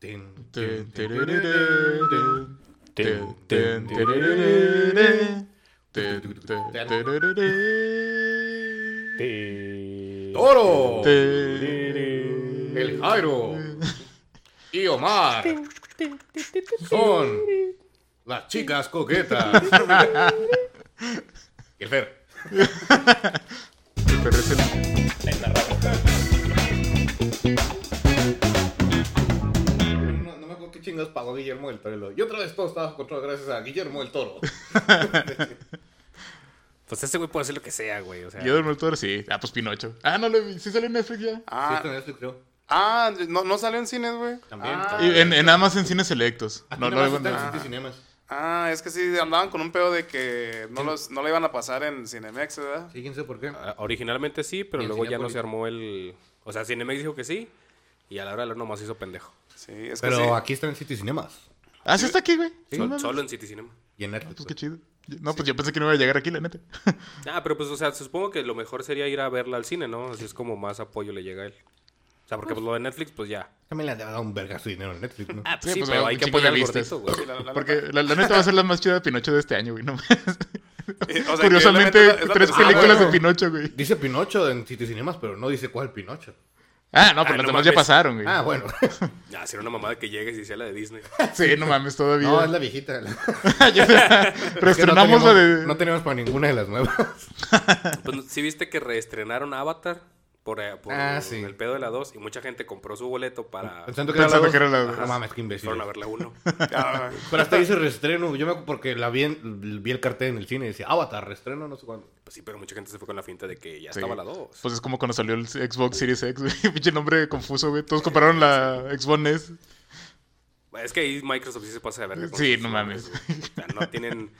Tin, tin, tin, El Toro, el Jairo y Omar son las chicas coquetas. Y el Fer. perro es el- No, no me acuerdo qué chingados pagó Guillermo del Toro. Y otra vez todo está bajo control gracias a Guillermo del Toro. Pues ese güey puede hacer lo que sea, güey. O sea, Yo duermo el toro, sí. Ah, pues Pinocho. Ah, no, lo vi. sí salió en Netflix ya. Sí, Ah, esto en Netflix, creo. ah, no, no salió en cines, güey. También. Ah, también. Y en, en nada más en cines selectos. Aquí No, nada no, Ah, más no, está en no. City Cinemas. Ah, es que sí, andaban con un pedo de que no, los, no lo iban a pasar en Cinemex, ¿verdad? Sí, quién sabe por qué. a- ah, originalmente sí, pero Y en luego ya no Cinépolis. se armó el. O sea, Cinemex dijo que sí. Y a la hora de la hora nomás hizo pendejo. Sí, es que Pero sí. aquí está en City Cinemas. Ah, sí está aquí, güey. Sol- No mames. solo en City Cinema. Y en Netflix. Pues qué chido. No, pues yo pensé que no iba a llegar aquí, la neta. Ah, pero pues, o sea, supongo que lo mejor sería ir a verla al cine, ¿no? Así es como más apoyo le llega a él. O sea, porque pues lo de Netflix, pues ya. También le han dado un vergazo de dinero en Netflix, ¿no? Ah, pues Sí, sí, pues, pero un hay que chingo de apoyar al vistas. gordito, güey. Sí, la- la- Porque la, la neta va a ser la más chida de Pinocho de este año, güey. No mames. Eh, o sea, Curiosamente, que es la- es la tres tercera, películas de güey. Pinocho, güey. Dice Pinocho en City Cinemas, pero no dice cuál Pinocho. Ah, no, pero Ah, las no demás ya mames. pasaron, güey. Ah, bueno. Ah, sería una mamada que llegues y sea la de Disney. Sí, no mames, todavía. No, es la viejita. Es que Reestrenamos no la teníamos, de. No teníamos para ninguna de las nuevas. Pues sí viste que reestrenaron Avatar por, eh, por Ah, sí. el pedo de la 2 y mucha gente compró su boleto para Pensando que Pensando que era era la la. dos. No mames, qué imbécil. fueron a Pues ver la 1. Ah, güey. Pero hasta dice reestreno. Yo me acuerdo porque la vi, en- vi el cartel en el cine y decía Avatar, reestreno, no sé cuándo. Pues sí, pero mucha gente se fue con la finta de que ya Sí. estaba la 2. Pues es como cuando salió el Xbox Series X, güey. Pinche nombre confuso, güey. Todos compraron la Xbox NES. Es que ahí Microsoft sí se pasa de verga. con Sí, sus no nombres, mames. güey. O sea, no tienen.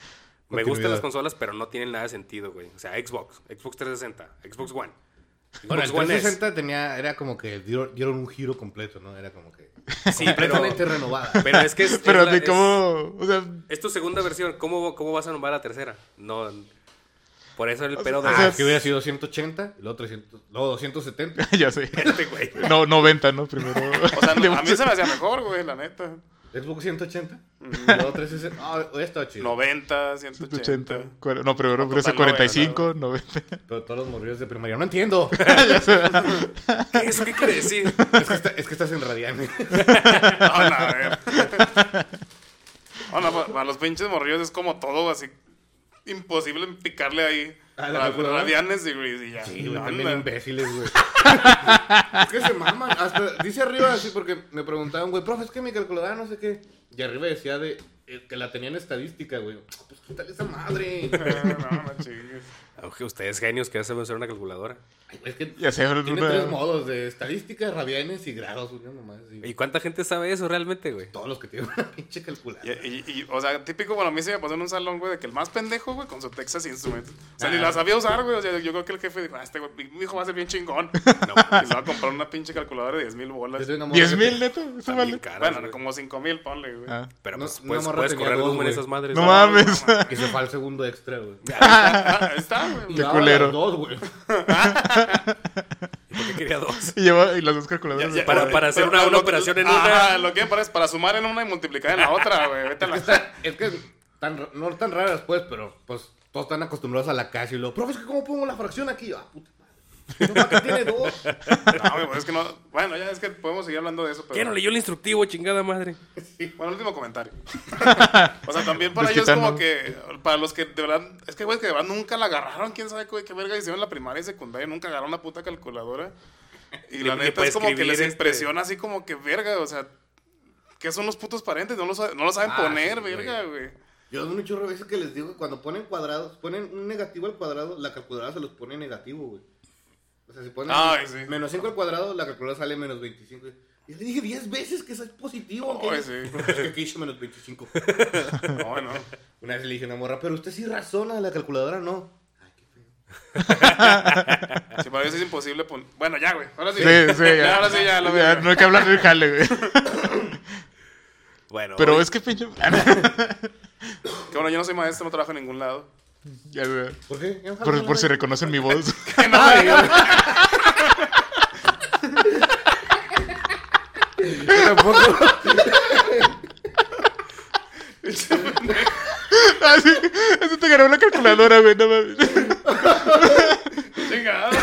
Me Continuidad. gustan las consolas, pero no tienen nada de sentido, güey. O sea, Xbox, Xbox 360, Xbox One. Xbox Bueno, el One S. 360 tenía, era como que dieron, dieron un giro completo, ¿no? Era como que. Sí, pero, completamente renovada. pero es que. Es, es Pero la- de es- cómo. O sea. Es tu segunda versión. ¿Cómo, cómo vas a nombrar la tercera? No. Por eso el pedo de. Ah, sea, que hubiera sido 180, luego 300, luego 270. ya sé. Este güey. No, 90, ¿no? Primero. O sea, De no- a mí mucho- se me hacía mejor, güey, la neta. Xbox 180, Mm. luego 360. Ah, hubiera estado chido. 90, 80. 180. cuar- No, primero No, empieza total, 45, 90. Pero todos los morrillos de primaria. No entiendo. ¿Qué, ¿Eso qué quiere decir? es, que está- es que estás en Radiante. Hola, a ver. Hola, pa- para los pinches morrillos es como todo así. Imposible picarle ahí. Ah, A la calculadora. radianes y, y ya. Sí, güey, Anda. también imbéciles, güey. es que se maman. Hasta dice arriba así porque me preguntaban, güey, profe, es que mi calculadora no sé qué. Y arriba decía de eh, que la tenían estadística, güey. Pues quítale esa madre. Ah, no, no chingues. Oye, ustedes genios que ya saben usar una calculadora. Ay, es que Ya sé, tiene una- tres modos de estadística, radianes y grados, güey, nomás. y ¿Y cuánta gente sabe eso realmente, güey? todos los que tienen una pinche calculadora. Y, y- y, o sea, típico, bueno, a mí se me pasó en un salón, güey, de que el más pendejo, güey, con su Texas Instruments. O Ah. sea, ni la sabía usar, güey. O sea, yo creo que el jefe dijo, ah, este güey, mi hijo va a ser bien chingón. No, y se va a comprar una pinche calculadora de 10 mil bolas. Yo soy una morra que 10 te- mil, neto. Eso Están bien vale. caras, Bueno, güey. como 5 mil, ponle, güey. Ah. Pero No- pues no puedes, morra puedes tenía correr dos, Doom en güey. esas madres. No mames. Y se fue al segundo extra, güey. Ah, ahí está, güey. Y Qué Ya, daba las culero. Dos, güey. ¿Y por qué quería dos? Y, lleva, y las dos calculadoras. ya, Para- güey. para hacer una- Ah, una lo- operación en ah, una. lo que para es para sumar en una y multiplicar en la otra, güey. Vete a la... Es que tan, ra- no tan raras, pues, pero pues todos están acostumbrados a la casa y luego, profe, es que ¿cómo pongo la fracción aquí? Ah, puta madre. No, ma, que tiene dos. No, güey, pues es que no... Bueno, ya es que podemos seguir hablando de eso, pero... ¿Qué no leyó el instructivo, chingada madre? Bueno, último comentario. o sea, también para ellos Desquitando. como que... Para los que de verdad... Es que, güey, que de verdad nunca la agarraron. ¿Quién sabe güey, qué verga hicieron en la primaria y secundaria? Nunca agarraron una puta calculadora. Y la Ni- ni neta para es como que escribir les este. impresiona así como que, verga, o sea... ¿Qué son los putos parentes? No lo, sa- no lo saben Ah, poner, sí, güey. verga, güey. Yo de un chorro de veces que les digo que cuando ponen cuadrados, ponen un negativo al cuadrado, la calculadora se los pone negativo, güey. O sea, si ponen Ay, sí. menos 5 al cuadrado, la calculadora sale menos 25. Y le dije 10 veces que eso es positivo. Ay, que sí. Es que aquí hizo menos 25. No, no. Una vez le dije a una morra, pero usted sí razona, la calculadora no. Ay, qué feo. Si para ellos es imposible poner... Bueno, ya, güey. Ahora sí. Sí, sí, ya. Ahora sí, ya. la Ya, verga. no hay que hablar del jale, güey. Bueno, Pero hoy- es que pinche. Que bueno, yo no soy maestro, no trabajo en ningún lado. Ya, güey. ¿Por qué? Ya, Por, jálala, por si güey. reconocen mi voz. Yo tampoco. Así, así Ah, te ganó la calculadora, güey, no mames. Chingado.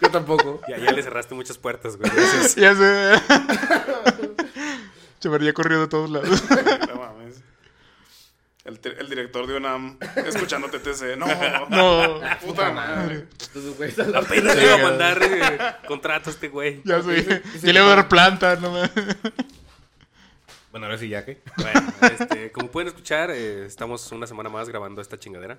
Yo tampoco. Ya, ya le cerraste muchas puertas, güey. Gracias. Ya sé. Chaval, ya corrió de todos lados. No mames. El, te- el director de UNAM escuchando TTC. No, No. puta madre. Entonces, güey, esa es la Apenas le iba a mandar eh, contrato a este güey. Ya sé. Ya le voy a dar planta, no mames. Bueno, ahora sí, ya que. Bueno, este, como pueden escuchar, eh, estamos una semana más grabando esta chingadera.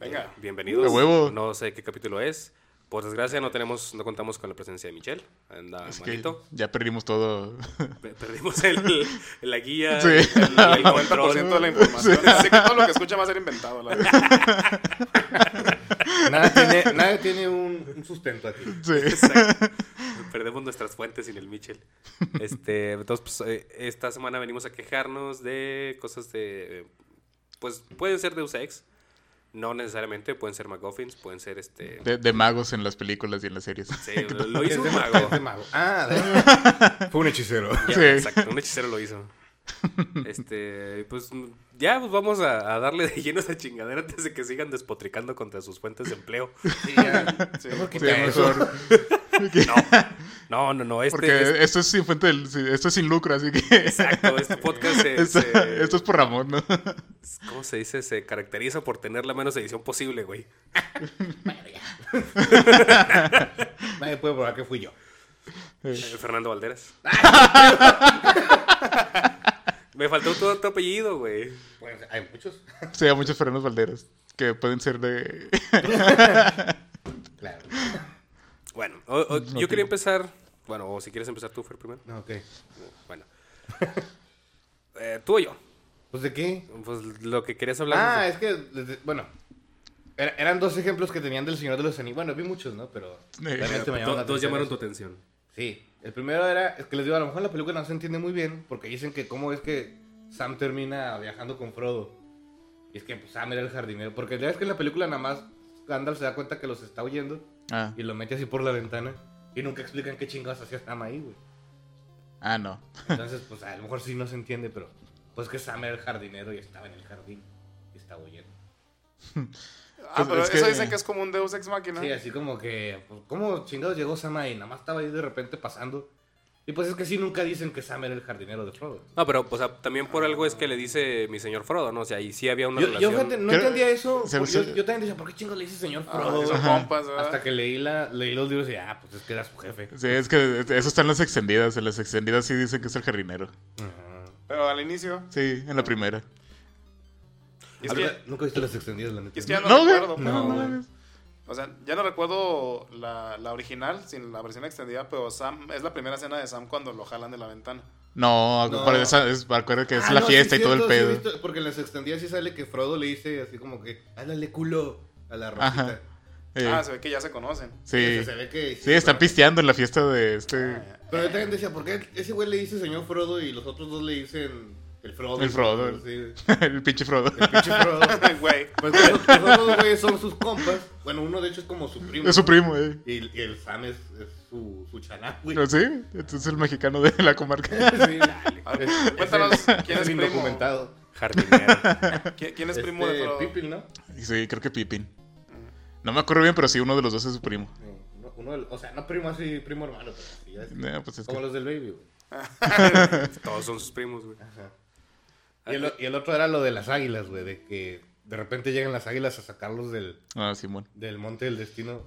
Venga. Bienvenidos. De huevo. No sé qué capítulo es. Por desgracia no tenemos, no contamos con la presencia de Michelle. Anda Es que malito. ya perdimos todo. Pe- Perdimos el, la guía, Sí. el, el 90% de control. la información. Así que todo lo que escucha va a ser inventado, la verdad. Nada tiene, nada tiene un, un sustento aquí. Sí. Exacto. Perdemos nuestras fuentes sin el Michel. Este, entonces, pues, eh, esta semana venimos a quejarnos de cosas de. eh, Pues pueden ser Deus Ex. No necesariamente, pueden ser McGuffins, pueden ser este. De, de magos en las películas y en las series. Sí, lo, lo hizo Es de un mago. es de mago. Ah, de- fue un hechicero. Ya, Sí. Exacto, un hechicero lo hizo. Este, pues ya, pues vamos a, a darle de lleno a esa chingadera antes de que sigan despotricando contra sus fuentes de empleo. Sí, ya. Sí. Sí, mejor. No, no, no, este. Porque este- esto es sin fuente del- esto es sin lucro, así que. exacto, este podcast se- Esto, se- esto es por Ramón, ¿no? ¿Cómo se dice? Se caracteriza por tener la menos edición posible, güey. Nadie puede probar que fui yo. Eh, Fernando Valderas. Ah. Me faltó tu, tu apellido, güey. Bueno, Pues, hay muchos. Sí, hay muchos Fernando Valderas que pueden ser de. Claro. Bueno, o- o- yo quería empezar. Bueno, o si quieres empezar tú, Fer, primero. No, ok. Bueno. Eh, tú o yo. Pues de qué? Pues lo que querías hablar. Ah, es que, desde- bueno, era- eran dos ejemplos que tenían del Señor de los Anillos. Bueno, vi muchos, ¿no? Pero realmente me To- llamaron la todos atención llamaron tu eso. atención. Sí, el primero era, es que les digo, a lo mejor la película no se entiende muy bien, porque dicen que cómo es que Sam termina viajando con Frodo. Y es que pues, Sam era el jardinero, porque ya es que en la película nada más Gandalf se da cuenta que los está oyendo Ah, y lo mete así por la ventana y nunca explican qué chingados hacía Sam ahí, güey. ah, no. Entonces, pues a lo mejor sí no se entiende, pero pues que Sam era el jardinero y estaba en el jardín y estaba oyendo. Ah, pero es eso que- dicen que es como un Deus Ex Machina. Sí, así como que, pues, ¿cómo chingados llegó Sam ahí? Nada más estaba ahí de repente pasando. Y pues es que sí, nunca dicen que Sam era el jardinero de Frodo. No, pero o sea, también por algo es que le dice mi señor Frodo, ¿no? O sea, y sí había una Yo, yo, relación. fíjate, no Creo- entendía eso. se- por- se- yo, yo también decía, ¿por qué chingados le dice señor Ah, Frodo? son Ajá. compas, ¿verdad? Hasta que leí, la, leí los libros y ah, pues es que era su jefe. Sí, es que eso está en las extendidas. En las extendidas sí dicen que es el jardinero. Pero al inicio. Sí, en la primera. Y es A que, ver, Nunca viste las extendidas, la neta. y es que ya no, No, güey. recuerdo. No, pero- no mames. O sea, ya no recuerdo la, la original, sin la versión extendida, pero Sam, es la primera escena de Sam cuando lo jalan de la ventana. No, No. para esa- es- acuérdate que es Ah, la no, sí, fiesta y todo el cierto, sí, pedo. viste, porque en las extendidas sí sale que Frodo le dice así como que, háblale culo a la rosita. Ajá. Eh, Ah, se ve que ya se conocen. sí. se ve Ah, que... Sí, están pero- pisteando en la fiesta de este. Pero yo también decía, ¿por qué ese güey le dice señor Frodo y los otros dos le dicen el Frodo? El Frodo. Sí, el el pinche Frodo. pinche Frodo. Güey. Pues los, los otros dos güeyes son sus compas. Bueno, uno de hecho es como su primo. Es su primo, eh. Y, y el Sam es, es su, su chaná, güey. ¿No sí? Es el mexicano de la comarca. Sí. A ver, cuéntanos quién es primo. indocumentado. Jardinero. ¿Qui- ¿Quién es primo de Este, Frodo? Pippin, ¿no? Sí, creo que Pippin. No me acuerdo bien, pero sí, uno de los dos es su primo. Sí, uno- Uno del- o sea, no primo así, primo hermano, pero así, ya es- No, pues es como que- los del baby, güey. Todos son sus primos, güey. Ajá. Ah, Y el, o- y el otro era lo de las águilas, güey, de que de repente llegan las águilas a sacarlos del, Ah, Simón. del Monte del Destino.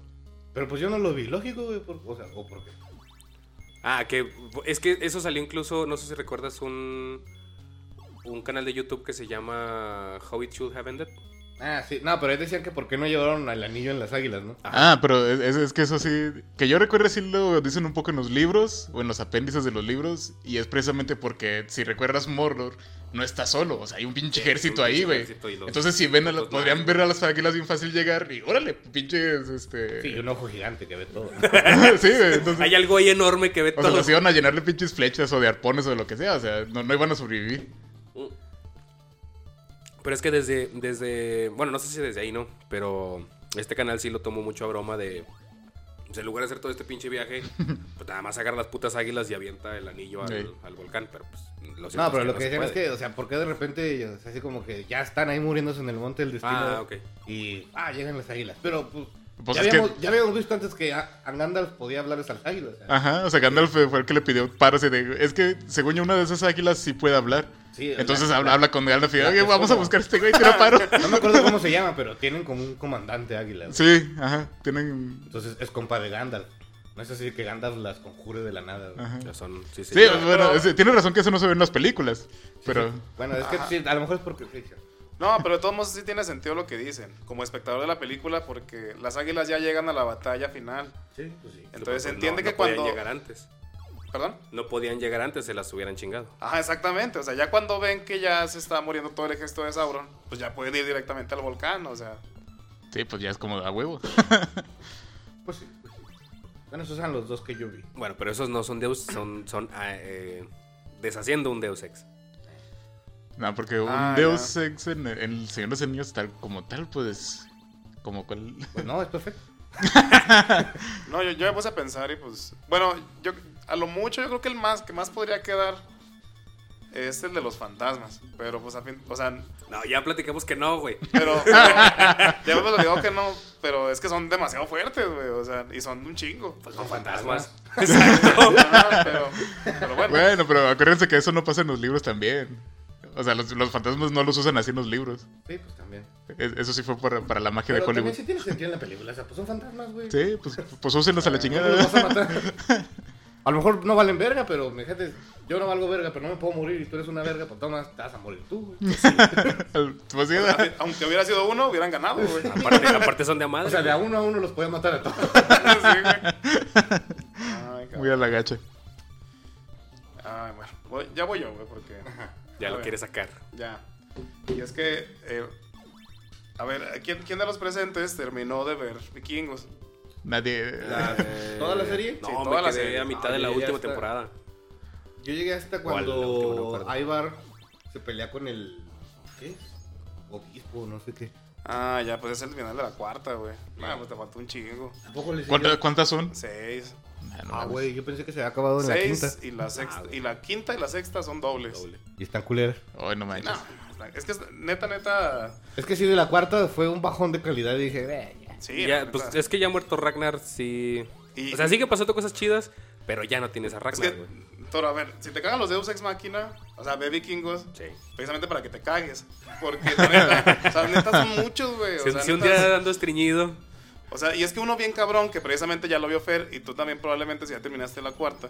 Pero pues yo no lo vi, lógico, güey, por- o sea, o porque... Ah, que es que eso salió incluso, no sé si recuerdas un un canal de YouTube que se llama How It Should Have Ended. Ah, sí, no, pero ellos decían que por qué no llevaron al anillo en las águilas, ¿no? Ah, pero es, es- es que eso sí. Que yo recuerdo sí lo dicen un poco en los libros o en los apéndices de los libros. Y es precisamente porque si recuerdas Mordor, no está solo. O sea, hay un pinche Sí, ejército un ahí, pinche güey. ejército y los- Entonces, si ven, a la- los podrían magos. ver a las águilas bien fácil llegar. Y órale, pinches. Este... Sí, y un ojo gigante que ve todo. sí, güey, entonces. Hay algo ahí enorme que ve O sea, todo. los iban a llenar de pinches flechas o de arpones o de lo que sea. O sea, no, no iban a sobrevivir. Pero es que desde, desde. Bueno, no sé si desde ahí no, pero este canal sí lo tomó mucho a broma de. Pues en lugar de hacer todo este pinche viaje, pues nada más agarra las putas águilas y avienta el anillo al, Sí. al volcán. Pero pues lo No, cierto pero es lo que se decían es puede. que, o sea, ¿por qué de repente, o sea, así como que ya están ahí muriéndose en el monte del destino? Ah, ok. Y, ah, llegan las águilas. Pero, pues, Pues ya, es que- habíamos, ya habíamos visto antes que a, a Gandalf podía hablarles a las águilas. o sea, Ajá, o sea, Gandalf fue el que le pidió paro. así de- Es que, según yo, una de esas águilas sí puede hablar. Sí, Entonces la- habla, la- habla con Gandalf y la- oye, es vamos a como- buscar a este güey, tira paro. No me acuerdo cómo se llama, pero tienen como un comandante águila. güey. Sí, ajá, tienen... Entonces es compa de Gandalf. No es así que Gandalf las conjure de la nada. güey. Ajá. Ya son- sí, sí, Sí, ya- bueno, es- tiene razón que eso no se ve en las películas, pero... Bueno, es que sí, a lo mejor es porque. No, pero de todos modos sí tiene sentido lo que dicen. Como espectador de la película, porque las águilas ya llegan a la batalla final. Sí, pues sí. Entonces no, entiende no que podían cuando. llegar antes. ¿Perdón? No podían llegar antes, se las hubieran chingado. Ajá, exactamente. O sea, ya cuando ven que ya se está muriendo todo el ejército de Sauron, pues ya pueden ir directamente al volcán. O sea, Sí, pues ya es como a huevo. Pues sí, pues sí. Bueno, esos eran los dos que yo vi. Bueno, pero esos no son Deus, son, son ah, eh, deshaciendo un Deus Ex. No, porque un Ah, Deus Ex en, en El Señor de los Anillos tal como tal, pues... Como cual... Pues no, es perfecto. no, yo, yo me puse a pensar y pues. Bueno, yo a lo mucho yo creo que el más que más podría quedar es el de los fantasmas. Pero pues a fin. O sea, No, ya platicamos que no, güey. pero. pero- ya me lo digo que no, pero es que son demasiado fuertes, güey. O sea, y son un chingo. Pues son fantasmas. Ah, pero, pero bueno. Bueno, pero acuérdense que eso no pasa en los libros también. O sea, los, los fantasmas no los usan así en los libros. Sí, pues también. Es- eso sí fue para, para la magia Pero de Hollywood. también sí tiene sentido en la película. O sea, pues son fantasmas, güey. Sí, pues, pues úsenlos a la Eh, No los vas a chingada. matar. A lo mejor no valen verga, pero fíjate, yo no valgo verga, pero no me puedo morir y tú eres una verga, pues toma, te vas a morir tú, güey. Pues sí, A fin- Aunque hubiera sido uno, hubieran ganado, güey. Aparte, aparte son de a madre. O sea, de a güey. uno a uno los podía matar a todos. Sí, güey. muy Ay, a cabrón. la gacha. Ay, bueno. Voy- ya voy yo, güey, porque. Ya A lo Ah, ver, quiere sacar. Ya. Y es que. eh, a ver, ¿quién, quién de los presentes terminó de ver Vikingos? Nadie. ¿Toda la serie? No, Sí, me toda la quedé serie. a mitad No, de la yo ya última está. temporada. Yo llegué hasta ¿Cuál? La última, no me cuando acuerdo. Ivar se pelea con el. ¿Qué es? Obispo, no sé qué. Ah, ya, pues es el final de la cuarta, güey. Ah, pues te faltó un chingo. Tampoco le ¿Cuánta- siguió? ¿Cuántas son? Seis. Ah, no Ah, mames. güey, yo pensé que se había acabado en la Seis quinta. y la sexta. Ah, güey. Y la quinta y la sexta son dobles. Doble. Y están culeras. Ay, no manches. No, es que es- neta, neta. Es que sí, de la cuarta fue un bajón de calidad y dije, "Eh, ya". Sí, Ya, la pues neta. es que ya muerto Ragnar, sí. Y- O sea, sí que pasando cosas chidas, pero ya no tienes a Es Ragnar, que, güey. Toro, a ver, si te cagan los Deus Ex Máquina, o sea, ve vikingos, Sí. precisamente para que te cagues. Porque, la neta, o sea, neta son muchos, güey. O, Si, sea, si un neta, día ando estreñido, o sea, y es que uno bien cabrón, que precisamente ya lo vio Fer, y tú también probablemente si ya terminaste la cuarta.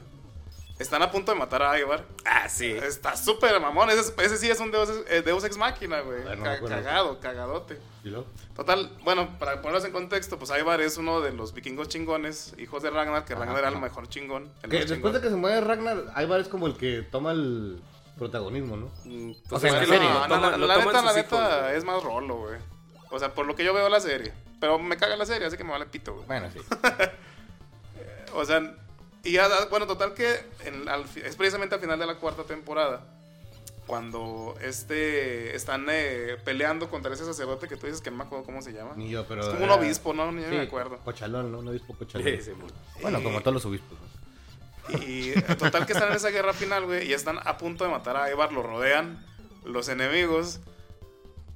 Están a punto de matar a Ivar. ah, sí. Está súper mamón. Ese, ese sí es un Deus, eh, Deus Ex Máquina, güey. Ah, Bueno, Ca- bueno. cagado, cagadote. ¿Y luego? Total, bueno, para ponerlos en contexto, pues Ivar es uno de los vikingos chingones, hijos de Ragnar, que Ragnar era el mejor chingón. el Que más después de chingón. que se muere Ragnar, Ivar es como el que toma el protagonismo, ¿no? Mm, O sea, es en la que lo- serie. lo No, no, toman- lo la toman neta, la sus hijos, neta güey. es más rolo, güey. O sea, por lo que yo veo la serie. Pero me caga la serie, así que me vale pito, güey. Bueno, sí. O sea, y ya, bueno, total que en- al fi- es precisamente al final de la cuarta temporada. Cuando este están eh, peleando contra ese sacerdote que tú dices que no me acuerdo cómo se llama. Ni yo, pero. Es como un era- obispo, ¿no? Ni Sí, me acuerdo. Cochalón, ¿no? Un obispo cochalón. eh. Sí, sí, güey. Bueno, Y- como todos los obispos. ¿no? Y eh, total que están en esa guerra final, güey, y están a punto de matar a Ivar, lo rodean los enemigos.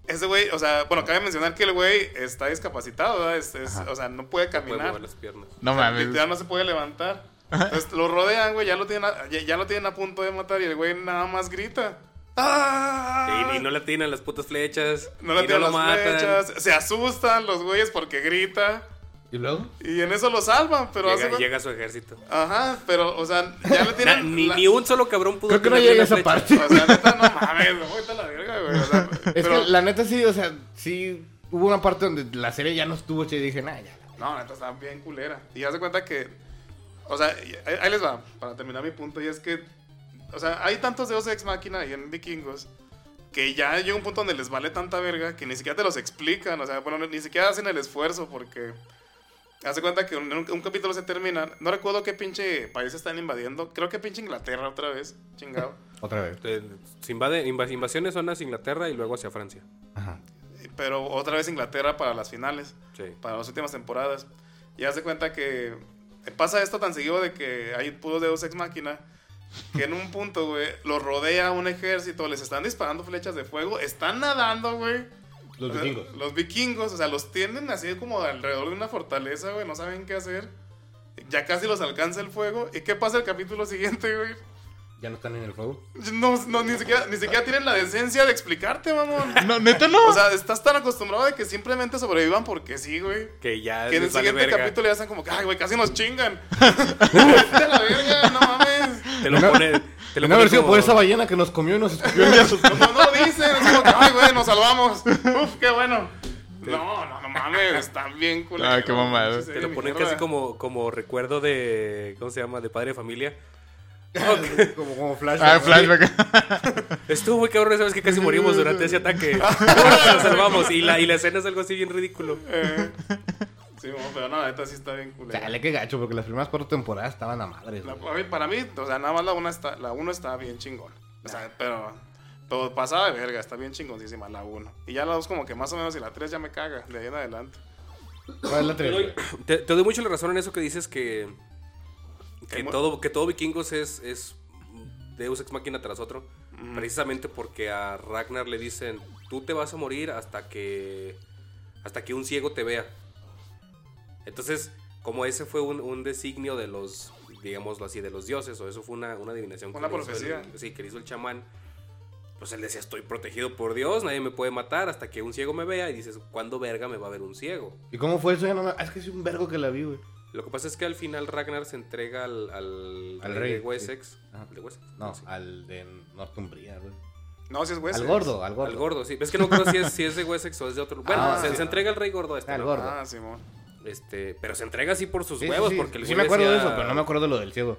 Ese güey, o sea, bueno, cabe mencionar que el güey está discapacitado, ¿verdad? Es- es- o sea, no puede Puede caminar. mover las piernas. No Literal mames. no se puede levantar. Entonces lo rodean, güey, ya lo tienen a, ya, ya lo tienen a punto de matar y el güey nada más grita. ¡Ah! Y, y no le atinan las putas flechas. No y le tiran lo las matan. flechas. Se asustan los güeyes porque grita. ¿Y luego? Y en eso lo salvan, pero hace Llega, cuenta- llega su ejército. Ajá, pero, o sea, ya le Na- tienen. ni, la- ni un solo cabrón pudo Creo que no atinarle llega una esa flecha. parte. O sea, neta, no mames, no, vete a la verga, güey. O sea, Es pero, que la neta sí, o sea, sí hubo una parte donde la serie ya no estuvo hecha y dije, nah, ya. la- No, neta, está bien culera. Y haz de cuenta que. O sea, y- ahí, ahí les va, para terminar mi punto, y es que. O sea, hay tantos dedos ex máquina y en vikingos que ya llega un punto donde les vale tanta verga que ni siquiera te los explican. O sea, bueno, ni siquiera hacen el esfuerzo porque. Hace cuenta que un, un- un capítulo se termina. No recuerdo qué pinche país están invadiendo. Creo que pinche Inglaterra otra vez. Chingado. Otra vez. Eh, Se invade, invas- invasiones son hacia Inglaterra y luego hacia Francia. Ajá. Pero otra vez Inglaterra para las finales. Sí. para las últimas temporadas. Y hace cuenta que pasa esto tan seguido de que hay puros dedos ex máquina. Que en un punto, güey, los rodea un ejército, les están disparando flechas de fuego, están nadando, güey. Los O sea, vikingos. Los vikingos, o sea, los tienen así como alrededor de una fortaleza, güey, no saben qué hacer. Ya casi los alcanza el fuego. ¿Y qué pasa el capítulo siguiente, güey? Ya no están en el fuego. No, no, ni siquiera, ni siquiera tienen la decencia de explicarte, mamón. No, neta no. O sea, estás tan acostumbrado de que simplemente sobrevivan porque sí, güey. Que ya Que en Ah, el les vale siguiente verga. capítulo ya están como, ay, güey, casi nos chingan. Vete a la verga, no mames. Te lo pone. Te lo No pone haber sido como- por esa ballena que nos comió y nos escupió. No, no lo dicen, es como que, ay, güey, nos salvamos. Uf, qué bueno. No, no, no mames, están bien culeros. Ah, qué mamada. Pinche Te serie lo de ponen mierda. casi como, como recuerdo de. ¿Cómo se llama? De padre de familia. como, como flash. Ah, flashback. Estuvo muy cabrón, sabes que casi morimos durante ese ataque. Nos salvamos. Y la, y la escena es algo así bien ridículo. Eh, sí, no, pero no, esta sí está bien culera. Chale, qué gacho, porque las primeras cuatro temporadas estaban a madres. La- güey. a mí- para mí, o sea, nada más la 1 está, la uno está bien chingón. O sea, pero, pero pasada de verga, está bien chingoncísima la 1. Y ya la 2 como que más o menos y la 3 ya me caga, de ahí en adelante. ¿Cuál es la tres, güey? Te, te doy mucho la razón en eso que dices que. Que Que mu- todo, que todo vikingos es, es Deus ex máquina tras otro. Precisamente porque a Ragnar le dicen: Tú te vas a morir hasta que. Hasta que un ciego te vea. Entonces, como ese fue un, un designio de los, digámoslo así, de los dioses, o eso fue una, una adivinación. que Una le hizo el- profecía. sí, que le hizo el chamán. Pues él decía, estoy protegido por Dios, nadie me puede matar hasta que un ciego me vea. Y dices, ¿cuándo verga me va a ver un ciego? ¿Y cómo fue eso? Ya no me- ah, es que es un vergo que la vi, güey. Lo que pasa es que al final Ragnar se entrega al, al, Al rey, de Wessex. Ajá. ¿De Wessex? No, Sí. al de Northumbria, güey. No, si es hueso. Al gordo, al gordo. Al gordo, sí. Es que no creo si es, si es de Wessex o es de otro. Bueno, Ah, se, sí. se entrega al rey gordo a este. Al ¿no? gordo. Ah, Simón. Este, pero se entrega así por sus Sí, sí, huevos, sí, porque el sí güey me acuerdo de decía- eso, pero no me acuerdo de lo del ciego.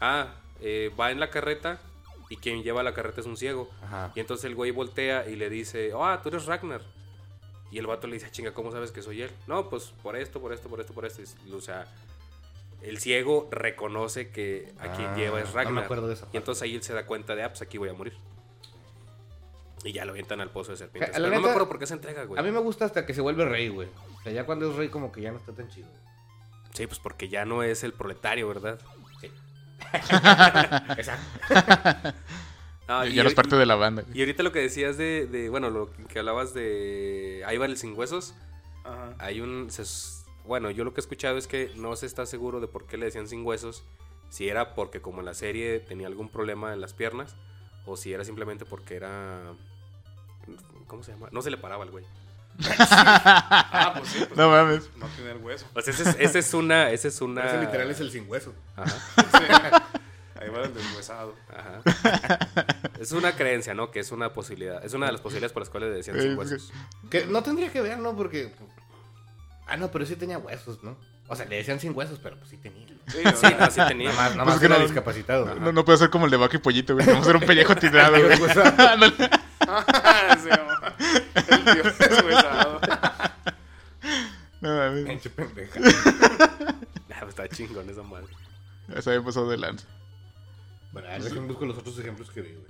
Ah, eh, va en la carreta y quien lleva la carreta es un ciego. Ajá. Y entonces el güey voltea y le dice, ah, tú eres Ragnar. Y el vato le dice, "Ah, chinga, ¿cómo sabes que soy él? No, pues por esto, por esto, por esto, por esto. Y, O sea, el ciego reconoce que a quien Ah, lleva es no Ragnar. me acuerdo de esa y parte. entonces ahí él se da cuenta de, ah, pues aquí voy a morir. Y ya lo avientan al pozo de serpientes. A la Pero no me neta, acuerdo por qué se entrega, güey. A mí me gusta hasta que se vuelve rey, güey. O sea, ya cuando es rey, como que ya no está tan chido. Sí, pues porque ya no es el proletario, ¿verdad? Exacto. Ah, y ya eres ahori- parte de la banda. Y ahorita lo que decías de, de bueno, lo que hablabas de Ivar el sin huesos, Ajá. hay un... se s- bueno, yo lo que he escuchado es que no se está seguro de por qué le decían sin huesos, si era porque como en la serie tenía algún problema en las piernas, o si era simplemente porque era... ¿Cómo se llama? No se le paraba al güey. Ah, pues sí. Pues, No no, mames. tiene el hueso. O sea, esa es, esa es una... Esa es una... Ese literal es el sin hueso. Ajá, Sí. Ahí va el deshuesado. ajá. Es una creencia, ¿no? Que es una posibilidad. Es una de las posibilidades por las cuales le decían sin huesos. Que no tendría que ver, ¿no? Porque. Ah, no, pero sí tenía huesos, ¿no? O sea, le decían sin huesos, pero pues sí tenía. Sí, o Sí, sea, no, sí tenía. Nada más, nada Pues más es que era no- discapacitado. güey. No, no puede ser como el de vaca y pollito, güey. Vamos a ser un pellejo tirado, güey. Ándale. sí, mamá. El tío deshuesado. No mames. Pinche pendeja. Ah, está chingón esa madre. Ya se había pasado de lanza. Bueno, a ver, déjenme busco los otros ejemplos que vi, güey.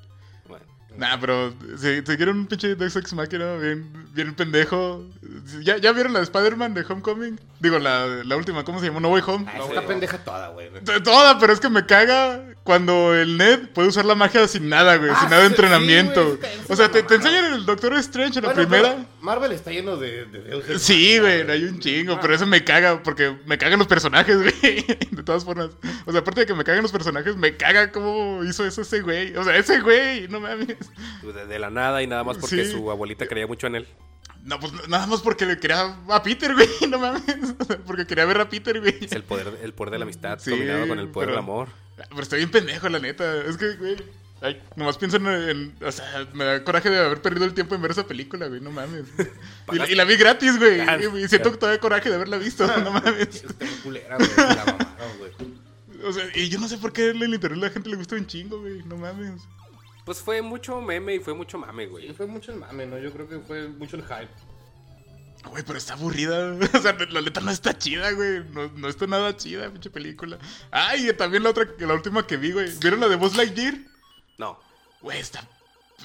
Bueno. Nah, pero si, si quieren un pinche Deus Ex Machina bien, bien pendejo. ¿Ya, ¿Ya vieron la de Spider-Man de Homecoming? Digo, la, la última, ¿cómo se llamó? No Way Home. Ah, No, está güey. pendeja toda, güey. T- Toda, pero es que me caga cuando el Ned puede usar la magia sin nada, güey. Ah, sin nada de sí, entrenamiento. sí, güey, güey. está- es o sea, una te, te mamada. enseñan en el Doctor Strange en la Bueno, primera. pero Marvel está lleno de, de Deus Ex Sí, Machina, güey, hay un chingo, pero eso me caga, porque me cagan los personajes, güey. De todas formas. O sea, aparte de que me cagan los personajes, me caga cómo hizo eso ese güey. O sea, ese güey, no mames. pues De, de la nada y nada más porque Sí. su abuelita creía mucho en él. No, pues nada más porque le quería a Peter, güey, no mames. O sea, porque quería ver a Peter, güey. Es el poder, el poder de la amistad Sí, combinado con el poder pero- del amor. Pero estoy bien pendejo, la neta. Es que, güey. ay, nomás pienso en, en- O sea, me da coraje de haber perdido el tiempo en ver esa película, güey, no mames. Y la, y la vi gratis, güey. Y, y siento todavía coraje de haberla visto, no mames. Está bien culera, güey. se La mamaron, güey. O sea, y yo no sé por qué en el internet la gente le gusta un chingo, güey. No mames. Pues fue mucho meme y fue mucho mame, Y güey. fue mucho el mame, ¿no? Yo creo que fue mucho el hype. Güey, pero está aburrida. O sea, la neta no está chida, güey. No, no está nada chida, pinche película. Ah, Ay, y también la otra, la última que vi, güey. ¿Vieron la de Buzz Lightyear? No. Güey, está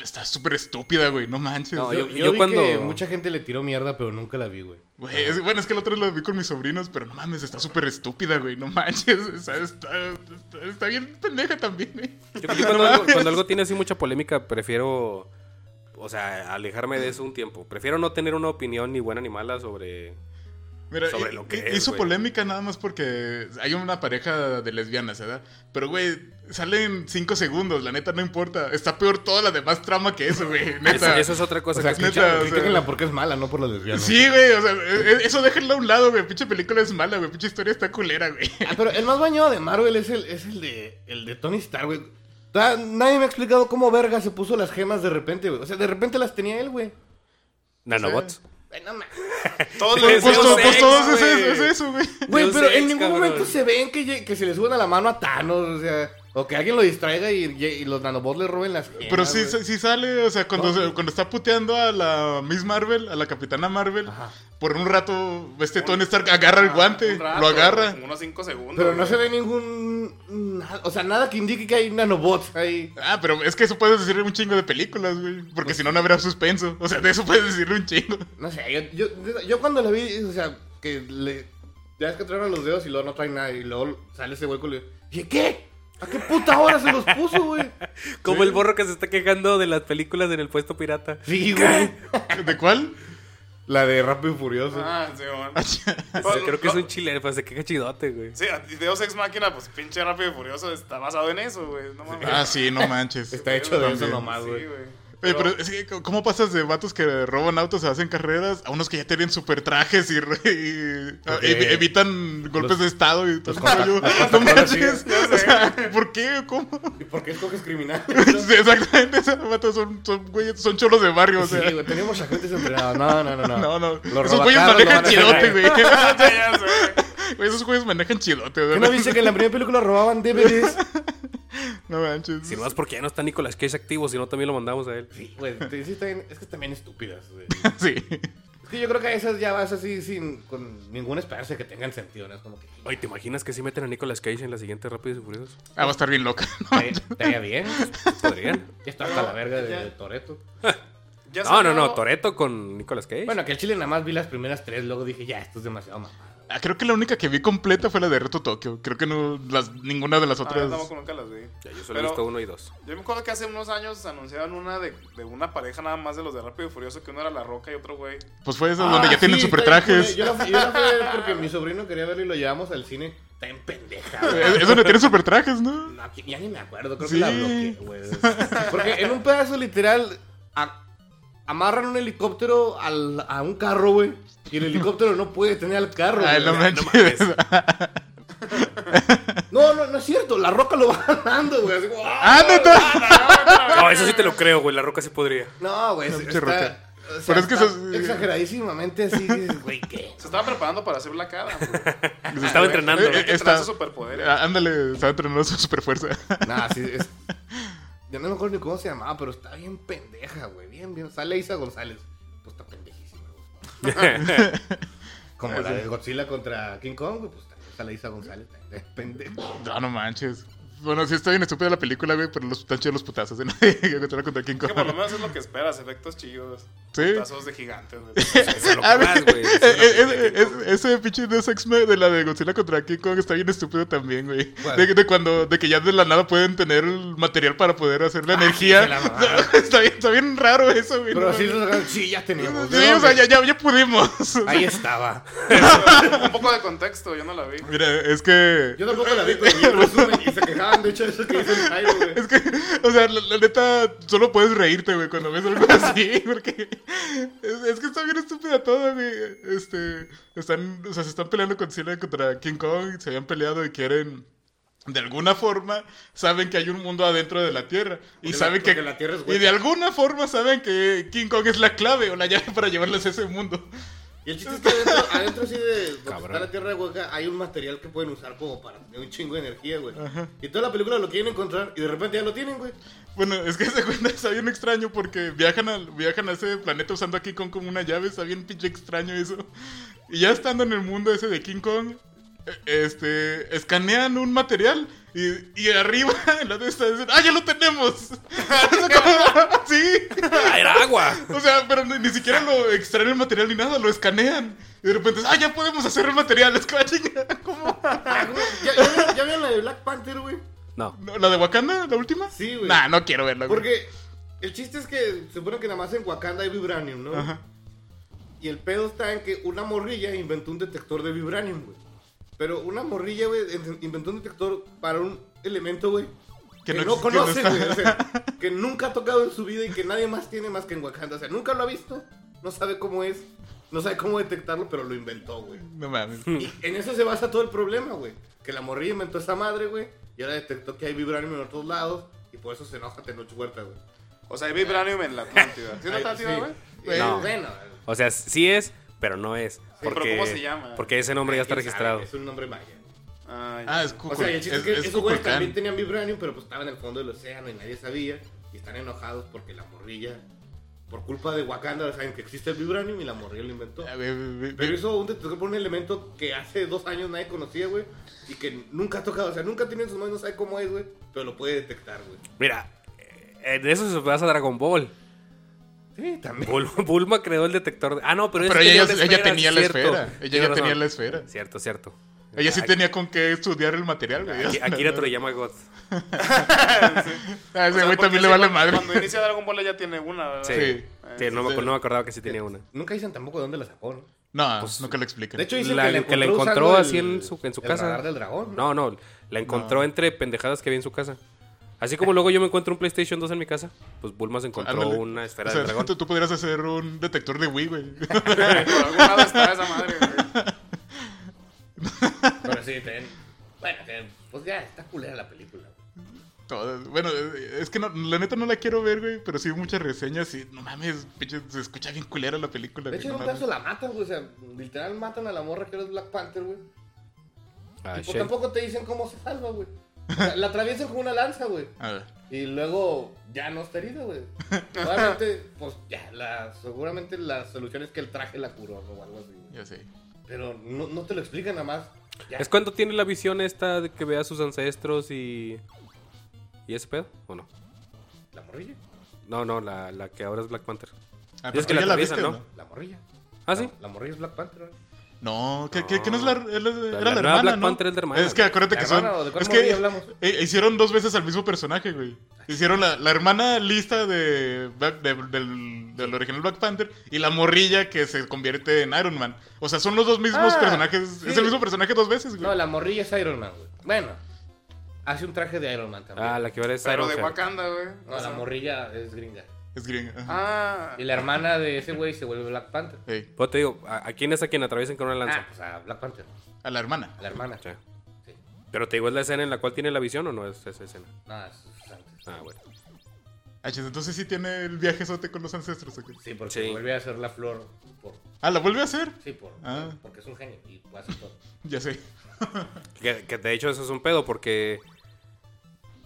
está súper estúpida, güey. No manches. No, Yo, yo- yo yo vi cuando- que mucha gente le tiró mierda, pero nunca la vi, güey. Güey, es- bueno, es que el otro lo vi con mis sobrinos, pero no mames, está súper estúpida, güey. No manches. o sea, está, está- está bien pendeja también, güey. Yo- yo cuando, algo, cuando algo tiene así mucha polémica, prefiero, o sea, alejarme de eso un tiempo. Prefiero no tener una opinión ni buena ni mala sobre... Mira, Sobre hi- lo que hi- es, hizo güey. polémica nada más porque hay una pareja de lesbianas, ¿verdad? Pero, güey, salen cinco segundos, la neta no importa. Está peor toda la demás trama que eso, güey. Eso, Neta. eso es otra cosa O sea, que neta, escuchaba. critica- o sea- critíquenla porque es mala, no por los lesbianos. Sí, güey, o sea, e- e- eso déjenlo a un lado, güey. Pinche película es mala, güey. Pinche historia está culera, güey. Ah, pero el más bañado de Marvel es el, es el de el de Tony Stark, güey. O sea, nadie me ha explicado cómo verga se puso las gemas de repente, güey. O sea, de repente las tenía él, güey. Nanobots. Ay, no mames. Todos Pues, los Pues, Deus to- Ex, pues todos es, güey. es eso, güey. Güey, Deus pero Ex, en ningún cabrón. momento se ven que, lle- que se le suban a la mano a Thanos, o sea, o que alguien lo distraiga y, y los nanobots le roben las gemas. Pero sí, güey. sí sale, o sea, cuando, se- cuando está puteando a la Miss Marvel, a la Capitana Marvel, por un rato este Tony Stark agarra el guante, Ah, Un rato, lo agarra. Como unos 5 segundos. Pero no güey. se ve ningún. na- O sea, nada que indique que hay nanobots ahí. Ah, pero es que eso puedes decirle un chingo de películas, güey. Porque Pues si no, no habrá suspenso. O sea, de eso puedes decirle un chingo. No sé, yo, yo, yo cuando la vi, o sea, que le. Ya es que traen los dedos y luego no traen nada. Y luego sale ese hueco y le dije, ¿qué? ¿A qué puta hora se los puso, güey? Como el borro que se está quejando de las películas en el puesto pirata. Sí, güey. ¿De cuál? La de Rápido y Furioso. Ah, sí, bueno. Yo creo que es un chileno, pues se queja chidote, güey. Sí, y Deus Ex Máquina, pues pinche rápido y furioso, está basado en eso, güey. No mames. Ah, sí, no manches. Está hecho de eso También. nomás, güey. Sí, güey. Oye, pero es que, ¿cómo pasas de vatos que roban autos, se hacen carreras, a unos que ya tienen super trajes y, re- y- ah, Ok. evi- evitan golpes Los- de estado y todo los contra- rollo? los No contratados, sí, manches. ya sé. O sea, ¿por qué? ¿Cómo? ¿Y por qué escoges criminal? Sí, exactamente, esos vatos son, son, güeyes- son cholos de barrio, o sea. Sí, güey, tenemos agentes entrenados. No, no, no, no. No, no. Los Esos güeyes robacarros lo manejan van a chidote, hacer. güey. Ah, ya sé, güey. Güey, Esos güeyes manejan chidote, güey. ¿Qué no viste que en la primera película robaban DVDs? No manches. Si no es porque ya no está Nicolas Cage activo, si no también lo mandamos a él. Sí, güey. te- sí, está bien- Es que también estúpidas, güey. Sí. Es que yo creo que a esas ya vas así sin con ninguna esperanza de que tengan sentido, ¿no? Es como que. Oye, ¿te imaginas que si meten a Nicolas Cage en la siguiente Rápidos y Furiosos? Ah, va a estar bien loca. no Te estaría bien. Podrían. Ya está hasta la verga de, de Toreto. Ya No, no, no, salió- Toreto con Nicolas Cage. Bueno, que el chile nada más vi las primeras tres, luego dije, ya, esto es demasiado mamá. Ah, creo que la única que vi completa fue la de Reto Tokio. Creo que no las, ninguna de las Ah, yo otras. tampoco nunca las vi. Ya, yo solo he Pero- visto uno y dos. Yo me acuerdo que hace unos años anunciaron una de, de una pareja nada más de los de Rápido y Furioso, que uno era La Roca y otro güey. Pues fue esa donde ya tienen super trajes. Yo la, fui- yo la fui a ver porque mi sobrino quería verlo y lo llevamos al cine. Está en pendeja. güey. Es es donde tienen super trajes, ¿no? No, que- ya ni me acuerdo, creo Sí. que la bloqueé, güey. Porque en un pedazo literal a- amarran un helicóptero al, a un carro, güey. Y el helicóptero no puede tener al carro. Ay, güey. Ah, no manches. mames. No, no, no es cierto. La roca lo va ganando, güey. Así como, ¡ah! ¡Ah, neta! Ah, No, eso sí te lo creo, güey. La Roca sí podría. No, güey. No, está- pinche roca. o sea, Pero es que está eso es- Exageradísimamente así, güey, ¿qué? Se estaba preparando para hacer la cara. Se estaba entrenando. Eh, eh, Hay que está- traer sus superpoderes. Ah, Ándale, estaba entrenando su super fuerza. Nah, sí, es. Ya no me acuerdo ni cómo se llamaba, pero está bien pendeja, güey. Bien, bien. Sale Isa González. Pues está pendejísima, güey. Ah, Ah, Como la de Godzilla contra King Kong, güey. Pues también sale Isa González. también está Pendejo. No, no manches. Bueno, sí está bien estúpida la película, güey, pero los están chidos los putazos, ¿eh? Que te la conté aquí en Que por lo Cojo. menos es lo que esperas, efectos chillos. Sí. Tazos de gigantes. güey. Pues, Eso es lo Ah, que más, güey. eh, eh, eh, es- Ese pinche de Ex Machina de la de Godzilla contra King Kong está bien estúpido también, güey. ¿Cuál? De, de cuando, de que ya de la nada pueden tener el material para poder hacer la energía. Ah, se la mamaron. está, bien, está bien raro eso, güey. Pero ¿no? sí, lo sacaron. Sí, ya teníamos. Sí, o sea, ya, ya, ya pudimos. Ahí estaba. Un poco de contexto, yo no la vi. Mira, es que. Yo tampoco la vi, pero vi el resumen y se quejaban, de hecho, de eso que dice el Jairo, güey. Es que, o sea, la, la neta, solo puedes reírte, güey, cuando ves algo así, porque es, es que está bien estúpida todo, güey. Este, están, o sea, se están peleando con Godzilla contra King Kong, se habían peleado y quieren, de alguna forma, saben que hay un mundo adentro de la Tierra. Y Porque la- saben que, porque la Tierra es y hueca. de alguna forma saben que King Kong es la clave o la llave para llevarles a ese mundo. Y el chiste es que adentro, adentro así de donde Cabrón. está la tierra de hueca hay un material que pueden usar como para tener un chingo de energía, güey. Y toda la película lo quieren encontrar y de repente ya lo tienen, güey. Bueno, es que se cuenta, está bien extraño porque viajan, al, viajan a ese planeta usando a King Kong como una llave, está bien pinche extraño eso. Y ya estando en el mundo ese de King Kong, e- este, escanean un material y, y arriba en la de esta dicen, ¡ah, ya lo tenemos! sí, agua. O sea, pero ni, ni siquiera lo extraen el material ni nada, lo escanean. Y de repente, ah, ya podemos hacer el material. Es que, ah, chinga, ¿cómo? Ah, güey, ¿Ya, ya vieron- ya vieron la de Black Panther, güey? No. ¿No, ¿La de Wakanda? ¿La última? Sí, güey. Nah, no quiero verla, güey. Porque el chiste es que se supone que nada más en Wakanda hay vibranium, ¿no? Ajá. Y el pedo está en que una morrilla inventó un detector de vibranium, güey. Pero una morrilla, güey, en- inventó un detector para un elemento, güey. Que Que, no no, existe, no conoce, está. güey. O sea, que nunca ha tocado en su vida y que nadie más tiene más que en Wakanda. O sea, nunca lo ha visto, no sabe cómo es, no sabe cómo detectarlo, pero lo inventó, güey. No mames. Y en eso se basa todo el problema, güey. Que la morrilla inventó esa madre, güey. Y ahora detectó que hay vibranium en otros lados. Y por eso se enoja Tenoch Huerta, güey. O sea, hay vibranium en la Atlántida. ¿Sí en la Ay, Atlántida, sí. güey? Eh, No. Bueno, O sea, sí es, pero no es. pero Porque, ¿cómo se llama? Porque ese nombre ya está quién sabe, registrado. Es un nombre maya. Ay, Ah, es O Cucul. sea, y el chiste es, que es esos güeyes Cuculcán. también tenían vibranium, pero pues estaban en el fondo del océano y nadie sabía. Y están enojados porque la morrilla, por culpa de Wakanda, saben que existe el vibranium y la morrilla lo inventó. A ver, ve- ve- Pero ve- hizo un detector por un elemento que hace dos años nadie conocía, güey. Y que nunca ha tocado, o sea, nunca tiene en sus manos, no sabe cómo es, güey. Pero lo puede detectar, güey. Mira, eh, en eso se basa Dragon Ball. Sí, también. Bul- Bulma creó el detector. de- Ah, no, pero, Pero tenía ella, una ella esfera, tenía la cierto. esfera. Ella Tienes ya tenía razón. la esfera. Cierto, cierto. Ella sí Ak- tenía con qué estudiar el material, güey. Ak- Akira Toriyama God. Ah, ese O sea, güey porque también le sí, vale cuando- madre. Cuando inicia Dragon Ball ya tiene una, ¿verdad? Sí. Sí. Sí, no, me, acu- no me acordaba que sí tenía una. Nunca dicen tampoco de dónde la sacó, ¿no? No, nunca lo explican. De hecho, dicen La- que la que la encontró, encontró usando así el- en su- en su el casa. radar del dragón. No, no, la encontró entre pendejadas que había en su casa. Así como luego yo me encuentro un PlayStation 2 en mi casa, pues Bulma se encontró Ándale. una esfera O sea, de dragón. Tú, tú podrías hacer un detector de Wii, güey. Por algún lado está esa madre, güey. Pero sí, ten- Bueno, que, pues ya, está culera la película, güey. Todas. Bueno, es que no, la neta no la quiero ver, güey, pero sí muchas reseñas y no mames, pinche, se escucha bien culera la película. De güey, hecho, en no un mames. caso la matan, güey. O sea, literal matan a la morra que era Black Panther, güey. Ah, y pues shit. tampoco te dicen cómo se salva, güey. O sea, la atraviesan con una lanza, güey. A ver. Y luego ya no está herida, güey. Obviamente, pues ya, la, seguramente la solución es que el traje la curó ¿no? o algo así, güey. Ya sé. Pero no, no te lo explican nada más. Ya. ¿Es cuando tiene la visión esta de que vea a sus ancestros y. ¿Y ese pedo? ¿O no? La morrilla. No, no, la, la que ahora es Black Panther. Ah, Es pero que tú la ya la atraviesan, viste, ¿no? ¿no? No, La morrilla. Ah, sí. La, la morrilla es Black Panther, güey. que, que- que no es la, era la- era la la nueva hermana, Black ¿no? Panther es la hermana, Es que güey. acuérdate ¿La que hermana o son... de cuál Es que movie hablamos? eh, hicieron dos veces al mismo personaje, güey. Hicieron la, la hermana lista de, Black- de- del, del original Black Panther y la morrilla que se convierte en Iron Man. O sea, son los dos mismos Ah, personajes. Es sí. el mismo personaje dos veces, güey. No, la morrilla es Iron Man, güey. Bueno, hace un traje de Iron Man también. Ah, la que ahora es Pero Iron de Heart. Wakanda, güey. No, O sea, la morrilla es gringa. Es gringa. ajá. Ah, Y la hermana de ese güey se vuelve Black Panther. Ey, Pero Pues te digo, ¿a, a quién es a quien atraviesan con una lanza? Ah, pues a Black Panther, a la hermana. a la hermana. Sí. Sí. Pero te digo, ¿es la escena en la cual tiene la visión o no es esa escena? No, es es antes. Ah, bueno. Ah, chis, entonces sí tiene el viaje sote con los ancestros. ¿o qué? Sí, porque Sí. vuelve a ser la flor por... Ah, ¿la vuelve a hacer? Sí, por, Ah. porque es un genio y puede hacer todo. Ya sé. Que, que de hecho eso es un pedo porque...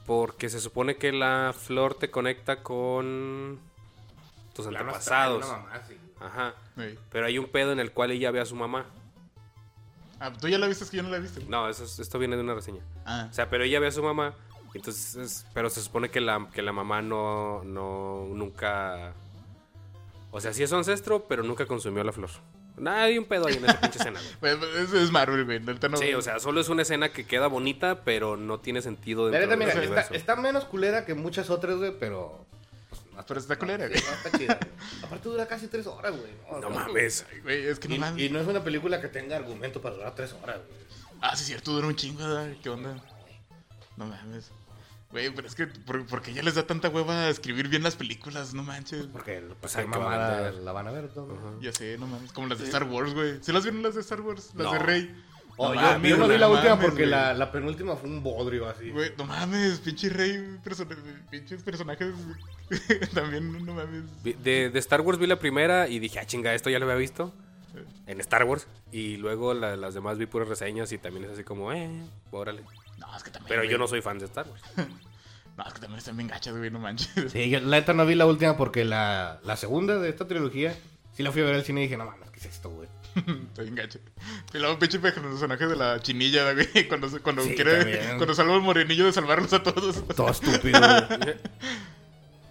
Porque se supone que la flor te conecta con tus antepasados. Una mamá, sí. Ajá. Ey. Pero hay un pedo en el cual ella ve a su mamá. Ah, tú ya la viste, es que yo no la he visto. No, eso, es- esto viene de una reseña. Ah, O sea, pero ella ve a su mamá. y Entonces, es- pero se supone que la, que la mamá no, no, nunca... O sea, sí es su ancestro, pero nunca consumió la flor. Nada, hay un pedo ahí en esa pinche escena, güey. Bueno, Pues, es, es Marvel, güey. Ahorita no- Sí, o sea, solo es una escena que queda bonita, pero no tiene sentido La neta, dentro del mira, está, universo. está menos culera que muchas otras, güey, pero... pues, no, Pero está no, culera, sí, güey. no, está chida, güey. Aparte dura casi tres horas, güey. No mames. Ay, güey, es que no mames. Y, y no es una película que tenga argumento para durar tres horas, güey. Ah, sí, cierto, dura un chingo, ¿verdad? ¿Qué onda? No mames. Güey, pero es que, ¿por, por qué ya les da tanta hueva escribir bien las películas? No manches. Porque pues, hay hay que van a mamada ver. la van a ver, ¿no? Ya sé, no mames. Como las de Star Wars, güey. ¿Sí las vieron las de Star Wars? Las No. de Rey. Oh, No yo, mames, yo no vi la no última mames, porque güey. la, la penúltima fue un bodrio así. Güey, no mames, pinche Rey. person- pinches personajes. También, no mames. Vi- De, de Star Wars vi la primera y dije, ah, chinga, esto ya lo había visto en Star Wars. Y luego la- las demás vi puras reseñas y también es así como, eh, órale. No, es que también. Pero güey. yo no soy fan de Star Wars. No, es que también están bien gachas, güey, no manches. Sí, yo la neta no vi la última porque la, la segunda de esta trilogía sí la fui a ver al cine y dije, no mames, ¿qué es esto, güey? Está bien gacho. Y luego, pinche personaje de la chinilla, güey. Cuando, se- cuando Sí, quiere. también. Cuando salva el morenillo de salvarlos a todos. Todo estúpido, güey.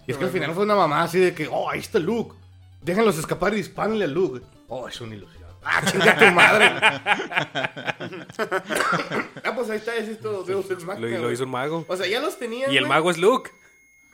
Y es que al final fue una mamá así de que, oh, ahí está Luke. Déjenlos escapar y dispárenle a Luke. Oh, es una ilusión. Ah, chinga tu madre. ah, pues ahí está, es esto de Deus Ex Lo, Machina, lo güey. hizo un mago. O sea, ya los tenían. Y el güey. mago es Luke.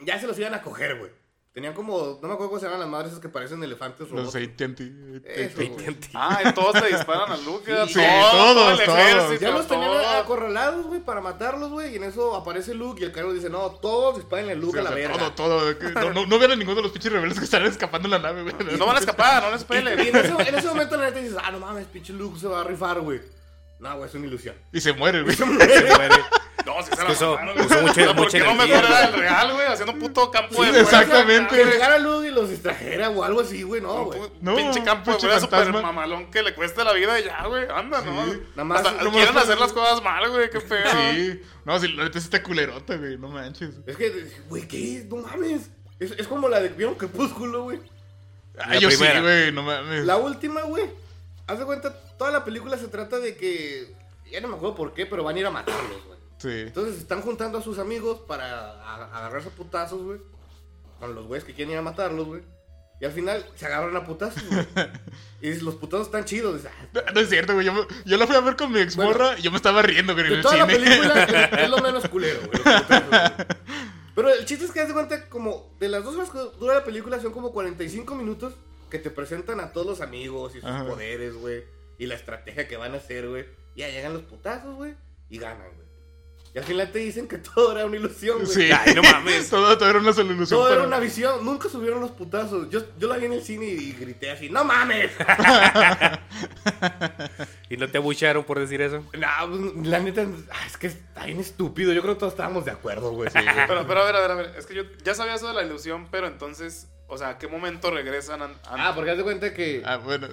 Ya se los iban a coger, güey. Tenían como, no me acuerdo cómo se llaman las madres esas que parecen elefantes robots. Los AT&T. eh, Eso, güey. Ah, y todos le disparan a Lucas. Sí, todos, todos, todos. todo el ejército, Ya los tenían todo. acorralados, güey, para matarlos, güey. Y en eso aparece Luke y el cargo dice, no, todos disparen a Luke Sí, a o la sea, verga. todo, todo. que No, no, no vean a ninguno de los pinches rebeldes que están escapando en la nave, güey. No van a escapar, no les Y en peleen. ese, en ese momento la neta dices, ah, no mames, pinche Luke se va a rifar, güey. No, güey, es una ilusión. Y se muere, güey. No, si se que eso la mamaron, usó güey. mucha- O sea, ¿Por mucha qué no energía, mejor era el güey? real, güey? Haciendo un puto campo Sí, de fuerza, exactamente. Que güey. llegara Luke y los distrajera o algo así, güey, no, güey. Un No, pinche campo de pinche fuerza super fantasma. mamalón que le cuesta la vida y ya, güey. Anda, no. Nada más- más. no me quieren lo- hacer las cosas mal, güey. Qué feo. pues, Sí. No, si la neta sí está culerota, güey. No manches. Es que, güey, ¿qué? No mames. Es, es como la de, ¿vieron Crepúsculo, güey? Ah, La yo sí, primera. güey. No mames. La última, güey. Haz de cuenta, toda la película se trata de que, ya no me acuerdo por qué, pero van a ir a matarlos, güey. Sí. Entonces están juntando a sus amigos para a- agarrarse a putazos, güey. Con los güeyes que quieren ir a matarlos, güey. Y al final se agarran a putazos, güey. Y dices, los putazos están chidos. Dices, ah, No, no es cierto, güey. Yo, me- yo la fui a ver con mi ex Bueno. morra y yo me estaba riendo, güey, en De el toda la cine. película es, es lo menos culero, güey, los putazos, güey. Pero el chiste es que haz de cuenta como de las dos horas que dura la película son como 45 minutos que te presentan a todos los amigos y sus Ajá. poderes, güey. Y la estrategia que van a hacer, güey. Y ahí llegan los putazos, güey. Y ganan, güey. Y al final te dicen que todo era una ilusión, güey. Sí. Ay, no mames. Todo, todo era una sola ilusión. Todo era para- una visión, nunca subieron los putazos. Yo, yo la vi en el cine y grité así, ¡no mames! Y no te abucharon por decir eso. no, la neta, ah, es que está bien estúpido. Yo creo que todos estábamos de acuerdo, güey. sí, güey. Pero, pero a ver, a ver, a ver. Es que yo ya sabía eso de la ilusión, pero entonces, o sea, ¿a qué momento regresan? an- an- ah, porque haz de cuenta que. Ah, bueno.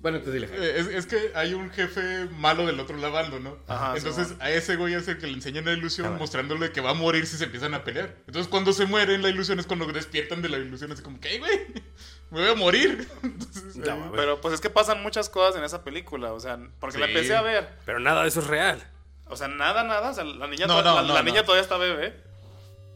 Bueno, entonces dile. Eh, Es, es que hay un jefe malo del otro lavando, ¿no? Ajá, Entonces Simón. a ese güey es el que le enseñan la ilusión mostrándole que va a morir si se empiezan a pelear. Entonces cuando se mueren la ilusión es cuando despiertan de la ilusión. Así como, ¿qué, güey? Me voy a morir. Entonces, No, eh, mames. Pero pues es que pasan muchas cosas en esa película, o sea, porque la Sí. empecé a ver. Pero nada de eso es real. O sea, nada, nada. O sea, la niña, No, to- no, la, no, la no. niña todavía está bebé.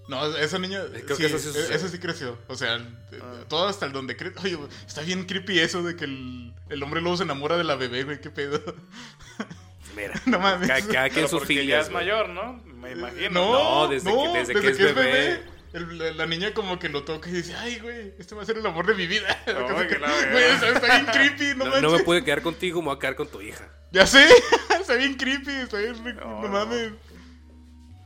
No, esa niña. Eh, Creo sí, que eso sí e- sucedió. esa sí creció. O sea, eh, todo hasta el donde crece. Oye, güey, está bien creepy eso de que el, el hombre lobo se enamora de la bebé, güey. ¿Qué pedo? Mira. No mames. Cada, cada quien Pero sus porque filias. ya es güey. mayor, ¿no? Me imagino. No, No, desde no, que- desde que es bebé. El- la, la niña como que lo toca y dice, ay, güey, este va a ser el amor de mi vida. No, Casi que que- la verga. Güey, o sea, está bien creepy, no, No, manches. no me pude quedar contigo, me voy a quedar con tu hija. Ya sé, está bien creepy, está bien, re- no, No, no. mames.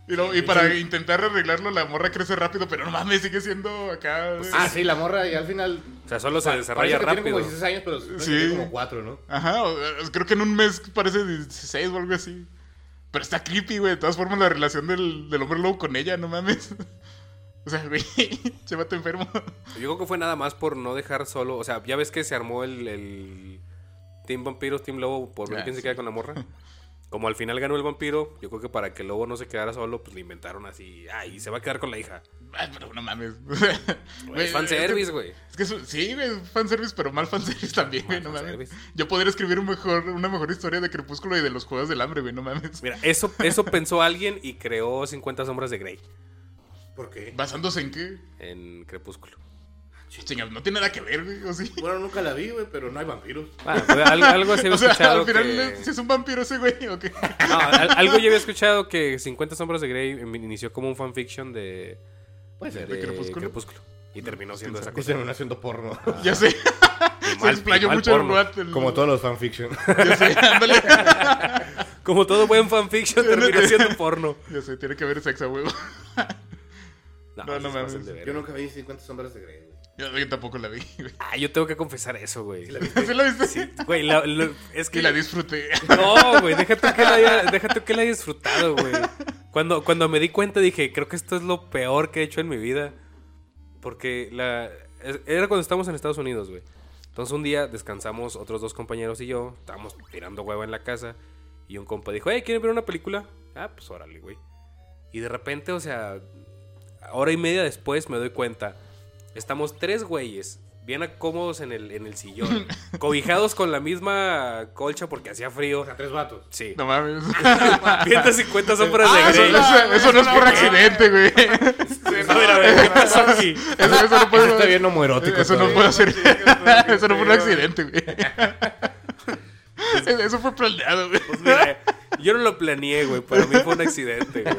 Y, lo- y para intentar arreglarlo, la morra crece rápido, pero no mames, sigue siendo acá. Pues eh, Ah, sí, la morra y al final. O sea, solo se Parece desarrolla que tiene como rápido. 16 años, pero sí. Sí. tiene como 4, ¿no? Ajá, o- o- creo que en un mes parece 16 o algo así. Pero está creepy, güey. De todas formas, la relación del, del hombre lobo con ella, no mames. O sea, güey, llévate enfermo. Yo creo que fue nada más por no dejar solo. O sea, ya ves que se armó el, el Team Vampiros, Team Lobo, por ver Ah, quién sí. se queda con la morra. Como al final ganó el vampiro, yo creo que para que el lobo no se quedara solo, pues le inventaron así. Ay, se va a quedar con la hija. Ay, pero no mames. Güey, Güey, es fanservice, güey. Es que, es que su- sí, güey, es fanservice, pero mal fanservice también, güey, no Mal mames. fanservice. Yo podría escribir un mejor, una mejor historia de Crepúsculo y de los Juegos del Hambre, güey, no mames. Mira, eso, eso pensó alguien y creó 50 sombras de Grey ¿Por qué? ¿Basándose en qué? en Crepúsculo. Chinga, no tiene nada que ver, güey, o sí. Bueno, nunca la vi, güey, pero no hay vampiros. Bueno, fue algo, Ah, pues, algo así había O sea, escuchado al final, que- si es un vampiro ese güey, o qué. No, al- algo yo había escuchado que 50 sombras de Grey em, inició como un fanfiction de, Puede ser. ¿De Crepúsculo? Y terminó siendo esa Que cosa. terminó haciendo porno. Ya sé, Y se Ah, mal- y explayó mal mucho el porno. Watt, el- Como todos los fanfiction. Ya sé, ándale. Como todo buen fanfiction terminó siendo porno. Ya sé, tiene que ver sexo, güey. No, No, no, no mames. Yo nunca vi 50 sombras de Grey, güey. Yo, yo tampoco la vi, güey. Ah, yo tengo que confesar eso, güey. ¿Sí la viste? Güey, la- lo- es que... Y la disfruté. No, güey, déjate que la haya, déjate que la haya disfrutado, güey. Cuando, cuando me di cuenta dije, creo que esto es lo peor que he hecho en mi vida. Porque la, es- era cuando estábamos en Estados Unidos, güey. Entonces un día descansamos otros dos compañeros y yo. Estábamos tirando hueva en la casa. Y un compa dijo, hey, ¿quieren ver una película? Ah, pues órale, güey. Y de repente, o sea, hora y media después me doy cuenta. Estamos tres güeyes, bien cómodos en el, en el sillón, cobijados con la misma colcha porque hacía frío. O sea, tres vatos. Sí. No mames. 150 sombras Ah, de eso, Grey. eso- eso no es por accidente, güey. Sí, No, ver, a ver, ¿qué pasó aquí? Eso, eso no puede Está bien homoerótico. Eso no todo. puede ser. chingues, Eso no fue un güey. accidente, güey. Eso fue planeado, güey. Pues mira, yo no lo planeé, güey. Para mí fue un accidente, güey.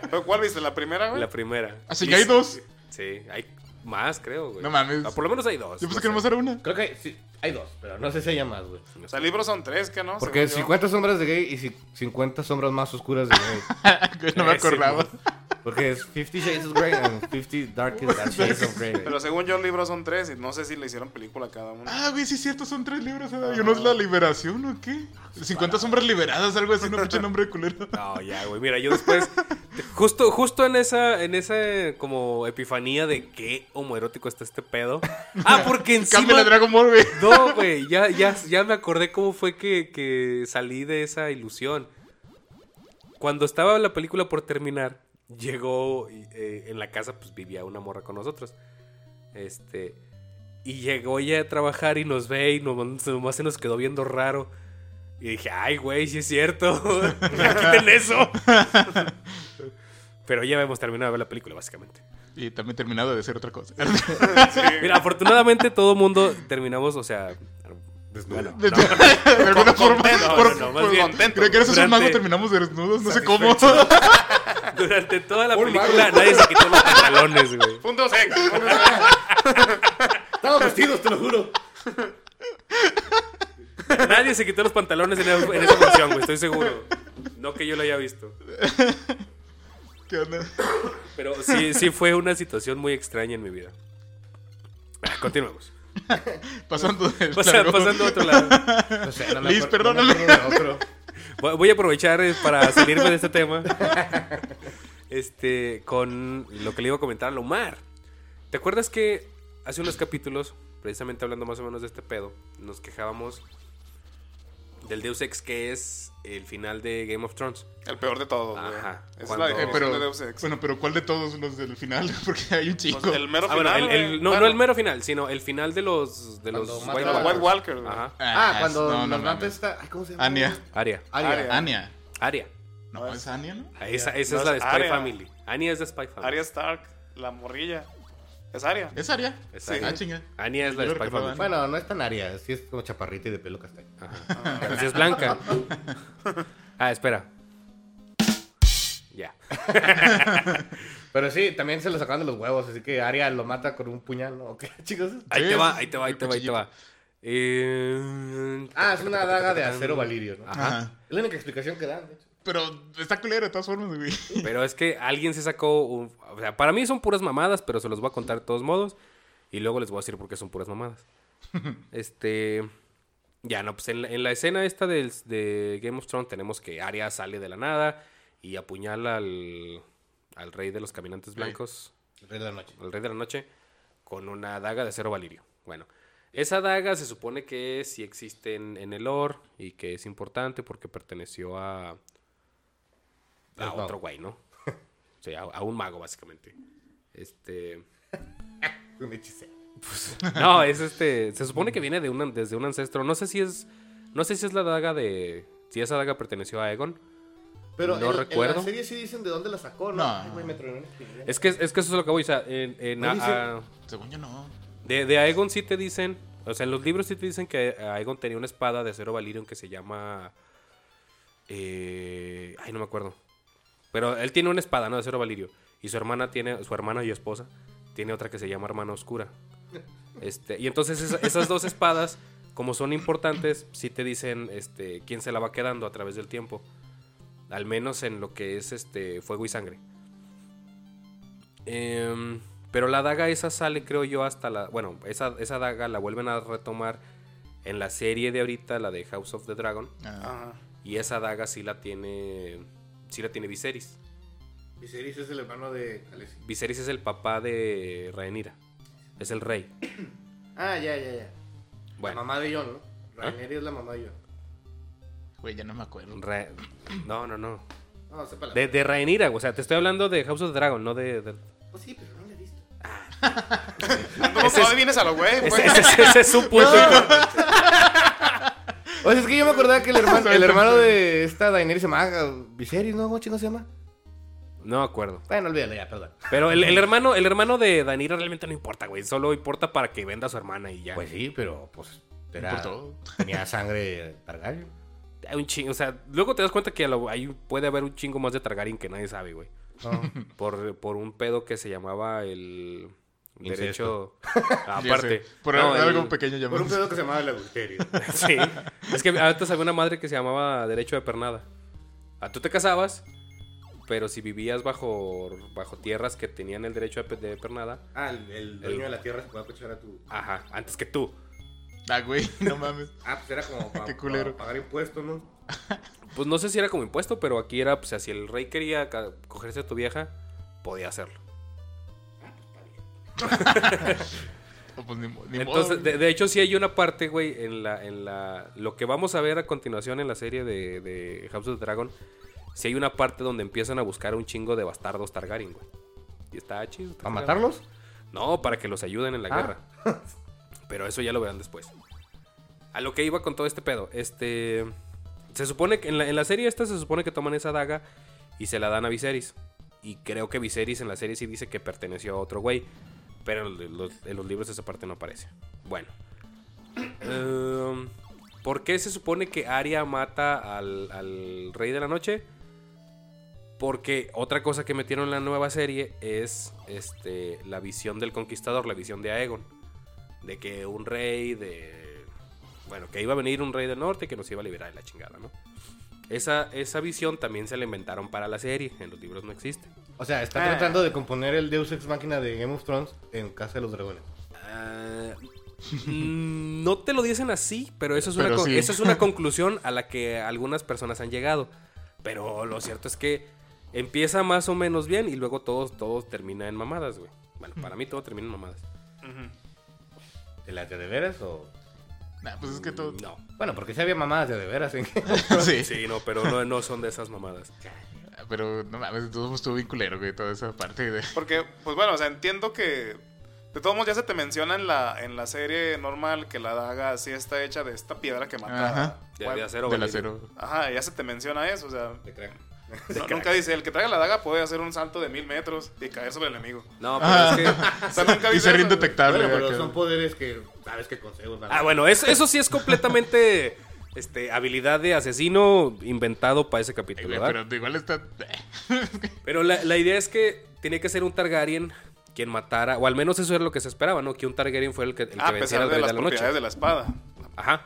¿Pero ¿Cuál viste? ¿La primera, güey? La primera. Así que hay dos. Sí, hay más, creo, güey. No mames. Ah, por lo menos hay dos. Yo pensé no que sé. nomás era una. Creo que hay, sí, hay dos, pero no sé si hay más, güey. O sea, libros son tres, ¿qué no? Porque Según yo. 50 sombras de gay y ci- 50 sombras más oscuras de gay. Ah, Güey, No me Eh, sí, acordaba. Porque es 50 Shades of Grey and 50 Darkest Shades of Grey. Pero según yo, libros son tres y no sé si le hicieron película a cada uno. Ah, güey, sí es cierto, son tres libros. ¿verdad? ¿Y uno es La Liberación o qué? 50 sombras liberadas, algo así, no pinche nombre de culero. No, ya, güey. Mira, yo después. Justo, justo en esa, en esa como epifanía de qué homoerótico está este pedo. Ah, porque Cambia la encima. Dragon Ball, güey. No, güey. Ya, ya, ya me acordé cómo fue que, que salí de esa ilusión. Cuando estaba la película por terminar, llegó eh, en la casa, pues vivía una morra con nosotros. Este. Y llegó ella a trabajar y nos ve y nomás, nomás se nos quedó viendo raro. Y dije, ay, güey, sí es cierto. Quiten eso. Pero ya hemos terminado de ver la película, básicamente. Y también terminado de ser otra cosa. Mira, afortunadamente todo mundo terminamos, o sea. Bueno, De, de alguna forma. contento, por- no, no, más por- bien. contento. Creo que eres un mago, Durante- terminamos desnudos, no sé cómo. Durante toda la Un película mago. nadie se quitó los pantalones, güey. Punto sex. punto sex. Estamos vestidos, te lo juro. Nadie se quitó los pantalones en, esa- en esa función, güey, estoy seguro. No que yo lo haya visto. ¿Qué onda? Pero sí, sí fue una situación muy extraña en mi vida. Ah, Continuemos. Pasando de O sea, largo. pasando a otro lado. No sé, no me Liz, acuerdo- no me perdóname. acuerdo de otro. Voy voy a aprovechar eh, para salirme de este tema. Este, con lo que le iba a comentar a Lomar. ¿Te acuerdas que hace unos capítulos, precisamente hablando más o menos de este pedo, nos quejábamos del Deus Ex que es el final de Game of Thrones? El peor de todos, güey. Ajá. Esa Cuando- es la Eh, definición de pero, Deus Ex. bueno, pero ¿cuál de todos los del final? Porque hay un chico. Pues el mero Ah, final. bueno, el- el- güey. no, Bueno, no el mero final, sino el final de los, de los Cuando White matan a los White Walkers. Walker, güey. Ajá. Ah, cuando no, no nos mata mames. esta. ay, ¿Cómo se llama? Aria. Aria. Aria. Ania. Aria. No, es Ania, ¿no? Ah, Esa, esa No, es la de es Spy Arya. Family. Anya es de Spy Family. Arya Stark, la morrilla. Es Arya. Es Aria. Es Aria. Ah, chinga. Anya es la Yo de creo Spy que fue Family. Bueno, no es tan Aria, sí es como chaparrita y de pelo castaño. Pero si es blanca. Ah, espera. Ya. Pero sí, también se lo sacaban de los huevos, así que Aria lo mata con un puñal, ¿no? ¿O ¿Qué, chicos? Ahí Sí, te va, sí, ahí te va, ahí el te va, ahí te va. Eh, Ah, es una daga de acero valirio, ¿no? Ajá. Ajá. Es la única explicación que dan, de hecho. Pero está culero de todas formas, güey. Pero es que alguien se sacó. un- o sea, para mí son puras mamadas, pero se los voy a contar de todos modos. Y luego les voy a decir por qué son puras mamadas. Este. Ya, no, pues en la, en la escena esta del- de Game of Thrones tenemos que Arya sale de la nada y apuñala al, al rey de los caminantes blancos. El rey de la noche. el rey de la noche, con una daga de acero valirio. Bueno, esa daga se supone que sí existe en, en el lore y que es importante porque perteneció a, a mago. otro güey, ¿no? Sí, a, a un mago, básicamente. Este. Un hechicero. No, es este. Se supone que viene de un, an- desde un ancestro. No sé si es. No sé si es la daga de. Si esa daga perteneció a Egon. Pero No en, en recuerdo. la serie sí dicen de dónde la sacó, ¿no? No. Ay, güey, me tronó una espinilla. Es que, es que eso es lo que voy. O sea, en, en- No a- dice- a- Según yo no. De, de Aegon sí te dicen, o sea, en los libros sí te dicen que Aegon tenía una espada de acero valirion que se llama... eh, ay, no me acuerdo. Pero él tiene una espada, ¿no? De acero valirio. Y su hermana tiene, su hermana y esposa, tiene otra que se llama hermana oscura. Este, y entonces esa- esas dos espadas, como son importantes, sí te dicen este, quién se la va quedando a través del tiempo. Al menos en lo que es este fuego y sangre. Em, pero la daga esa sale, creo yo, hasta la. Bueno, esa, esa daga la vuelven a retomar en la serie de ahorita, la de House of the Dragon. Ah, Ajá. Y esa daga sí la tiene. Sí la tiene Viserys. Viserys es el hermano de Khaleesi. Viserys es el papá de Rhaenyra. Es el rey. Ah, ya, ya, ¿Ah? ya. La Bueno, mamá de Jon, ¿no? Rhaenyra es la mamá de Jon. güey, ya no me acuerdo. Rha- no, no, no. No, sepa la... De, de Rhaenyra, o sea, te estoy hablando de House of the Dragon, no de. de- Pues sí, pero no la he visto. No, no vienes a lo güey, pues. Ese, ese- ese es su punto. O sea, es que yo me ah, acordaba que el hermano, el hermano de esta Daenerys se llamaba Viserys, ¿no? ¿Cómo chingo se llama? No me acuerdo. Bueno, olvídalo ya, perdón. Pero el, el hermano, el hermano de Danira realmente no importa, güey. Solo importa para que venda a su hermana y ya. Pues sí, pero pues era, Por todo. tenía sangre Targaryen. Hay un chingo, o sea, luego te das cuenta que a lo- ahí puede haber un chingo más de Targaryen que nadie sabe, güey. No. Por, por un pedo que se llamaba el Incesto. derecho Ah, aparte. Ya sé, Por No, el- algo pequeño Por un llamado. pedo que se llamaba el adulterio. Sí. Es que antes había una madre que se llamaba derecho de pernada. Ah, tú te casabas, pero si vivías bajo, bajo tierras que tenían el derecho de, de pernada, Ah, el, el dueño de la tierra se podía aprovechar a tu. ajá, antes que tú. Ah, güey, no mames. Ah, pues era como para Qué culero. pagar impuestos, ¿no? Pues no sé si era como impuesto, pero aquí era, pues si el rey quería ca- cogerse a tu vieja, podía hacerlo. No, pues ni, mo- ni modo. Entonces, de, de hecho, sí hay una parte, güey, en la, en la. Lo que vamos a ver a continuación en la serie de, de House of the Dragon. Sí hay una parte donde empiezan a buscar a un chingo de bastardos Targaryen, güey. Y está chido. está ¿Para cagado. matarlos? No, para que los ayuden en la Ah. guerra. Pero eso ya lo verán después. A lo que iba con todo este pedo. Este. Se supone que en la, en la serie esta se supone que toman esa daga y se la dan a Viserys. Y creo que Viserys en la serie sí dice que perteneció a otro güey. Pero en los, en los libros esa parte no aparece. Bueno. Em, ¿Por qué se supone que Arya mata al, al Rey de la Noche? Porque otra cosa que metieron en la nueva serie es este, la visión del conquistador, la visión de Aegon. De que un rey de. Bueno, que iba a venir un rey del norte que nos iba a liberar de la chingada, ¿no? Esa, esa visión también se la inventaron para la serie. En los libros no existe. O sea, está tratando de componer el Deus Ex Máquina de Game of Thrones en Casa de los Dragones. Ah, mm, no te lo dicen así, pero eso es, una, Pero con- sí. esa es una conclusión a la que algunas personas han llegado. Pero lo cierto es que empieza más o menos bien y luego todo, todo termina en mamadas, güey. Bueno, para mí todo termina en mamadas. ¿De las de de veras o.? Nah, pues es que todo. No. Bueno, porque si había mamadas de de veras, ¿eh? ¿en qué? sí. Sí, no, pero no, no son de esas mamadas. Ah, Pero no mames, todo estuvo bien culero, güey, toda esa parte de. Porque, pues bueno, o sea, entiendo que. De todos modos, ya se te menciona en la, en la serie normal que la daga así está hecha de esta piedra que mata. Ajá. De, Bueno, de acero. del valenino. acero. Ajá, ya se te menciona eso, o sea. De crack. no- nunca dice, el que traiga la daga puede hacer un salto de mil metros y caer sobre el enemigo. No, pero Ah. es que... O sea, Y nunca dice ser eso, güey. indetectable, Bueno, güey, pero que- son poderes que sabes que conseguimos. Ah, bueno, eso, eso sí es completamente este, habilidad de asesino inventado para ese Ay, capítulo, güey, ¿verdad? pero igual está. Pero la, la idea es que tiene que ser un Targaryen quien matara, o al menos eso era lo que se esperaba, ¿no? Que un Targaryen fue el que, el que Ah, a venciera pesar al de Rey las de la Noche. propiedades de la Mm. espada. Ajá.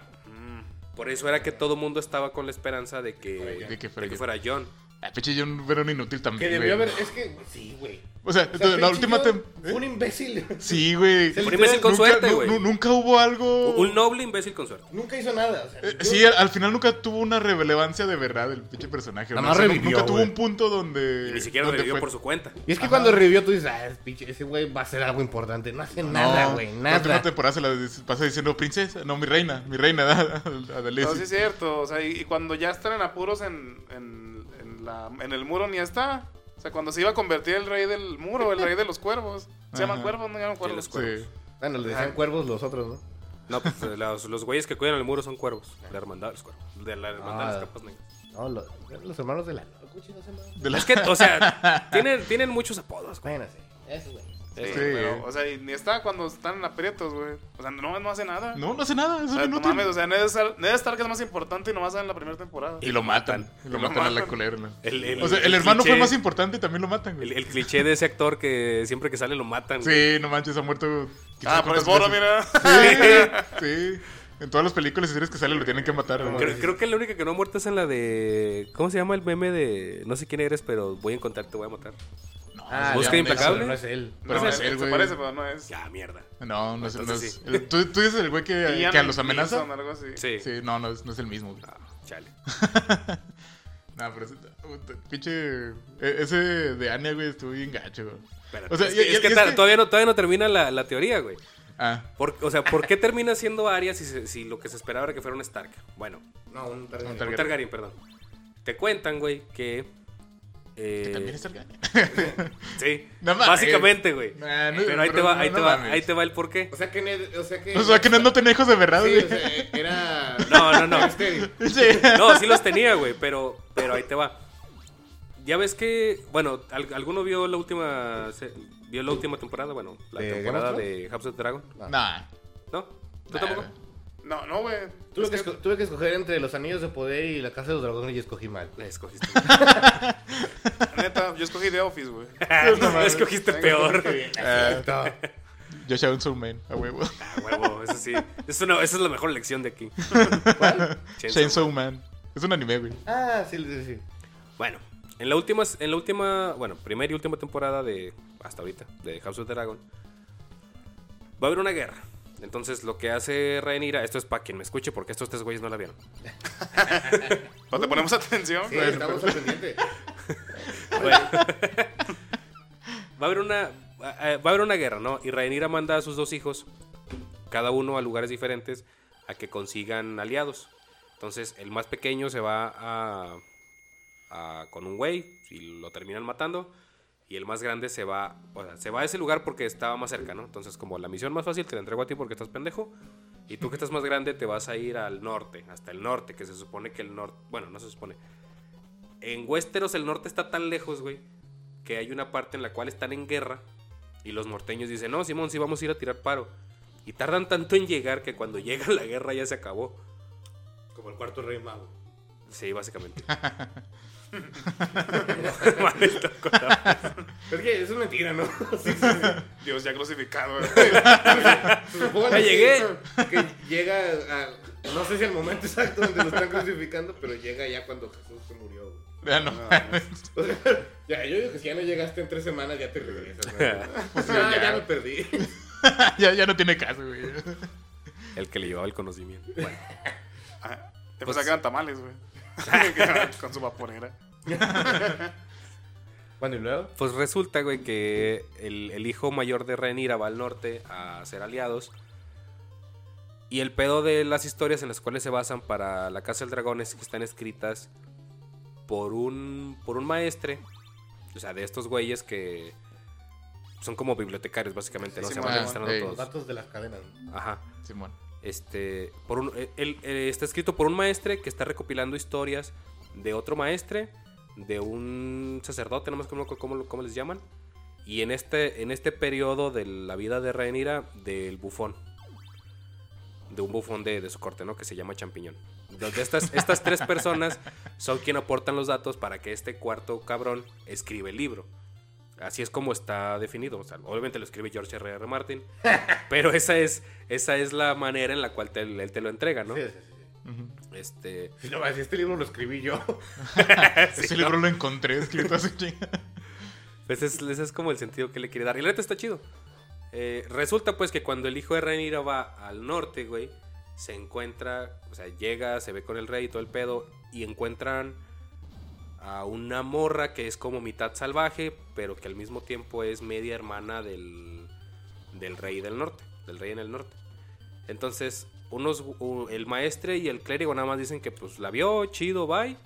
Por eso era que todo el mundo estaba con la esperanza de que, De que fuera de que Jon. fuera John. Ah, pinche John era un inútil Que también. debió güey. haber. Es que. Sí, güey. O sea, O sea, la pinche última. John tem- fue Un imbécil. Sí, güey. Se le Nunca- Un imbécil con suerte, nu- güey. nu- Nunca hubo algo. Un noble imbécil con suerte. Nunca hizo nada. o sea, Eh, yo- Sí, al, al final nunca tuvo una relevancia de verdad el pinche personaje. Nada ¿no? más O sea, nu- revivió, nunca tuvo güey. un punto donde. Y ni siquiera donde revivió fue- por su cuenta. Y es que cuando revivió tú dices, ah, pinche, ese güey va a hacer algo importante. No hace nada, No, güey, La última nada. temporada se la dis- pasa diciendo princesa. No, mi reina. Mi reina. da- a- a Daenerys. No, sí es cierto. O sea, y, y cuando ya están en apuros en, en, en la- en el muro ni está. O sea, cuando se iba a convertir el rey del muro, el rey de los cuervos. ¿Se llaman Ajá. cuervos? No llaman cuervos. los cuervos. Sí. Bueno, le decían Ah. cuervos los otros, ¿no? No, pues eh, los, los güeyes que cuidan el muro son cuervos. La hermandad de los cuervos. De la hermandad de Ah. las capas negras. No, los, los hermanos de la ¿Cómo chingados se llamaban? De la- Es que, o sea, tienen, tienen muchos apodos, güey. Bueno, sí. Esos güeyes. Sí, Sí. pero, o sea, y ni está cuando están en aprietos, güey. O sea, no, no hace nada. No, no hace nada. Es O un sea, Ah, no inútil. mames, o sea, Ned Stark, Ned Stark es más importante y nomás sale en la primera temporada. Y lo matan. Y lo lo matan a la matan. culera. ¿no? El- el- o sea, el, el hermano fue cliché. más importante y también lo matan, güey. El, el cliché de ese actor que siempre que sale lo matan. güey. Sí, no manches, ha muerto. quién ah, sabe pero cuántas es Boro, veces. mira. Sí, sí. En todas las películas y series que salen lo tienen que matar. güey. Creo, creo que la única que no ha muerto es en la de. ¿Cómo se llama el meme de.? No sé quién eres, pero voy a encontrarte, te voy a matar. No, Ah, es- Busca ya, Implacable. pero No es él. Pero No, es él, se güey. parece, pero no es. Ya, mierda. No, no es, no Ah, Entonces es- el- ¿tú, tú dices el güey que, que a Ian los amenaza. Neeson, algo así. Sí. Ah, Sí, no, no es, no es el mismo. güey. Chale. No, pero ese, pinche, e- ese de Anya, güey, estuvo bien gacho. güey. Espérate. O sea, es y- que, y- es que y es ta- que- Todavía, no, todavía no termina la, la teoría, güey. Ah, Por- o sea, ¿por qué termina siendo Arya si, se- si lo que se esperaba era que fuera un Stark? Bueno, No, un Targaryen. Un un Targaryen. Targaryen, perdón. Te cuentan, güey, que. eh, que también es el Anya. Sí, No mames. básicamente, güey. Nah, Ah, no- pero ahí te pero va, no- ahí no te va, mames. ahí te va el porqué. O sea que Ned- O sea que. O sea, que no, no tenía hijos de verdad, Sí, güey. o sea, era. este, No, no, no. Este Estéril. Sí. No, sí los tenía, güey, pero, pero ahí te va. Ya ves que, bueno, al- ¿alguno vio la última se- vio la última temporada? Bueno, la ¿De temporada Game of Ah. de House of Dragon. Nah. ¿No? ¿Tú Nah, tampoco? güey. No, no, güey. Tuve Es que, que- esco- tuve que escoger entre los anillos de poder y la casa de los dragones y escogí mal. La escogiste. Neta, yo escogí The Office, güey. La escogiste peor. Josh Allen Soulman, a huevo. Ah, huevo, eso sí. Es una- esa es la mejor lección de aquí. Shane Man. Soulman. Es un anime, güey. Ah, sí, sí, sí. Bueno, en la última, en la última, bueno, primera y última temporada de, hasta ahorita, de House of Dragon, va a haber una guerra. Entonces lo que hace Rhaenyra, esto es para quien me escuche porque estos tres güeyes no la vieron. No te ponemos atención, Sí, güey. estamos al pendiente. Bueno. va a haber una eh, va a haber una guerra, ¿no? Y Rhaenyra manda a sus dos hijos, cada uno a lugares diferentes, a que consigan aliados. Entonces, el más pequeño se va a, a- con un güey y lo terminan matando. Y el más grande se va, o sea, se va a ese lugar porque estaba más cerca, ¿no? Entonces, como la misión más fácil te la entrego a ti porque estás pendejo. Y tú que estás más grande te vas a ir al norte, hasta el norte, que se supone que el norte, bueno, no se supone, en Westeros el norte está tan lejos, güey, que hay una parte en la cual están en guerra y los norteños dicen, no, Simón, sí vamos a ir a tirar paro. Y tardan tanto en llegar que cuando llega la guerra ya se acabó. Como el cuarto rey mago. Sí, básicamente. Es que eso es mentira, ¿no? Sí, sí, Dios, ya crucificado, güey. Pues sí. Supongo Ya que- llegué. Que llega a. No sé si el momento exacto donde lo están crucificando, pero llega ya cuando Jesús se murió. güey. Ah, no. O sea, ya, yo digo que si ya no llegaste en tres semanas, ya te regresas. ¿no? Pues, Ah, ya. ya me perdí. ya, ya no tiene caso, güey. El que le llevaba el conocimiento. Bueno, Ajá. Te Pues- pensaba que eran tamales, güey. Con su vaporera. Bueno, y luego. pues resulta, güey, que el, el hijo mayor de Rhaenyra va al norte a ser aliados. Y el pedo de las historias en las cuales se basan para la Casa del Dragón es que están escritas por un, por un maestre. O sea, de estos güeyes que son como bibliotecarios, básicamente. ¿no? Sí, se Simón, van Simón. registrando Ey. Los todos. datos de las cadenas. ¿no? Ajá. Simón. Este, por un- eh, él, eh, está escrito por un maestre que está recopilando historias de otro maestre, de un sacerdote, no más cómo, cómo, cómo les llaman. Y en este, en este periodo de la vida de Rhaenyra, del bufón. De un bufón de, de su corte, ¿no? Que se llama Champiñón. Donde estas, estas tres personas son quien aportan los datos para que este cuarto cabrón escribe el libro. Así es como está definido. O sea, obviamente lo escribe George R.R. Martin. Pero esa es, esa es la manera en la cual te- él te lo entrega, ¿no? Sí, sí, sí. Ujú. Este. Si no, si este libro lo escribí yo. Ese libro lo encontré escrito hace chinga. Pues es- ese es como el sentido que le quiere dar. Y la neta está chido. Eh, resulta pues que cuando el hijo de Rhaenyra va al norte, güey, se encuentra, o sea, llega, se ve con el rey y todo el pedo, y encuentran a una morra que es como mitad salvaje, pero que al mismo tiempo es media hermana del, del rey del norte, del rey en el norte. Entonces, unos, u- el maestre y el clérigo nada más dicen que pues la vio, chido, bye.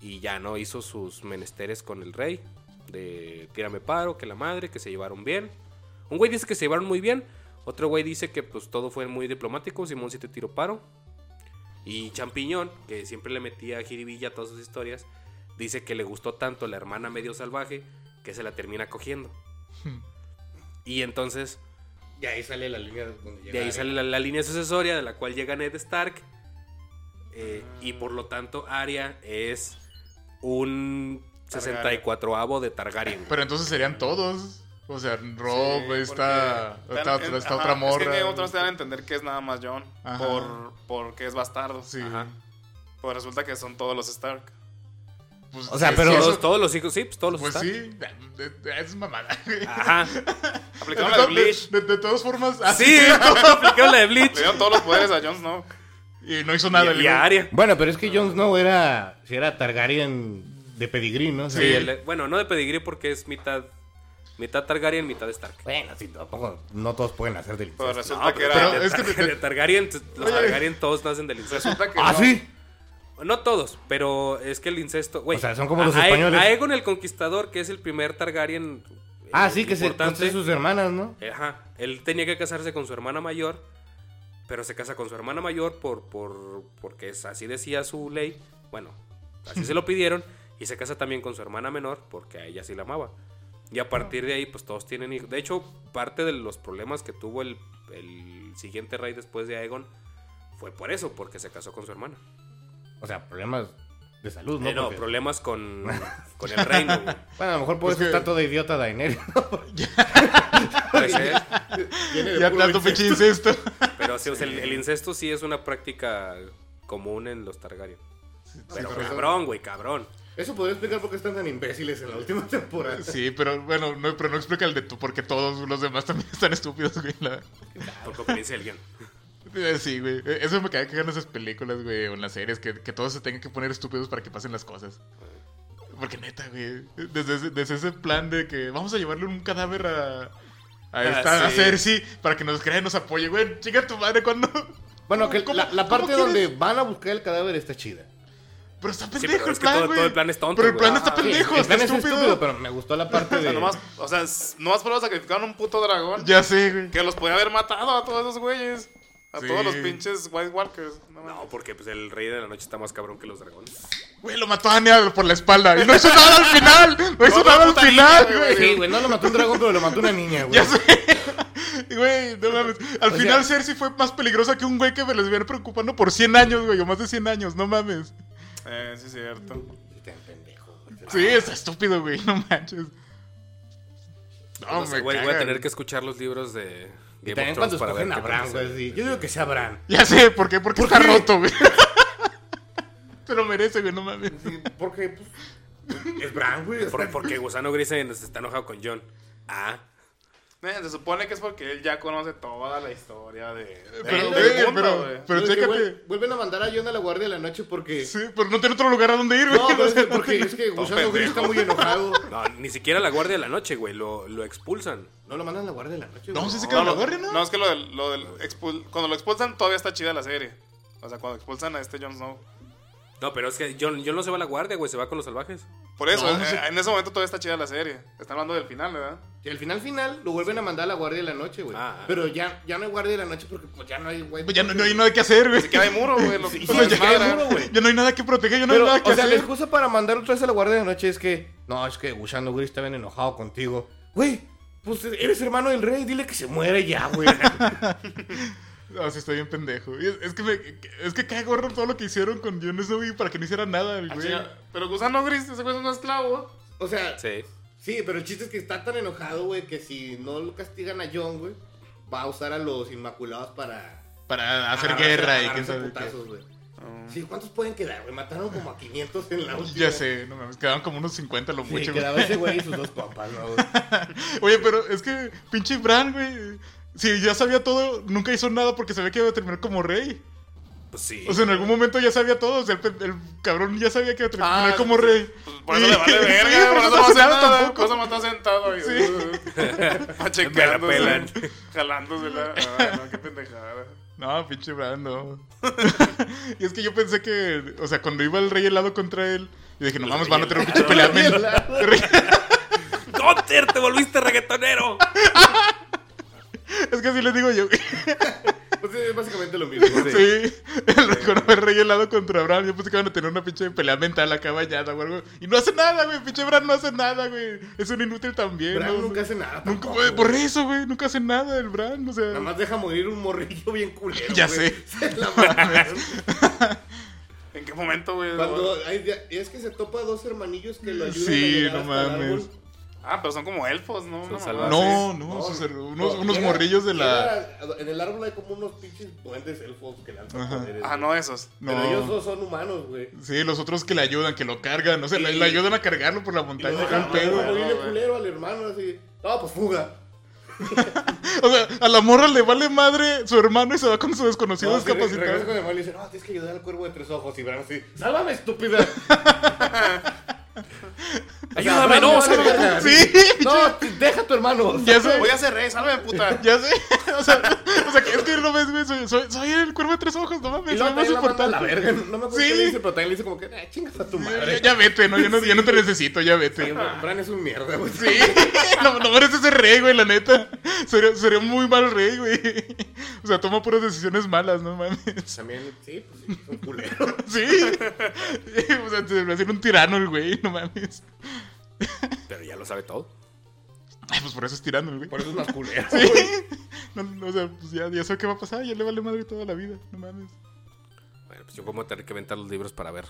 Y ya no hizo sus menesteres con el rey. De tírame paro, que la madre, que se llevaron bien. Un güey dice que se llevaron muy bien. Otro güey dice que pues todo fue muy diplomático. Simón si te tiro paro. Y Champiñón, que siempre le metía jiribilla a todas sus historias, dice que le gustó tanto la hermana medio salvaje que se la termina cogiendo. Y entonces Y ahí sale la línea donde llega. de ahí sale la, la línea sucesoria de la cual llega Ned Stark. eh, y por lo tanto, Arya es un 64avo de Targaryen. Pero entonces serían todos. O sea, Rob, Sí, está, porque- está, Ajá, está otra morra. Es que otros te dan a entender que es nada más John. Ajá. Por, porque es bastardo. Sí. Ajá. Pues resulta que son todos los Stark. Pues, O sea, sí, pero sí, todos, eso- todos los hijos, sí, pues todos los Pues están. sí, eh, eh, es mamada. Ajá. Aplicaron Ah, la de De, Bleach. de- de todas formas, Ah, así. Sí, aplicaron la de Le Bleach. dieron todos los poderes a Jon Snow. Y no hizo nada. el Y, y a güey. Arya. Bueno, pero es que Jon Snow era. Si era Targaryen de pedigrí, ¿no? Sí. Y el- bueno, no de pedigrí porque es mitad, mitad Targaryen, mitad Stark. Bueno, sí, tampoco. No todos pueden hacer del Pero incesto. resulta No, que pero era. pero de, es que Tar- te- de Targaryen, t- los Targaryen todos nacen del incesto. Resulta que. ¿Ah, no. sí? No todos, pero es que el incesto, güey. O sea, son como los a- a- españoles. Aegon el Conquistador, que es el primer Targaryen. eh, Ah, sí, que se importante. conté sus hermanas, ¿no? Ajá. Él tenía que casarse con su hermana mayor, pero se casa con su hermana mayor por, por porque es- así decía su ley. Bueno, así se lo pidieron. Y se casa también con su hermana menor porque a ella sí la amaba. Y a partir de ahí, pues todos tienen hijos. De hecho, parte de los problemas que tuvo el, el siguiente rey después de Aegon fue por eso, porque se casó con su hermana. O sea, problemas de salud, ¿no? Eh, no, Porque- problemas con, con el reino. güey. Bueno, a lo mejor por Pues eso que- está todo idiota Daenerys. Puede ser. Viene de Ya puro tanto incesto. pinche incesto. Pero sí, o sea, el, el incesto sí es una práctica común en los Targaryen. Pero por eso- cabrón, güey, cabrón. Eso podría explicar por qué están tan imbéciles en la última temporada. Sí, pero bueno, no, pero no explica el de tú, porque todos los demás también están estúpidos, güey. la- Por conveniencia del guión. Eh, Sí, güey. Eh, Eso me cae que en esas películas, güey, o en las series, que, que todos se tengan que poner estúpidos para que pasen las cosas. Porque neta, güey. Desde, ese- desde ese plan de que vamos a llevarle un cadáver a. A, esta, Ah, a sí. Cersei para que nos crea y nos apoye, güey. Chica tu madre cuando. Bueno, que ¿Cómo- la, la cómo parte quieres? donde van a buscar el cadáver está chida. Pero está pero pendejo el es que plan, todo- güey. todo el plan es tonto, Pero el güey. plan está Ah, sí, pendejo, el está plan es estúpido. pero me gustó la parte O sea, de... nomás, o sea, s- nomás fueron sacrificaron un puto dragón Ya sé, güey. que los podía haber matado a todos esos güeyes. A Sí. todos los pinches White Walkers. No, No, mames. porque pues el rey de la noche está más cabrón que los dragones. Güey, lo mató a Anya por la espalda. Y no hizo nada al final. No hizo Otra nada al puta niña, final, güey. güey. Sí, güey, no lo mató un dragón, pero lo mató una niña, güey. Ya sé. Güey, no mames. Al O final sea- Cersei fue más peligrosa que un güey que me les viene preocupando por 100 años, güey, o más de 100 años, no mames. Eh, sí, es cierto. Tan pendejo, güey. Sí, está estúpido, güey, no manches. No, No sé, me güey, voy a cagan. tener que escuchar los libros de Y Game también of cuando Thrones para ver escogen a qué Bran, pasa. güey, sí. Yo digo que sea Bran. Ya sé, ¿por qué? Porque ¿Por está qué? roto, güey. Se lo merece, güey, no mames. Sí, porque, pues... Es Bran, güey. ¿Por- porque Gusano Gris se está enojado con John. Ah, Eh, se supone que es porque él ya conoce toda la historia de. Eh, de- Pero, del güey, mundo, pero- güey. pero Es que chécate. vuel- Vuelven a mandar a John a la guardia de la noche porque... Sí, pero no tiene otro lugar a donde ir, güey. No, pero es que O sea, porque es que Gusano Gris está muy enojado. no, ni siquiera la guardia de la noche, güey, lo, lo expulsan. No lo mandan a la guardia de la noche, No, güey. sí se No. queda en la gorra, ¿no? es que lo del, lo del expul- cuando lo expulsan todavía está chida la serie. O sea, cuando expulsan a este Jon Snow. No, pero es que John, John no se va a la guardia, güey, se va con los salvajes. Por eso, No, no eh, sé. en ese momento todavía está chida la serie. Están hablando del final, ¿verdad? Y al final, final, lo vuelven a mandar a la guardia de la noche, güey. Ah. Pero ya, ya no hay guardia de la noche porque pues, ya no hay, güey. Pues Ya no, no hay nada que hacer, güey. Ni siquiera hay muro, güey. lo- Sí, lo sí, desmadran. ya hay muro, güey. Ya no hay nada que proteger, ya no Pero, hay nada que o sea, la hacer. excusa para mandar otra vez a la guardia de la noche es que... No, es que Gusano Gris está bien enojado contigo. Güey, pues eres hermano del rey, dile que se muere ya, güey. Ah, sí, está bien pendejo. Y Es, es que me, es que cae gorro todo lo que hicieron con Jon Snow y para que no hiciera nada, el Ah, güey. chinga, Pero Gusano Gris, ese güey es un esclavo. o sea, sí. Sí. pero el chiste es que está tan enojado, güey, que si no lo castigan a John, güey, va a usar a los Inmaculados para... Para hacer agarrarse- guerra y Ah, agarrarse quién a sabe qué. putazos, güey. Sí, ¿cuántos pueden quedar, güey? Mataron como a 500 en la última. Ya sé, no mames, quedaban como unos 50 lo Sí, mucho. güey. quedaba ese güey y sus dos compas, ¿no? güey? Oye, pero es que pinche Bran, güey. Si ya sabía todo, nunca hizo nada porque sabía que iba a terminar como rey. Pues sí. O sea, en algún momento ya sabía todo. O sea, el, pe- el cabrón ya sabía que iba a terminar Ah, como rey. Pues por eso le vale Sí, verga, pero por no eso pasa no hace nada nada tampoco. tampoco. Por eso no está sentado ahí. Me la Checándosela. pelan. Jalándosela. Ah, no, qué pendejada. No, pinche Bran, no. y es que yo pensé que, o sea, cuando iba el rey helado contra él, yo dije, no mames, van a tener un pinche pelea. men- ¡Gunter, te volviste reggaetonero! Es que así les digo yo. Pues es básicamente lo mismo. güey. Sí, el reconoce rey helado contra Bran. Yo pensé que iban a tener una pinche pelea mental acá bañada o algo. Y no hace nada, güey. Pinche Bran no hace nada, güey. Es un inútil también. Bran ¿no? nunca hace nada. Nunca- tampoco, güey, güey. por eso, güey. Nunca hace nada el Bran. O sea, Nada más deja morir un morrillo bien culero. Ya güey. sé. Se la mamaron. ¿En qué momento, güey? Cuando hay- ya- es que se topa a dos hermanillos que lo ayudan. Sí, a llegar no hasta el mames. árbol. Ah, pero son como elfos, ¿no? Son No, salvajes. no, no. sus- unos, unos llega- morrillos de la. llega- en el árbol hay como unos pinches duendes elfos que lanzan Ajá. poderes. Ah, no, esos. Pero ellos No. no son humanos, güey. Sí, los otros que le ayudan, que lo cargan. O sea, le, Sí. le ayudan a cargarlo por la Y lo montaña. acá dejan el morir pedo. güey. de culero al hermano, así. No, pues fuga. O sea, a la morra le vale madre su hermano y se va con su desconocido No, sí, re- regresa con discapacitado. el hermano y dice, no, tienes que ayudar al cuervo de tres ojos. Y Bran así, sálvame, estúpida. ¡Ayúdame, no! Bran, sálvame! verga. Sí, No, te- deja a tu hermano. ya sé. Voy a ser rey, sálvame, puta. Ya sé, o sea, o sea que es que no ves, güey, soy, soy, soy el cuervo de tres ojos, no Y mames, soy luego también más la manda a la importante. verga. No me acuerdo Sí. qué le dice, pero también le dice como que, "Ah, chingas a tu Ya, madre. ya vete, no, yo no, yo no te necesito, ya vete. Bran es un mierda, güey. Sí, no, no mereces ser rey, güey, la neta. Sería, sería un muy mal rey, güey. O sea, toma puras decisiones malas, no mames. También, sí, pues sí, es un culero. Sí. O sea, se va a hacer un tirano el güey, no mames. Pero ya lo sabe todo. Ay, pues por eso es tirano el güey. Por eso es más culero. Sí. No, no, o sea, pues ya, ya sé qué va a pasar, ya le vale madre toda la vida, no mames. Bueno, pues yo como tener que inventar los libros para ver.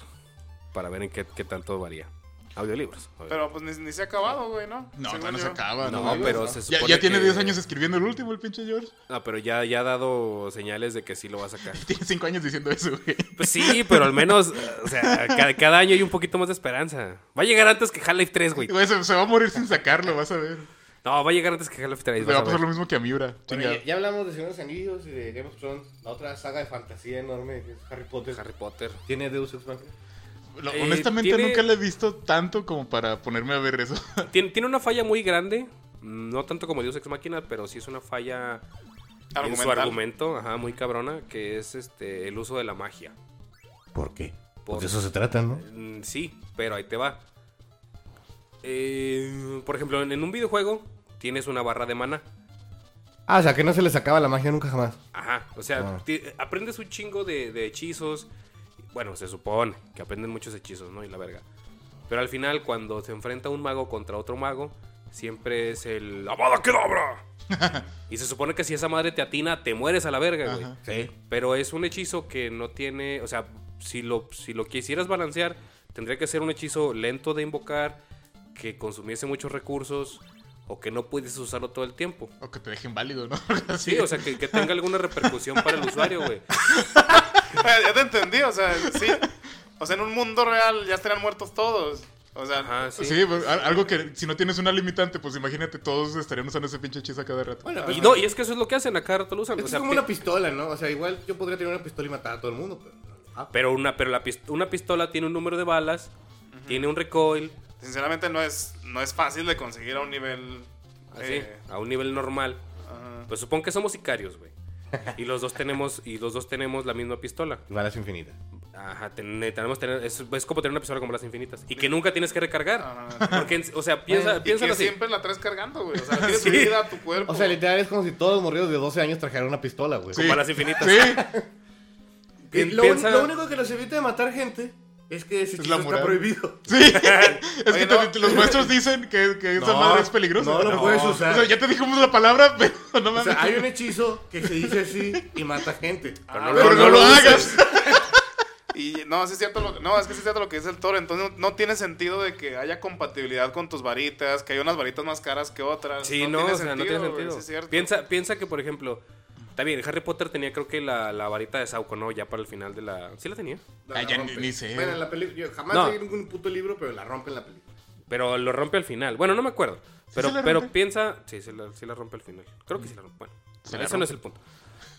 Para ver en qué, qué tanto varía. Audiolibros. obvio. Pero pues ni, ni se ha acabado, güey, ¿no? No, Según todavía no se yo. acaba, no. no, mames. pero se Ya, supone ya tiene que- 10 años escribiendo el último, el pinche George. No, pero ya, ya ha dado señales de que sí lo va a sacar. Tiene 5 años diciendo eso, güey. Pues sí, pero al menos, eh, o sea, cada, cada año hay un poquito más de esperanza. Va a llegar antes que Half-Life 3, güey. Güey, se, se va a morir sin sacarlo, vas a ver. No, va a llegar antes que Half-Life 3. Le va vas a a pasar ver. lo mismo que a Miura. Bueno, Chingado. ya, ya hablamos de Señor de los Anillos y de Game of Thrones, la otra saga de fantasía enorme que es Harry Potter. Harry Potter. ¿Tiene Deus Ex Machina? Lo- Eh, honestamente tiene- nunca le he visto tanto como para ponerme a ver eso. Tiene, tiene una falla muy grande. mm, No tanto como Dios Ex Máquina, pero sí es una falla en su Argumental. argumento, ajá, muy cabrona, que es este el uso de la magia. ¿Por qué? Pues Por- eso se trata, ¿no? Mm, Sí, pero ahí te va. Eh, por ejemplo, en, en un videojuego tienes una barra de mana. Ah, o sea, que no se les acaba la magia nunca jamás. Ajá, o sea, Ah. ti- aprendes un chingo de, de hechizos. Bueno, se supone que aprenden muchos hechizos, ¿no? Y la verga. Pero al final, cuando se enfrenta un mago contra otro mago, siempre es el ¡Amada Kedabra! y se supone que si esa madre te atina, te mueres a la verga, güey. Sí. Pero es un hechizo que no tiene. O sea, si lo, si lo quisieras balancear, tendría que ser un hechizo lento de invocar, que consumiese muchos recursos o que no pudieses usarlo todo el tiempo. O que te dejen válido, ¿no? Sí, o sea, que, que tenga alguna repercusión para el usuario, güey. Ah, ya te entendí, o sea, sí. O sea, en un mundo real ya estarían muertos todos. O sea, Ajá, sí. Sí, pues, al- algo que si no tienes una limitante, pues imagínate, todos estarían usando ese pinche hechizo a cada rato. Bueno, Y no, y es que eso es lo que hacen, acá rato lo usan. Esto o sea, es como pi- una pistola, ¿no? O sea, igual yo podría tener una pistola y matar a todo el mundo, pero... Ah, Pero, una, pero la pis- una pistola tiene un número de balas, tiene un recoil, sinceramente no es, no es fácil de conseguir a un nivel... así, eh, a un nivel normal. ajá. Pues supongo que somos sicarios, güey. Y los dos tenemos, y los dos tenemos la misma pistola. Balas infinitas. Ajá, ten- tenemos tener, es, es como tener una pistola con balas infinitas. Y que nunca tienes que recargar. Ah, no, no, Porque, en- o sea, piensa, Y que piénsalo así. siempre la traes cargando, güey. O sea, tienes Sí. vida a tu cuerpo. O sea, literal es como si todos los morridos de 12 años trajeran una pistola, güey. Sí. Con balas infinitas. Sí, Y Pi- Lo, piensa- lo único que nos evita de matar gente es que ese Es hechizo la está moral. prohibido. sí. Es Oye, que te- no. te- los maestros dicen que, que esa No, madre es peligrosa. no lo puedes usar. O sea, ya te dijimos la palabra, pero no O mames. sea, hay un hechizo que se dice así y mata gente. Ah, Pero no, lo hagas. uses. Y no, sí es cierto lo, no, es que sí es cierto lo que dice el toro. Entonces no, no tiene sentido de que haya compatibilidad con tus varitas, que hay unas varitas más caras que otras. Sí, no, o sea, no tiene güey, sentido. sí es cierto. Ah, piensa, piensa que, por ejemplo, está bien, Harry Potter tenía creo que la, la varita de Sauco, ¿no? Ya para el final de la... Sí la tenía. La- Ah, la ya rompe. ni- ni sé. Bueno, en la película, yo jamás No. leí ningún puto libro, pero la rompe en la película. Pero lo rompe al final. Bueno, no me acuerdo. Pero, se la pero rompe? piensa... Sí, sí la, sí la rompe al final. Creo que sí la rompe. Bueno, Se la eso no es el punto.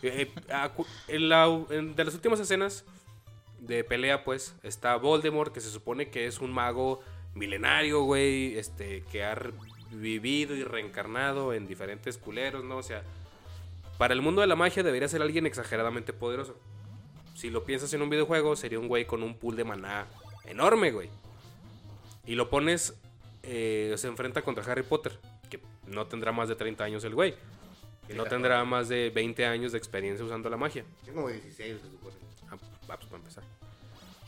Eh, eh, acu- en la- en- de las últimas escenas de pelea, pues, está Voldemort, que se supone que es un mago milenario, güey, este, que ha re- vivido y reencarnado en diferentes culeros, ¿no? O sea, para el mundo de la magia debería ser alguien exageradamente poderoso. Si lo piensas en un videojuego, sería un güey con un pool de maná enorme, güey. Y lo pones, eh, se enfrenta contra Harry Potter, que no tendrá más de 30 años el güey. Y no tendrá más de 20 años de experiencia usando la magia. Tiene como 16, se supone. Ah, va, pues para empezar.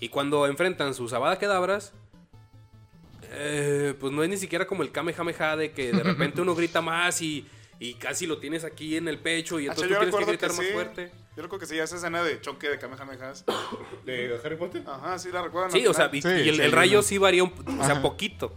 Y cuando enfrentan sus Abada Kedabras, eh, pues no es ni siquiera como el Kamehameha de que de repente uno grita más y, y casi lo tienes aquí en el pecho y Ah, entonces yo tú tienes que recuerdo gritar que más sí. fuerte. Yo creo que sí, esa escena de choque de Kamehamehas. ¿De Harry Potter? Ajá, sí la recuerdo. Sí, o sea, y, Sí, y el, sí, el yo rayo no. sí varía un, o sea, poquito.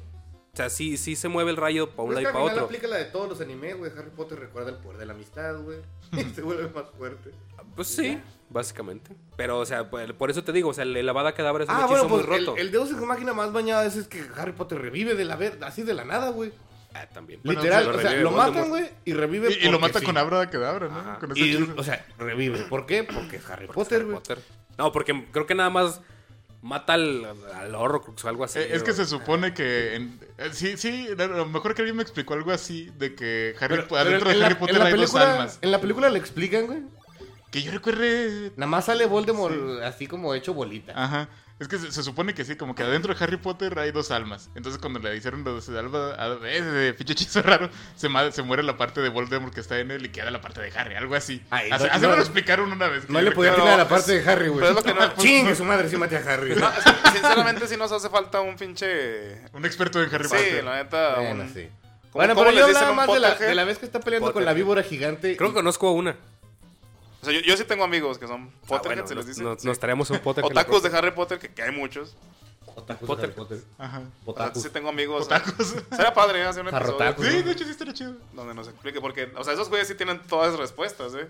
O sea, sí, sí se mueve el rayo para un Pero Pues lado es y que al para final otro. aplica la de todos los animes, güey. Harry Potter recuerda el poder de la amistad, güey. Y se vuelve más fuerte. Pues sí, básicamente. Pero, o sea, por, por eso te digo, o sea, el, el Avada Kedavra es un Ah, hechizo bueno, pues muy el, roto. el Deus Ex Máquina más bañado es, es que Harry Potter revive de la ver así de la nada, güey. Ah, también. Literal, Bueno, pues, o sea, revive lo Voldemort. matan, güey, y revive Y, y lo porque mata sí. con abra quedabra, ¿no? Ajá. Con ese Y, hechizo. o sea, revive. ¿Por qué? Porque es Harry Potter, Harry güey. Potter. No, porque creo que nada más mata al, al Horrocrux o algo así. Eh, es que güey. se supone que. en- eh, sí, sí, a lo mejor que alguien me explicó algo así de que Harry, Pero- pero adentro en de la- Harry en Potter la hay dos película- almas. En la película le explican, güey. Que yo recuerde. Ah. Nada más sale Voldemort así como hecho bolita. Ajá. Es que se, se supone que sí, como que adentro de Harry Potter hay dos almas. Entonces cuando le hicieron lo de ese alma, a- ese pinche hechizo raro, se, ma- se muere la parte de Voldemort que está en él y queda la parte de Harry, algo así. Ay, así no- así me no- lo explicaron una vez. que No yo le podía recuerdo. tirar a la parte de Harry, güey. Ah, pero es lo que no- Chingue su madre, sí mate a Harry. No, es que, sinceramente sí nos hace falta un pinche... Un experto en Harry Sí, Potter. la neta... Bueno, un- sí. ¿Cómo- Bueno, cómo pero les yo dicen hablaba un más de la, Potterhead? de la vez que está peleando con la Potterhead. víbora gigante. Creo que conozco a una. O sea, yo, yo sí tengo amigos que son Ah, Potterhead, bueno, se les dice. nos, nos traemos un Potterhead. Otakus de Harry Potter, que, que hay muchos. Potter. Potter. Ajá. Ah, O sea, sí Otakus. tengo amigos. o sea, Tacos. Será padre ¿eh? hacer un Jarro episodio taco. Sí, de hecho sí estaría chido. donde nos explique, porque, o sea, esos güeyes sí tienen todas las respuestas, ¿eh?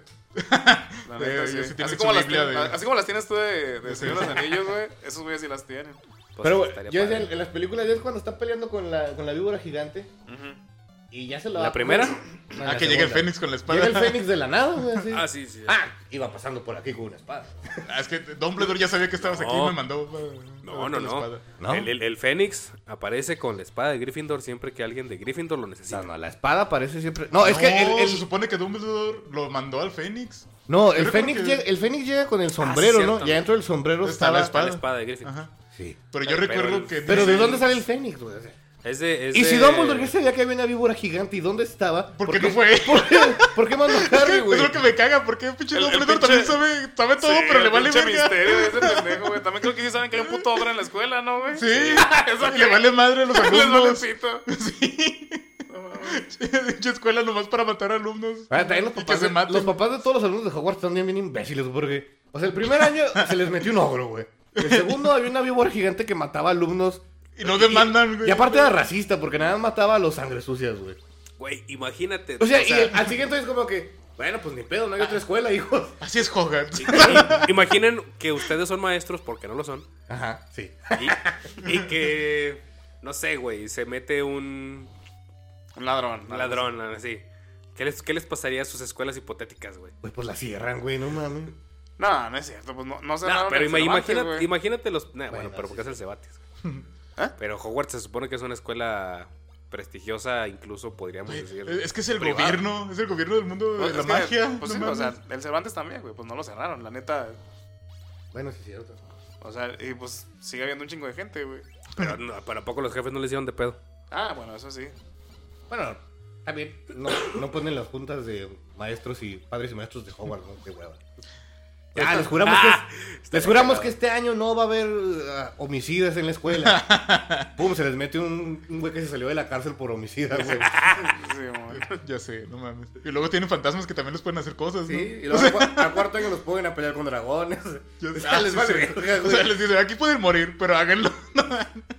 La neta, ellos sí. sí tienen así, su como las Biblia tienen- de- así como las tienes tú de, de Señor de los Anillos, güey, esos güeyes sí las tienen. Pues, Pero güey, estaría yo decía, padre. en en las películas ya es cuando está peleando con la, con la víbora gigante. Y ya se lo ¿La primera? No, Ah, la que llega el segunda. Fénix con la espada. Llega el Fénix de la nada, güey. así. Ah, sí, sí. Ah, iba pasando por aquí con una espada. Ah, es que Dumbledore ya sabía que estabas aquí y No. me mandó. eh, No, con no, la no. espada. ¿No? El, el- el Fénix aparece con la espada de Gryffindor siempre que alguien de Gryffindor lo necesita. No, no, la espada parece siempre. No, es que No, el, el- se supone que Dumbledore lo mandó al Fénix. no, el Yo creo Fénix, que- llega, el Fénix llega con el sombrero, ¿no? Ah, cierto. Ya dentro del sombrero Está la estaba. espada. Está la espada de Gryffindor. Ajá. Sí. Pero yo Pero recuerdo el- que. Pero ¿de dice- dónde sale el Fénix, güey? O sea, Es de, es Y si de- Dumbledore ya sabía que había una víbora gigante y dónde estaba. ¿Por qué no fue él? ¿Por qué, por qué mandó a Es que Harry, güey? Es lo que me caga, porque pinche El- el Dumbledore también pinche- sabe, sabe todo, Sí, pero le el vale pinche verga. misterio de ese pendejo, güey. También creo que sí saben que hay un puto ogro en la escuela, ¿no, güey? Sí, Eso le vale madre a los Les vale alumnos. pito. Sí. No mames. Pinche escuela nomás para matar alumnos. Ah, también los Y papás, que se de, maten. los papás de todos los alumnos de Hogwarts están bien, bien imbéciles, porque. O sea, el primer año se les metió un ogro, güey. El segundo había una víbora gigante que mataba alumnos. Y no demandan, güey. Y aparte era racista, porque nada más mataba a los sangres sucias, güey. Güey, imagínate. O sea, y el- al siguiente es como que, bueno, pues ni pedo, no hay otra escuela, hijos. Así es Hogwarts. i- imaginen que ustedes son maestros porque no lo son. Ajá, sí. Y, y que, no sé, güey, se mete un Un ladrón. ¿no? ladrón así. ¿Qué les, qué les pasaría a sus escuelas hipotéticas, güey? Pues, pues la cierran, güey, no mames. No, no es cierto. Pues no, no se No, pero ima- imagínate, imagínate. imagínate los. nah, bueno, Bueno, pero sí, porque es el Cebates. ¿Eh? Pero Hogwarts se supone que es una escuela prestigiosa, incluso podríamos decir. Eh, Es que es el privada. gobierno, es el gobierno del mundo de Pues, la es que, magia. Pues no sí, o sea, mames. el Cervantes también, güey. Pues no lo cerraron, la neta. Bueno, sí es cierto. O sea, y pues sigue habiendo un chingo de gente, güey. Pero, no, pero ¿a poco los jefes no les hicieron de pedo? Ah, bueno, eso sí. Bueno, también no, no ponen las juntas de maestros y padres y maestros de Hogwarts, ¿no? Qué hueva. Ya, les juramos, Ah, que, es- les juramos que este año no va a haber ah, homicidas en la escuela. Pum, se les mete un, un güey que se salió de la cárcel por homicida, güey. Sí, güey. Ya sé, no mames. Y luego tienen fantasmas que también les pueden hacer cosas, Sí, ¿no? y luego al cua- al cuarto año los ponen a pelear con dragones. Ya sé. Ya Ah, les sí, vale sí. verga, O sea, güey. les dicen, aquí pueden morir, pero háganlo.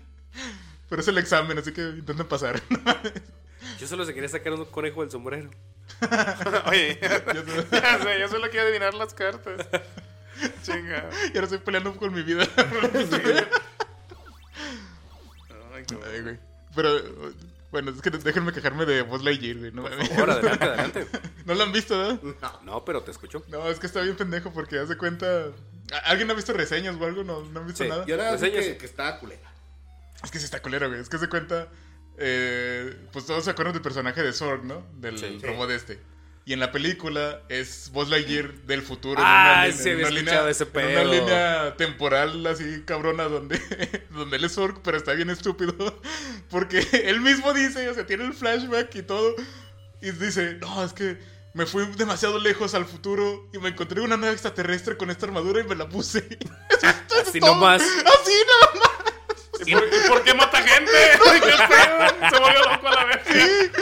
pero es el examen, así que intenten pasar. Yo solo se quería sacar un conejo del sombrero. Oye, Ya sé. ya sé, yo solo quiero adivinar las cartas. Chinga. y ahora estoy peleando con mi vida. Ay, qué bueno. Ay, güey. Pero, bueno, es que déjenme quejarme de Buzz Lightyear, güey. No, mames. Ahora, adelante, adelante. ¿No lo han visto, ¿no? No, pero te escucho. No, es que está bien pendejo porque haz de cuenta... ¿a- ¿Alguien ha visto reseñas o algo? ¿No, no han visto Sí, nada? Y ahora Pues sí ellos- que, que está culera. Es que sí está culero, güey. Es que se cuenta. eh, pues todos se acuerdan del personaje de Zorg, ¿no? Del Sí. robot de este. Y en la película es Buzz Lightyear del futuro. en Ah, una, línea- sí, en había una escuchado ese En una pedo. línea temporal así cabrona donde, donde él es Zorg, pero está bien estúpido. Porque él mismo dice, o sea, tiene el flashback y todo. Y dice, no, es que me fui demasiado lejos al futuro y me encontré una nave extraterrestre con esta armadura y me la puse. Eso es- eso es Así todo. nomás. Así nomás. ¿Y por, y por qué mata gente? Ay, qué pedo. Se volvió loco a la vez.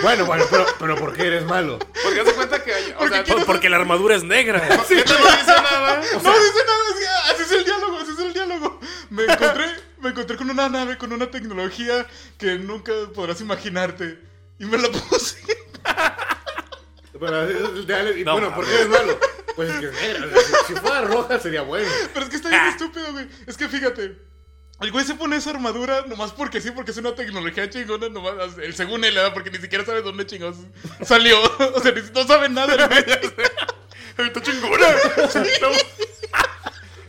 Bueno, bueno, pero, pero ¿por qué eres malo? Porque se cuenta que hay. O sea, Por- porque la armadura es negra. ¿por qué te no dice nada? O No sea, dice nada, así, así es el diálogo, así es el diálogo. Me encontré, me encontré con una nave, con una tecnología que nunca podrás imaginarte. Y me la puse. Pero, eh, dale, y No, bueno, ¿por qué es malo? Pues es que es negra. o sea, si, si fuera roja sería bueno. Pero es que está bien Ah. estúpido, güey. Es que fíjate. El güey se pone esa armadura nomás porque sí, porque es una tecnología chingona, nomás el según él, ¿verdad? porque ni siquiera sabe dónde chingados salió. O sea, ni- no sabe nada el güey. Está chingona. No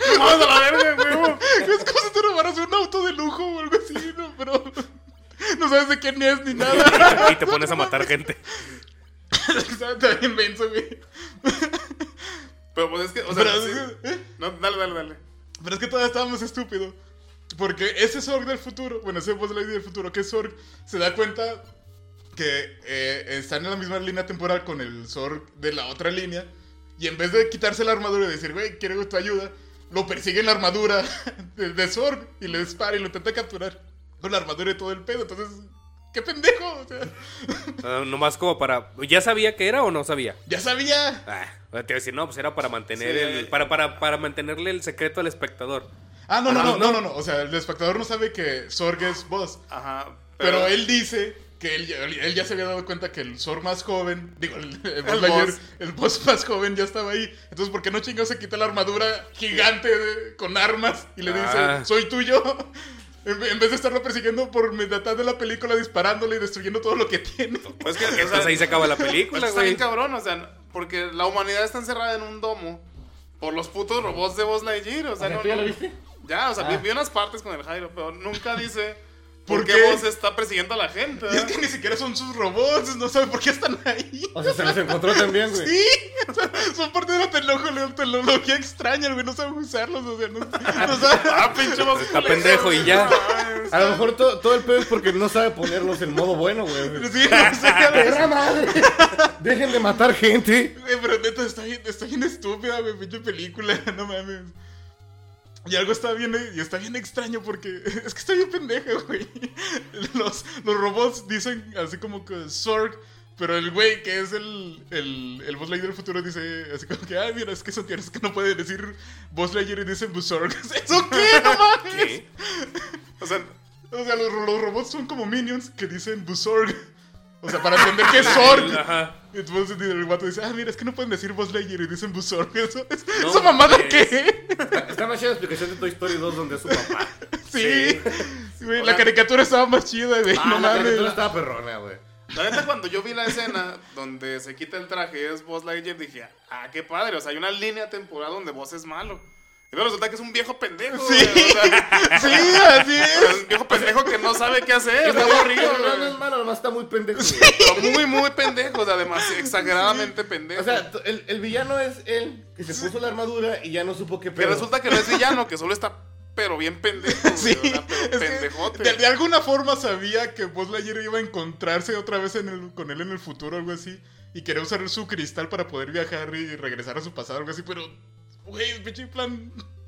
No mames a la verga, güey. Es como si te robaras un auto de lujo o algo así, ¿no? Pero no sabes de quién es ni nada. y te pones a matar gente. Está bien menso, güey. Pero pues es que, o sea, Pero, sí. ¿eh? No, dale, dale, dale. Pero es que todavía estábamos estúpido. Porque ese Zorg del futuro, bueno, ese Boss Lady del futuro, que es Zorg, se da cuenta que eh, están en la misma línea temporal con el Zorg de la otra línea. Y en vez de quitarse la armadura y decir, güey, quiero tu ayuda, lo persigue en la armadura de, de Zorg y le dispara y lo intenta capturar con la armadura y todo el pedo. Entonces, ¡qué pendejo! O sea, Ah, nomás como para. ¿Ya sabía que era o no sabía? ya sabía. Ah, te iba a decir, no, pues era para mantener Sí. el. Para, para, para mantenerle el secreto al espectador. Ah, no, no, no, no, no, no. O sea, el espectador no sabe que Zorg es Boss. Ajá. pues, Pero él dice que él, ya- él ya se había dado cuenta que el Zor más joven, digo, el, el, Buzz El Lightyear, boss. el boss más joven ya estaba ahí. Entonces, ¿por qué no chingados se quita la armadura gigante de- con armas y le Ah. dice, soy tuyo? En, ve- en vez de estarlo persiguiendo por mitad de la película, disparándole y destruyendo todo lo que tiene. Pues que, o sea, Entonces ahí se acaba la pues película, está güey. bien cabrón, o sea, porque la humanidad está encerrada en un domo por los putos robots de Buzz Lightyear, o sea, O sea, no, ¿tú ya no- lo viste? Ya, o sea, vi, vi unas partes con el Jairo, pero nunca dice Ah. ¿Por por qué qué? Buzz está persiguiendo a la gente. Y es ¿verdad? que ni siquiera son sus robots, no sabe por qué están ahí. O sea, se los encontró también, güey. Sí, o sea, son parte de la tecno- tecnología extraña, güey, no saben usarlos, o sea, no, no saben. Ah, pinche Buzz Está culero, pendejo y güey. ya. Ay, A lo mejor to- todo el pedo es porque no sabe ponerlos en modo bueno, güey. Sí, no sé, a ver. ¡Perra madre! ¡Dejen de matar gente! Güey, pero neta, está bien, está bien estúpida, güey, pinche película, no mames. Y algo está bien, y está bien extraño porque es que está bien pendeja, güey. Los, los robots dicen así como que Zorg, pero el güey que es el, el, el Boss Lightyear del futuro dice así como que, ah, mira, es que eso tienes que no puede decir Boss Lightyear y dicen Buzorg. ¿Eso qué? No mames. ¿Qué? O sea, O sea, los, los robots son como minions que dicen Buzorg. O sea, para entender que es Zorg. Ajá. Entonces el vato dice, ah, mira, es que no pueden decir Buzz Lightyear y dicen Buzzor. ¿Eso, es, No, ¿esa mamada pues. qué? Está más chida la explicación de Toy Story 2 donde es su papá. Sí. Güey, la caricatura estaba más chida, güey. Ah, no la caricatura mames. estaba perrona, güey. la neta, cuando yo vi la escena donde se quita el traje y es Buzz Lightyear, dije, ah, qué padre, o sea, hay una línea temporal donde Buzz es malo. Y luego resulta que es un viejo pendejo. Sí. güey, o sea, Sí, así es. Es un viejo pendejo que no sabe qué hacer. Está aburrido, No, no, güey. hermano, nomás está muy pendejo. güey. Pero muy, muy pendejo. O sea, además, exageradamente pendejo. O sea, t- el, el villano es él que se puso la armadura y ya no supo qué que pedo. resulta que no es villano, que solo está, pero bien pendejo. güey, Sí, o sea, es pero que pendejote. de, de alguna forma sabía que Buzz Lightyear iba a encontrarse otra vez en el- con él en el futuro o algo así. Y quería usar su cristal para poder viajar y regresar a su pasado o algo así. Pero, güey, pinche plan...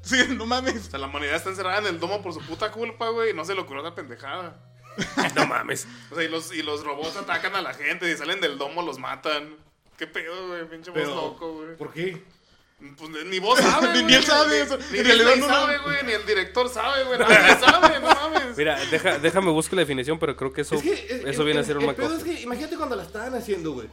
Sí, no mames. O sea, la humanidad está encerrada en el domo por su puta culpa, güey. Y no se le ocurrió la pendejada. No mames. O sea, y los, y los robots atacan a la gente y salen del domo, los matan. ¿Qué pedo, güey? Pinche voz Pero, loco, güey. ¿Por qué? Pues ni vos sabe. Ni- ni güey, él sabe, o sea, Ni, en ni realidad Disney no lo- sabe, güey. Ni el director sabe, güey. Nadie sabe, no mames. Mira, deja, déjame buscar la definición, pero creo que eso, Es que, eh, eso el- viene a el- ser un el pedo es macojo. que imagínate cuando la estaban haciendo, güey.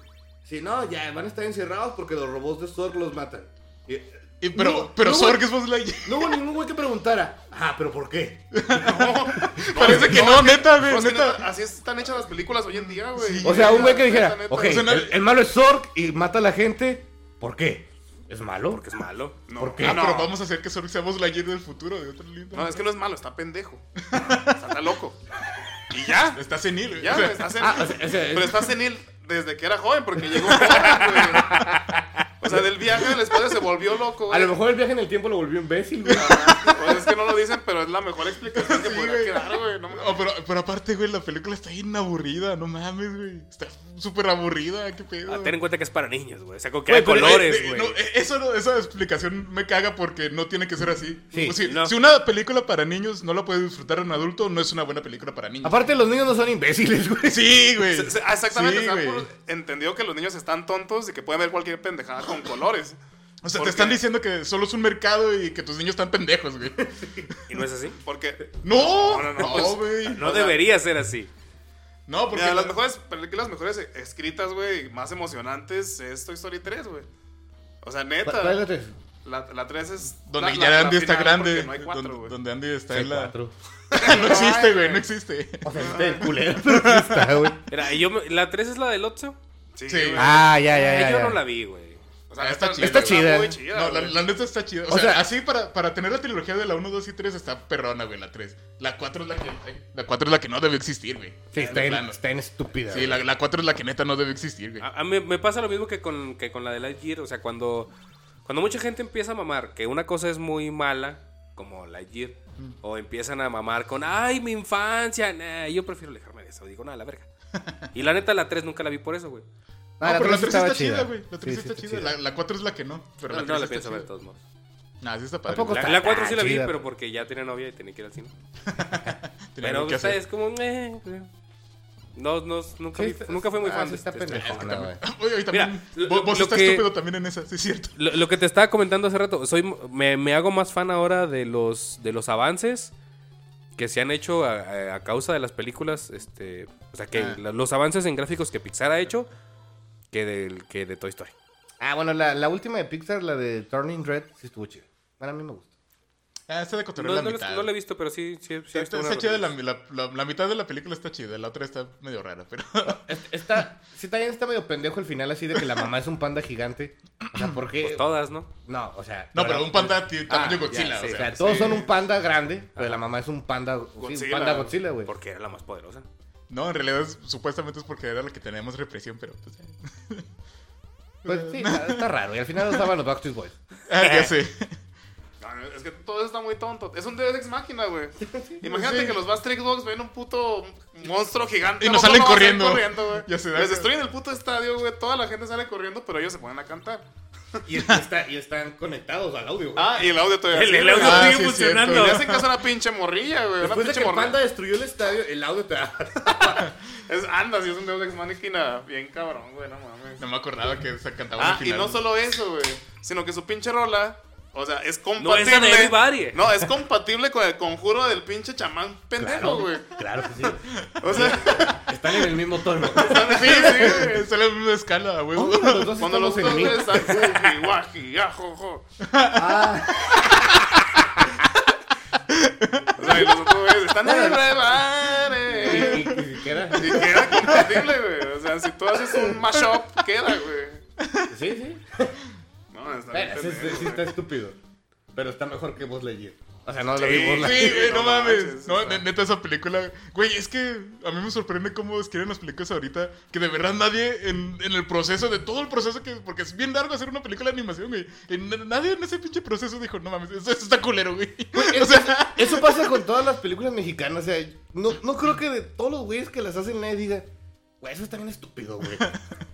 Si no, ya van a estar encerrados porque los robots de Zorg los matan. Y- Y- pero No, pero no, Zorg güey. es Buzz Lightyear. No hubo ningún güey que preguntara, ah, pero ¿por qué? Parece que no, neta, güey, Pues que neta. neta, así están hechas las películas hoy en día, güey. O sea, un güey que dijera, Neta, neta. ok, O sea, no- el, el malo es Zorg y mata a la gente, ¿por qué? ¿Es malo? Porque es malo. No, ¿por qué? Ah, no, pero vamos a hacer que Zorg sea Buzz Lightyear del futuro, de otra linda. No, es que no es malo, está pendejo. O sea, está loco. Y ya, Está senil, güey. ya, O sea, güey, está senil. Ah, o sea, o sea, Pero está senil desde que era joven, porque llegó joven, güey. O sea, del viaje del espacio se volvió loco, a güey. lo mejor el viaje en el tiempo lo volvió imbécil, güey. Pues es que no lo dicen, pero es la mejor explicación que Sí, podría güey. quedar, güey. No, mames. Oh, pero, pero aparte, güey, la película está bien aburrida, no mames, güey. Está súper aburrida, qué pedo. Ah, ten en cuenta que es para niños, güey. O sea, con que Güey, hay pero, colores, eh, eh, güey. no, eh, eso no- esa explicación me caga porque no tiene que ser así. Sí, O sea, no. Si una película para niños no la puede disfrutar un adulto, no es una buena película para niños. Aparte, los niños no son imbéciles, güey. Sí, güey. Se- se- ah, Exactamente, Sí, o sea, güey. puro- entendió que los niños están tontos y que pueden ver cualquier pendejada con colores. O sea, Porque- te están diciendo que solo es un mercado y que tus niños están pendejos, güey. Y no es así. Porque No, No, no, no, no, pues, güey. No debería ser así. No, porque Mira, las mejores películas, mejores escritas, güey, más emocionantes es Toy Story 3, güey. O sea, neta. ¿Cuál es la tres? La, la 3 es. Donde la- ya la- la Andy está final, grande. porque No hay 4, don- güey. donde Andy está Hay en la. cuatro. No existe, güey, no güey. existe. O sea, está el culero, pero sí está, güey. Mira, y yo me- la 3 es la del Otso. Sí, Sí. güey. Ah, ya, ya, Ay, ya. yo ya. no la vi, güey. O Ah, sea, está chida. está, chida. Está chida. muy chida. No, la, güey. la neta está chida. O, O sea, sea- así para, para tener la trilogía de la 1, 2 y 3 está perrona, güey, la 3. La 4 es la que, la 4 es la que no debe existir, güey. Sí, está De en, plano. está en estúpida. Sí, la, la 4 es la que neta no debe existir, güey. A, a mí me pasa lo mismo que con, que con la de Lightyear. O sea, cuando, cuando mucha gente empieza a mamar que una cosa es muy mala como Lightyear, o empiezan a mamar con, ay, mi infancia, nah, yo prefiero alejarme de eso, digo, nada, la verga. Y la neta, la 3 nunca la vi por eso, güey. Ah, la pero la tres 3 está estaba chida, chida. güey. Sí, La 3 sí, está está chida. chida. La, 4 es la que no. Pero No, la no 3 la está pienso ver de chida. todos modos. Nah, sí está padre. Tampoco güey. está La, la 4 sí la vi, chida. pero porque ya tenía novia y tenía que ir al cine. Tenía pero algo que o sea, hacer. es como, eh, eh. no, no, nunca, Sí, vi- está- nunca fui muy ah, fan sí de está este- este pendejo. juego. Ah, güey. Oye, y también. Mira, vos lo- vos lo estás que- estúpido también en esa, sí, es cierto. Lo, lo que te estaba comentando hace rato, soy, me, me hago más fan ahora de los, de los avances que se han hecho a, a- a causa de las películas. Este, o sea, que Ah. la- los avances en gráficos que Pixar ha hecho que, del, que de Toy Story. Ah, bueno, la, la última de Pixar, la de Turning Red, sí estuvo chida. Para mí me gusta. Ah, está de No, cotorreo la no, lo- mitad. no lo he visto, pero sí. sí, sí Está, estuvo está una chida la, referencia. la, la- la mitad de la película está chida, la otra está medio rara, pero Es- Está, sí, también está medio pendejo el final así de que la mamá es un panda gigante. O sea, ¿por qué? Pues todas, ¿no? No, o sea. No, pero un panda pues, tiene tamaño Ah, Godzilla, ya, sí, o sea, sí. todos son un panda grande, pero la mamá es un panda. Sí, un Godzilla. panda Godzilla, güey. Porque era la más poderosa. no, en realidad es- supuestamente es porque era la que teníamos represión, pero pues eh. Pues sí, está, está raro. Y al final usaban los Backstreet Boys. ah, ya sé. No, no, Ah, es que todo eso está muy tonto. Es un Deus Ex Máquina, güey. Imagínate Sí. que los Bastrix Dogs ven un puto monstruo gigante. Y nos los salen dos no corriendo. güey. Ya se da. Les destruyen el puto estadio, güey. Toda la gente sale corriendo, pero ellos se ponen a cantar. Y, está- y están conectados al audio, güey. Ah, y el audio todavía. El, sigue, el audio güey. Ah, sigue sí, es funcionando. Le hacen caso a una pinche morrilla, güey. Una Después de pinche que el panda morrilla. destruyó el estadio, el audio te da. Es, anda, si es un Deus Ex Máquina bien cabrón, güey. No mames. No me acordaba que esa cantaba Ah, al y final. no solo eso, güey. Sino que su pinche rola. O sea, es No, compatible. esa de Everybody. No, es compatible con el conjuro del pinche chamán pendejo, güey. Claro que sí. O sea, Están en el mismo tono. sí, sí, güey. Eh, Sale a la misma escala, güey. Uy, los dos Cuando los estamos dos en mí. están guaji, guaji, ya, jo, jo. Ah. O sea, y los otros güeyes están en Y- rebares. y- y queda. Y queda compatible, güey. O sea, si tú haces un mashup, queda, güey. Sí, sí. No, está bien. Bueno, sí, pendejo, sí, sí güey. está estúpido. Pero está mejor que vos Lightyear. O sea, no Sí, lo vi Buzz Lightyear. sí, güey, no, No mames. manches, no, o sea. ne- neta, esa película. Güey, es que a mí me sorprende cómo escriben las películas ahorita. Que de verdad nadie en, en el proceso, de todo el proceso, que porque es bien largo hacer una película de animación, güey. en- nadie en ese pinche proceso dijo, no mames, eso, eso está culero, güey. O sea, Eso pasa con todas las películas mexicanas. O sea, no, no creo que de todos los güeyes que las hacen nadie diga, güey, eso está bien estúpido, güey.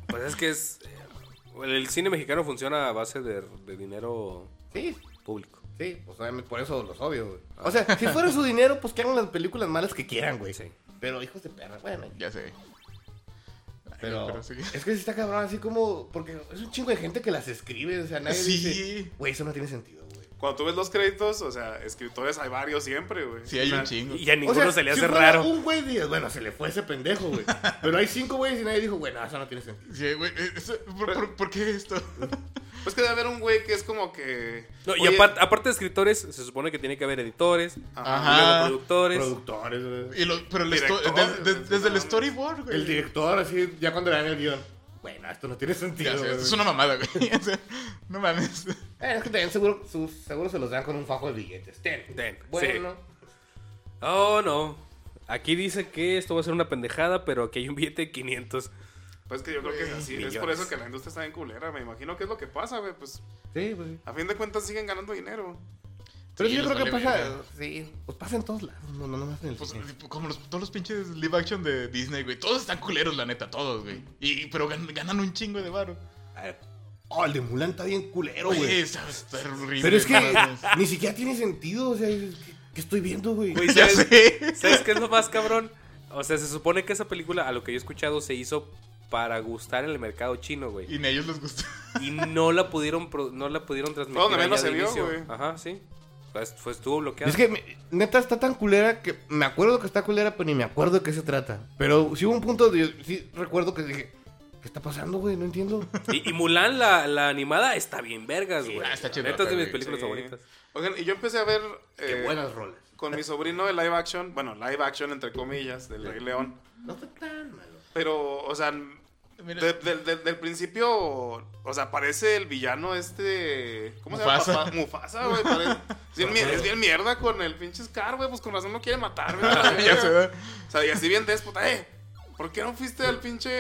Pues es que es. eh, El cine mexicano funciona a base de, de dinero Sí, público. sí, pues obviamente por eso los odio, güey. Ah. O sea, si fuera su dinero, pues que hagan las películas malas que quieran, güey. Sí. Pero hijos de perra, bueno. ya sé. Ay, Pero, pero sí. es que sí está cabrón, así como, porque es un chingo de gente que las escribe, o sea, nadie Sí. dice, güey, eso no tiene sentido, güey. Cuando tú ves los créditos, o sea, escritores hay varios siempre, güey. Sí, hay O sea, un chingo. Y a ninguno sea, se le si hace fuera raro. Un güey dices, bueno, se le fue ese pendejo, güey. Pero hay cinco güeyes y nadie dijo, bueno, eso no tiene sentido. Sí, güey, eh, eso- ¿por, por, por qué esto? Pues que debe haber un güey que es como que. No, y oye, apart- aparte de escritores, se supone que tiene que haber editores, Ah. Ajá. y luego Ajá. productores. Productores, güey. Y lo- pero el esto- Director, de- de- desde el storyboard, güey. El director, así, ya cuando le dan el guión. Bueno, esto no tiene sentido. Ya sé, güey. esto es una mamada, güey. O sea, no mames. Eh, es que también seguro, su- seguro se los dan con un fajo de billetes. Ten. Ten, Bueno. Oh, no. Aquí dice que esto va a ser una pendejada, pero aquí hay un billete de 500. Pues que yo creo que es así. Es por Millones. eso que la industria está en culera. Me imagino que es lo que pasa, güey. Pues Sí, güey. a fin de cuentas siguen ganando dinero. Pero Sí, yo les creo que vale pasa. verga. Sí. Pues pasa en todos lados. No, no, no más en el. Pues, cine. como los- todos los pinches live action de Disney, güey. Todos están culeros, la neta, todos, güey. Y, pero gan- ganan un chingo de varo. A ver. Oh, el de Mulan está bien culero, Güey, güey. está, está horrible. Pero es que no mames. ni siquiera tiene sentido. O sea, es- ¿qué, qué estoy viendo, güey? Güey, Ya ¿sabes, sé. ¿sabes qué es lo más cabrón? O sea, se supone que esa película, a lo que yo he escuchado, se hizo para gustar en el mercado chino, güey. Y ni a ellos les gusta. Y no la pudieron, pro- no la pudieron transmitir. Donde menos allá de se vio, inicio. güey. Ajá, sí. Pues, pues estuvo bloqueado. Es que me- neta está tan culera que me acuerdo que está culera, pero ni me acuerdo de qué se trata. Pero sí hubo un punto de. Sí, recuerdo que dije, ¿qué está pasando, güey? No entiendo. Y, y Mulan, la, la animada, está bien vergas, güey. ah, está chidota, Neta es de mis güey, películas Sí. favoritas. Oigan, y yo empecé a ver. eh, Qué buenas rolas. Con mi sobrino de live action. Bueno, live action entre comillas, del Rey León. No fue tan malo. Pero, o sea, Mira, de- del- del- del principio, o sea, parece el villano este. ¿Cómo se Mufasa. llama? Papá- Mufasa, güey. parece- Es bien, mier- es bien mierda con el pinche Scar, güey. Pues con razón no quiere matar, güey. Ah, ya se da O sea, y así bien déspota, eh. ¿Por qué no fuiste al pinche.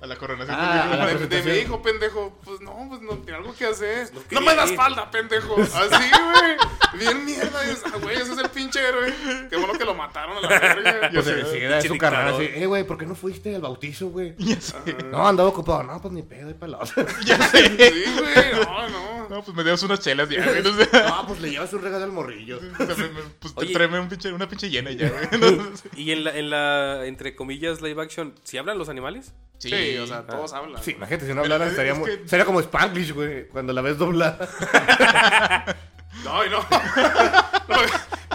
a la coronación. Ah, del hijo? a la de, de mi Ah, presentación. hijo, pendejo? Pues no, no, pues no tiene algo que hacer. no No, quería me das ir". espalda, pendejo. Así, güey. Bien mierda. Y dices, "Ah, güey, ese es el pinche héroe. Qué bueno que lo mataron a la verga. Pues se decide pinche su carnal dictador. así, eh, güey, ¿por qué no fuiste al bautizo, güey? Ya sé. No, andaba ocupado. No, pues ni pedo, y para la otra. Sí, güey. No, no. No, pues me debes unas chelas ya, güey. No sé. No, pues le llevas un regalo al morrillo. O sea, me- me- pues Oye. tráeme un pinche, una pinche llena ya, güey. No sé. Y en la, en la, entre comillas, live action, ¿sí hablan los animales? Sí, Sí, o sea, todos hablan. Sí, imagínate, si no hablara Pero, estaría es muy... que- Sería como Spanglish, güey, cuando la ves doblada. No, y no. no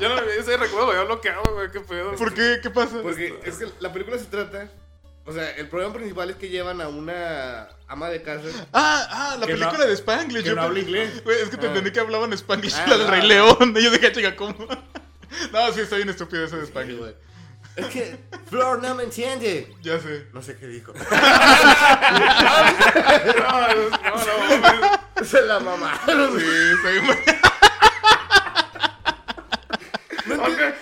yo no ese recuerdo lo había bloqueado, güey. Qué pedo. ¿Por qué? ¿Qué pasa? Porque es que la película se trata... O sea, el problema principal es que llevan a una ama de casa... Ah, ah, la Que no- película de Spanglish. que yo no habla pe- inglés. Güey, es que te entendí que hablaban Spanglish Ah, la del no. Rey León. Yo dije, chica, ¿cómo? No, sí, está bien estúpido ese de Sí, Spanglish. güey. Es que Flor no me entiende. ya sé. No sé qué dijo. No, no, no, no, no. Se la mamaron. Sí, está bien.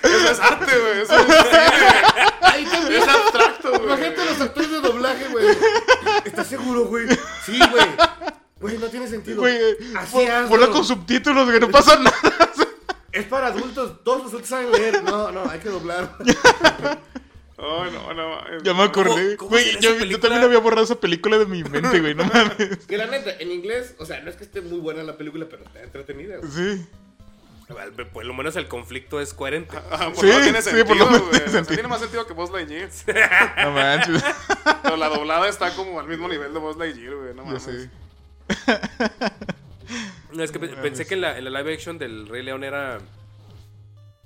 Eso es arte, güey. Eso es cine. Ahí también. Es abstracto, güey. Imagínate los actores de doblaje, güey. ¿Estás seguro, güey? Sí, güey. Güey, no tiene sentido. Güey, eh, Así pon- hazlo. ponlo con subtítulos, güey, no pasa nada. Es para adultos. Todos los adultos saben leer. No, no, hay que doblar. No, no, no. Ya me acordé. cómo Güey, será yo, esa yo película? también había borrado esa película de mi mente, güey, no mames. Que la neta, en inglés, o sea, no es que esté muy buena la película, pero está entretenida. güey. Sí. Por Pues lo menos el conflicto es coherente. Ah, Sí, pues no tiene sí, sentido, por lo menos güey. tiene O sea, sentido. tiene más sentido que Buzz Lightyear. No manches. Pero la doblada está como al mismo nivel de Buzz Lightyear, güey. No Ya mames. sé. No, es que pe- pensé que en la, en la live action del Rey León era.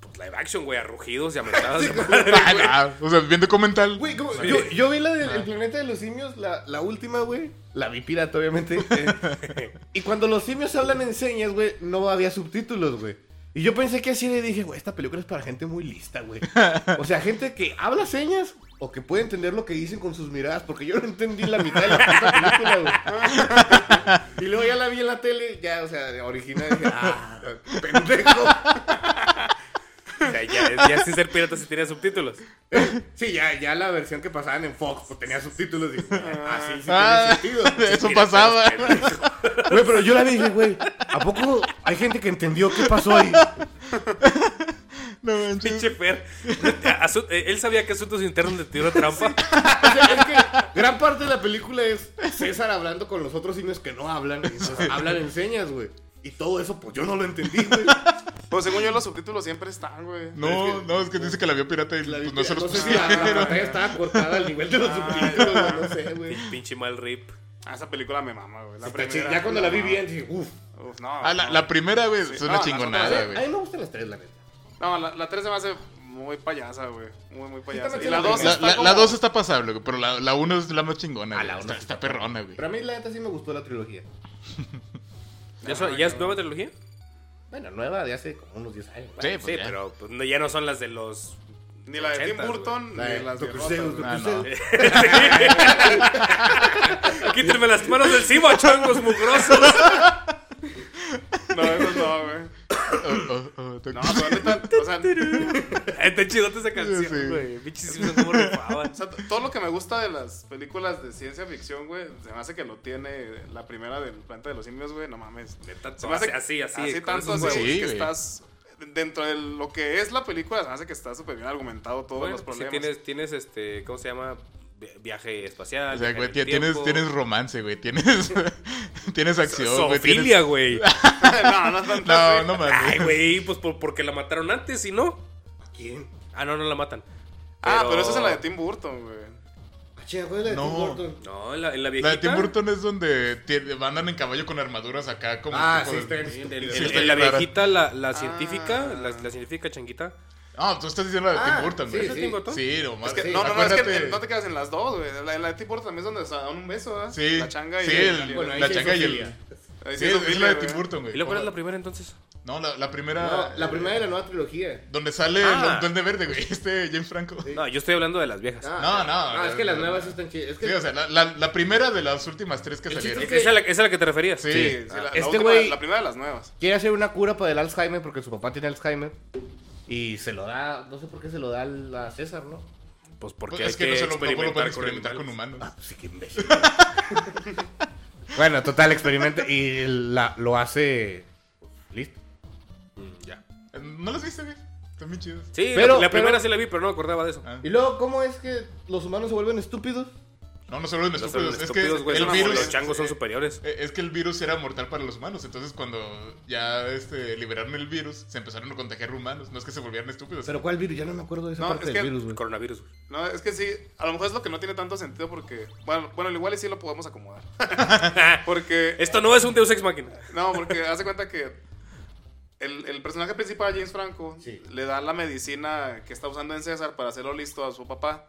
Pues, live action, güey, a rugidos y a mentadas de madre. Ah, no, O sea, viendo comental. Güey, como- yo, yo vi la del el planeta de los simios, la, la última, güey. La vi pirata, obviamente. eh, y cuando los simios hablan en señas, güey, no había subtítulos, güey. Y yo pensé que así le dije, güey, esta película es para gente muy lista, güey. O sea, gente que habla señas o que puede entender lo que dicen con sus miradas, porque yo no entendí la mitad de la puta película, güey. Y luego ya la vi en la tele, ya, o sea, original, dije, ah, pendejo. O sea, ya, ya sin ser pirata se tenía subtítulos. Sí, ya, ya la versión que pasaban en Fox pues, tenía subtítulos. Dije, ah, sí, sí, Ah, tiene sentido. eso pasaba. Güey, pero yo la vi y dije, güey, ¿a poco hay gente que entendió qué pasó ahí? No manches. Pinche Fer. Asu- eh, Él sabía que asuntos internos le tiró trampa. O sea, es que gran parte de la película es César hablando con los otros simios que no hablan. y, pues, hablan en señas, güey. Y todo eso, pues yo no lo entendí, güey. Pero según yo, los subtítulos siempre están, güey. No, no, es que dice que la vio pirata y pues, no se los no sé si pusieron. Ah, la, la pantalla estaba cortada al nivel de los subtítulos, güey, no sé, güey. Pin- Pinche mal rip. Ah, esa película me mama, güey. La Está chi- primera. Ya cuando la vi no, bien, dije, uff. Uf, no. Ah, la, no. la primera, güey, es Sí. una No, las chingonada, otras, A mí güey. me gustan las tres, la neta. No, la, la 3 se me hace muy payasa, güey. Muy, muy payasa. también Y la tiene 2 la- La, está la, como... la dos está pasable, güey, pero la, la uno es la más chingona, Ah, güey. la uno Está, sí está perrona, güey. Pero a mí, la neta, sí me gustó la trilogía. ¿Ya, son- ya es nueva trilogía? Bueno, nueva de hace como unos 10 años. Sí, güey. pues Sí, ya. pero pues, no- ya no son las de los. Ni la de Tim 80s, Burton, La ni de las tu de crucero, tu Ah, no. crucero. Quítenme las manos del encima, changos mugrosos. No, eso no, güey. Oh, oh, oh, No, pero neta, o sea, Está chidota esa Sí. canción, güey. Pinche Simpson como rifaban. O sea, t- todo lo que me gusta de las películas de ciencia ficción, güey, se me hace que lo tiene la primera del Planeta de los Simios, güey, no mames. Neta, Se me hace así, así, Así con tanto esos así, huevos. Sí, que güey. estás dentro de lo que es la película, se me hace que está súper bien argumentado todos Bueno, los pues, sí, problemas. tienes, tienes este, ¿cómo se llama? Vi- Viaje espacial. O sea, viaje güey, en tie- el tienes, tiempo. tienes romance, güey. Tienes, tienes acción, güey. tienes- Zoofilia, güey. no, no tanto No, así. no Ay, mames. güey, pues por- porque la mataron antes, ¿y no? ¿Quién? Ah, no, no la matan. Ah, pero esa es la de Tim Burton, güey. Ah, chinga, ¿cuál es la de No. Tim Burton? No, en la, en la viejita. La de Tim Burton es donde tie- andan en caballo con armaduras acá, como. Ah, tipo sí, de- está bien. Sí, en, estúpida. en- Sí, está en la clara. viejita, la, Ah. la científica, la, la científica changuita. Ah, tú estás diciendo la de Ah, Tim Burton, sí, güey. ¿Esa es sí. Tim Burton? Sí, no Es mames. que, Sí, no, no, no, es que acuérdate- no te quedas en las dos, güey. La, la de Tim Burton también es donde se dan un beso, ¿verdad? Sí, La changa y sí, el- el- Bueno, ahí la sí changa es y el. Ophelia. ahí Sí, sí es la de Ophelia, Tim güey. Burton, güey. ¿Y luego cuál es la primera entonces? No, la, la primera. No, la primera de la nueva trilogía. Donde sale Ah. el Duende Verde, güey. Este James Franco. Sí. No, yo estoy hablando de las viejas. No, no, Ah, es que las no, nuevas están chidas. Es que Sí, o sea, la, la, la primera de las últimas tres que El salieron. chiste ¿Esa es a la, esa es a la que te referías? Sí. Sí, sí, la, la Este última- güey- la primera de las nuevas. quiere hacer una cura para el Alzheimer porque su papá tiene Alzheimer. Y se lo da, no sé por qué se lo da al- a César, ¿no? Pues Pues porque es que no se lo, no lo pueden con pues experimentar con animales. humanos. Ah, pues sí, qué imbécil. Bueno, total, experimenta y la- lo hace listo. ya. ¿No los viste, güey? Están bien chidos. Sí, Pero- la, la primera pero- sí la vi, pero no me acordaba de eso. Ah. ¿Y luego cómo es que los humanos se vuelven estúpidos? No, no solo en No son estúpidos. Es que estúpidos, güey, el son- virus. Los changos son superiores. Eh, Es que el virus era mortal para los humanos, entonces cuando ya este, liberaron el virus, se empezaron a contagiar humanos, no es que se volvieran estúpidos. ¿Pero cuál virus? Ya no me acuerdo de esa No, parte es del que- virus, Pues, güey. Coronavirus, güey. No, es que sí, a lo mejor es lo que no tiene tanto sentido porque, bueno, bueno, igual y sí lo podemos acomodar. porque Esto no es un Deus Ex Machina. No, porque hace cuenta que el, el personaje principal, James Franco, Sí. le da la medicina que está usando en César para hacerlo listo a su papá.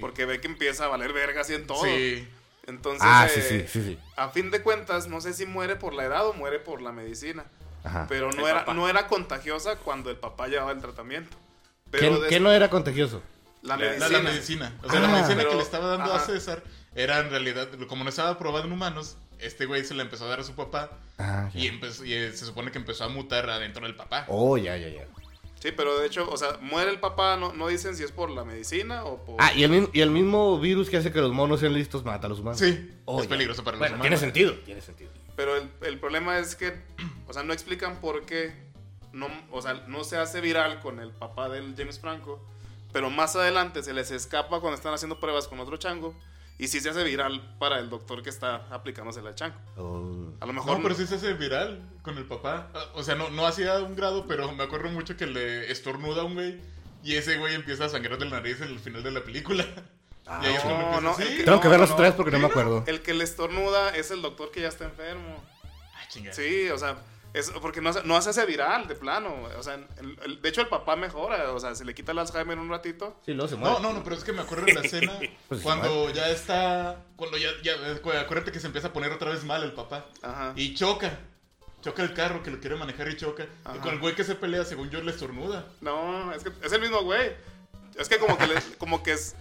Porque ve que empieza a valer verga así en todo. Sí. Entonces, Ah, sí, eh, sí, sí, sí. a fin de cuentas, no sé si muere por la edad o muere por la medicina. Ajá. Pero no El era, papá. no era contagiosa cuando el papá llevaba el tratamiento. Pero ¿Quién- des- quién no era contagioso? la, La- medicina, La, la medicina. O sea, Ah. la medicina que Pero- le estaba dando a ajá. César era en realidad, como no estaba probada en humanos, este güey se la empezó a dar a su papá Ah, y, ya. empezó- y, eh, se supone que empezó a mutar adentro del papá. Oh, ya, ya, ya. Sí, pero de hecho, o sea, muere el papá, no, no dicen si es por la medicina o por... Ah, y el, mi- y el mismo virus que hace que los monos sean listos mata a los humanos. Sí, Oh, es ya. peligroso para los Bueno, tiene humanos. sentido. Tiene sentido. Pero el, el problema es que, o sea, no explican por qué, no, o sea, no se hace viral con el papá del James Franco, pero más adelante se les escapa cuando están haciendo pruebas con otro chango y sí se hace viral para el doctor que está aplicándose la chango. Oh. A lo mejor... No, pero sí se hace viral con el papá. Ah, O sea, no, no hacía un grado, pero me acuerdo mucho que le estornuda a un güey y ese güey empieza a sangrar de la nariz en el final de la película. y ahí es cuando Ah, empieza, no, Ah, no, "Sí". el que- Tengo que No, verlos no, otra vez no. porque no me acuerdo. El que le estornuda es el doctor que ya está enfermo. Ah, chinga. Sí, o sea, es porque no, se- no se hace viral de plano. O sea, el- el- de hecho el papá mejora, o sea, se le quita el Alzheimer un ratito. Sí, luego se muere. No, no, no, pero es que me acuerdo de la escena Pues, cuando ya está. Cuando ya, ya. Acuérdate que se empieza a poner otra vez mal el papá. Ajá. Y choca. Choca el carro que lo quiere manejar y choca. Y Ajá. con el güey que se pelea, según yo, le estornuda. No, es que es el mismo güey. Es que como que, le- como que es...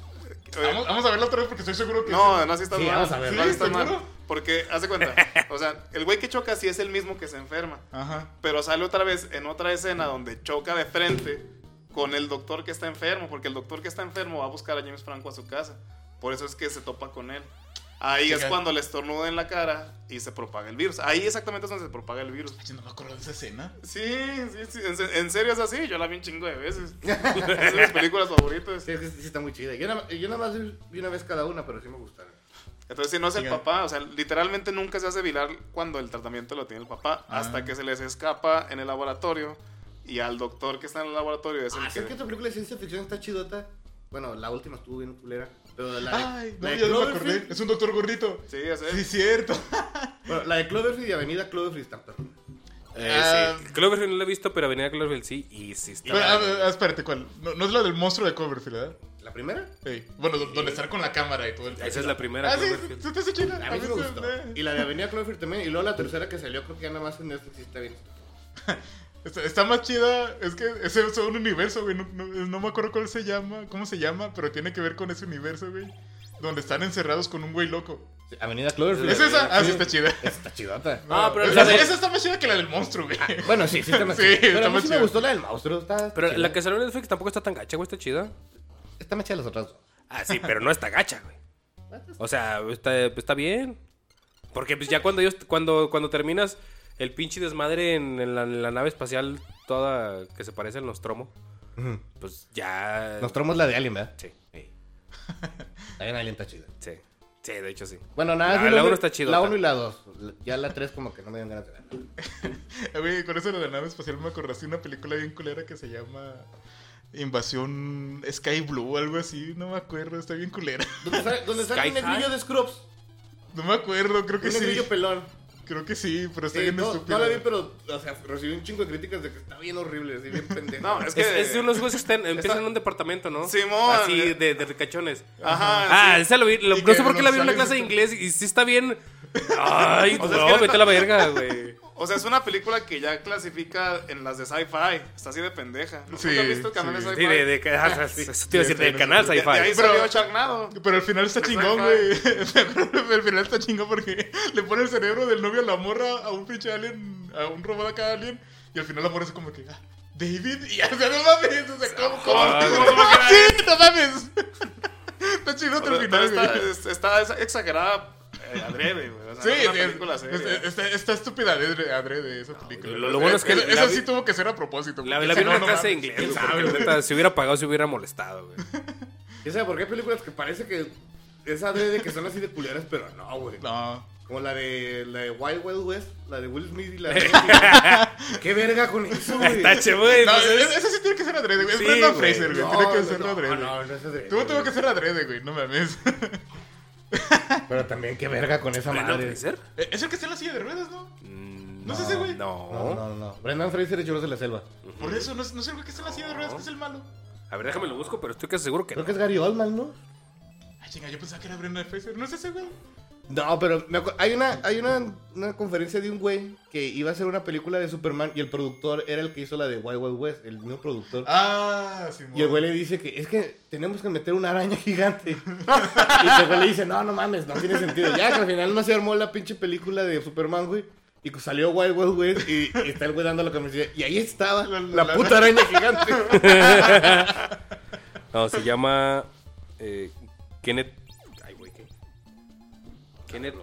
eh, Vamos, vamos a verlo otra vez porque estoy seguro que. no, eh. no, si estás Sí, mal. vamos a ver, sí, ¿vamos estás seguro? mal. Porque, haz de cuenta, o sea, el güey que choca sí es el mismo que se enferma. Ajá. Pero sale otra vez en otra escena donde choca de frente con el doctor que está enfermo. Porque el doctor que está enfermo va a buscar a James Franco a su casa. Por eso es que se topa con él. Ahí es Chica. cuando le estornuda en la cara y se propaga el virus. Ahí exactamente es donde se propaga el virus. Ay, No me acuerdo de esa escena. Sí, sí, sí. En, se- en serio es así. Yo la vi un chingo de veces. es de mis películas favoritas. Sí, es que sí está muy chida. Yo nada, yo nada más vi una vez cada una, pero sí me gustaron. Entonces, si no es el Sigan. papá, o sea, literalmente nunca se hace viral cuando el tratamiento lo tiene el papá, Ah. hasta que se les escapa en el laboratorio y al doctor que está en el laboratorio es el Ah, que... ¿sabes que esta película de ciencia ficción está chidota? Bueno, la última estuvo bien culera. Pero la de, Ay, la no, de ya no me Cloverfield- acordé. Es un doctor gordito. Sí, es él. Sí, cierto. bueno, la de Cloverfield y Avenida Cloverfield están perros. Eh, Ah. sí. Cloverfield no la he visto, pero Avenida Cloverfield sí. Y sí está. Pero, ah, ah, espérate, ¿cuál? No, no es la del monstruo de Cloverfield, ¿verdad? ¿La primera? Sí. Bueno, do- donde estar con la cámara y todo el. Esa es la primera Ah, sí, Cloverfield. se te hace chida. A mí sí me se- gustó. eh. Y la de Avenida Cloverfield también. Y luego la tercera que salió, creo que ya nada más en Netflix sí está bien. Está, está más chida, es que ese es un universo, güey. No, no- no me acuerdo cuál se llama, cómo se llama, pero tiene que ver con ese universo, güey. Donde están encerrados con un güey loco. Sí, Avenida Cloverfield. ¿Es esa? Ah, sí, está chida. Está chidota. Ah, pero esa, la de- esa está más chida que la del monstruo, güey. Bueno, sí, sí está más Sí, chida. Pero está a mí más sí me chida. gustó la del monstruo. Está, Pero chida. la que salió en Netflix tampoco está tan gacha, güey. Está chida. Está más chida las otras dos. Ah, sí, pero no está gacha, güey. O sea, está, está bien. Porque pues ya cuando ellos, cuando, cuando terminas el pinche desmadre en, en la, en la nave espacial toda que se parece al Nostromo, pues ya... Nos tromos la de Alien, ¿verdad? Sí, sí, También Alien está chida. sí. Sí, de hecho sí. Bueno, nada, La- sí, Ah, la vi- uno está chidota. La 1 y la 2. Ya la 3 como que no me dan ganas de verla. Eh, Güey, con eso de la nave espacial me acordaste de una película bien culera que se llama Invasión Sky Blue o algo así. No me acuerdo, está bien culera. ¿Dónde sale, dónde sale Sky un negrillo High. de Scrubs? No me acuerdo, creo que Un sí. negrillo pelón. Creo que sí, pero está Sí, bien no, estúpida. no la vi, pero o sea, recibí un chingo de críticas de que está bien horrible, así bien pendejo. No, es que... Es, es de unos güeyes que están- empiezan Esa- en un departamento, ¿no? Simón. Así, de, de ricachones. Ajá, Ah, sí. esa lo vi, lo- Y no que sé por qué la vi en González una clase de está- inglés y sí está bien... Ay, O sea, es no, que no vete a la está- verga, güey. O sea, es una película que ya clasifica en las de sci-fi. Está así de pendeja. ¿No Sí, ¿Nunca has visto el canal sí. de Sí, sci-fi? de, de, ah, eso te iba a decir, del canal De- de ahí sci-fi. Pero- salió Sharknado. Pero al final está chingón, güey. Al final está chingón porque le pone el cerebro del novio a la morra a un pinche alien, a un robot acá alien. Y al final la morra es como que, ah, David. Y ya, o sea, no mames. O sea, ¿cómo? cómo, Ah, cómo- no, cómo- sí, no mames. Está chingón hasta O el sea, pero final, está, güey. es- está esa- exagerada eh, adrede, güey. O sea, Sí, no es una es- película es- seria. es- está, está estúpida adrede, adrede esa película. lo- lo bueno es que Esa- la esa vi- sí tuvo que ser a propósito. La, porque la si vi en no, una no clase de mames, inglés, ¿quién güey, sabe, porque güey? neta, si hubiera pagado, se hubiera molestado, güey. ¿Quién sabe por qué hay películas que parece que es adrede que son así de culeras, pero no, güey? No. Como la de, la de Wild Wild West, la de Will Smith y la de... ¿Qué verga con eso, güey? Tache, güey. No, entonces- esa sí tiene que ser adrede, güey. Es pues Sí, Brendan güey. Fraser, güey. Tiene que ser no, adrede. no, no es adrede. Tuvo tuvo que ser adrede, güey. No mames. Pero también qué verga con esa ¿Brendan madre. Fraser? Eh, Es el que está en la silla de ruedas, ¿no? Mm, ¿No es ese güey? No, No. no, no. Brendan Fraser y Churros de la Selva. Por eso, no es, no es el güey que está en la silla de ruedas, que es el malo. A ver, déjame lo busco, pero estoy casi seguro que Creo no. que es Gary Oldman, ¿no? Ay, Ah, chinga, yo pensaba que era Brendan Fraser. ¿No es ese, güey? No, pero me acu- hay una hay una, una conferencia de un güey que iba a hacer una película de Superman y el productor era el que hizo la de Wild Wild West, el mismo productor. Ah, sí, Y el güey le dice que es que tenemos que meter una araña gigante. y el güey le dice, no, no mames, no tiene sentido. Ya que al final no se armó la pinche película de Superman, güey. Y que salió Wild Wild West y, y está el güey dando la camiseta. Y ahí estaba la, La- la- la- puta araña gigante. No, se llama. eh, Kenneth. Ay, güey, ¿qué? Kenneth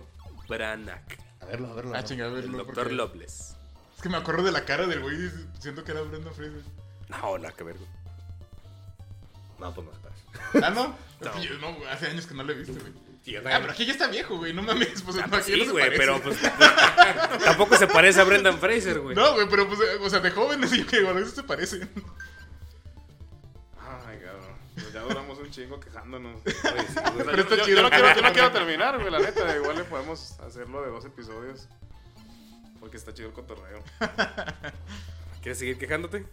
Branagh. a verlo, a verlo. a Ah, verlo. chinga, a El verlo. doctor porque- Loveless. Es que me acuerdo de la cara del güey siento que era Brendan Fraser. No, nada que ver, güey. No, pues no estás. Ah, no. Yo, no, güey, hace años que no le he visto, güey. Sí, yo Ah, también. pero aquí ya está viejo, güey. No mames, pues Pues aquí ya sí, no se güey, parece. pero pues. tampoco se parece a Brendan Fraser, güey. No, güey, pero pues, eh, o sea, de jóvenes, yo que digo, a veces se parecen. Ay, cabrón. Pues ya duramos un chingo quejándonos. O sea, Pero está yo, yo- chido. yo no quiero, yo no quiero terminar, güey, la neta. Igual le podemos hacerlo de dos episodios. Porque está chido el cotorreo. ¿Quieres seguir quejándote?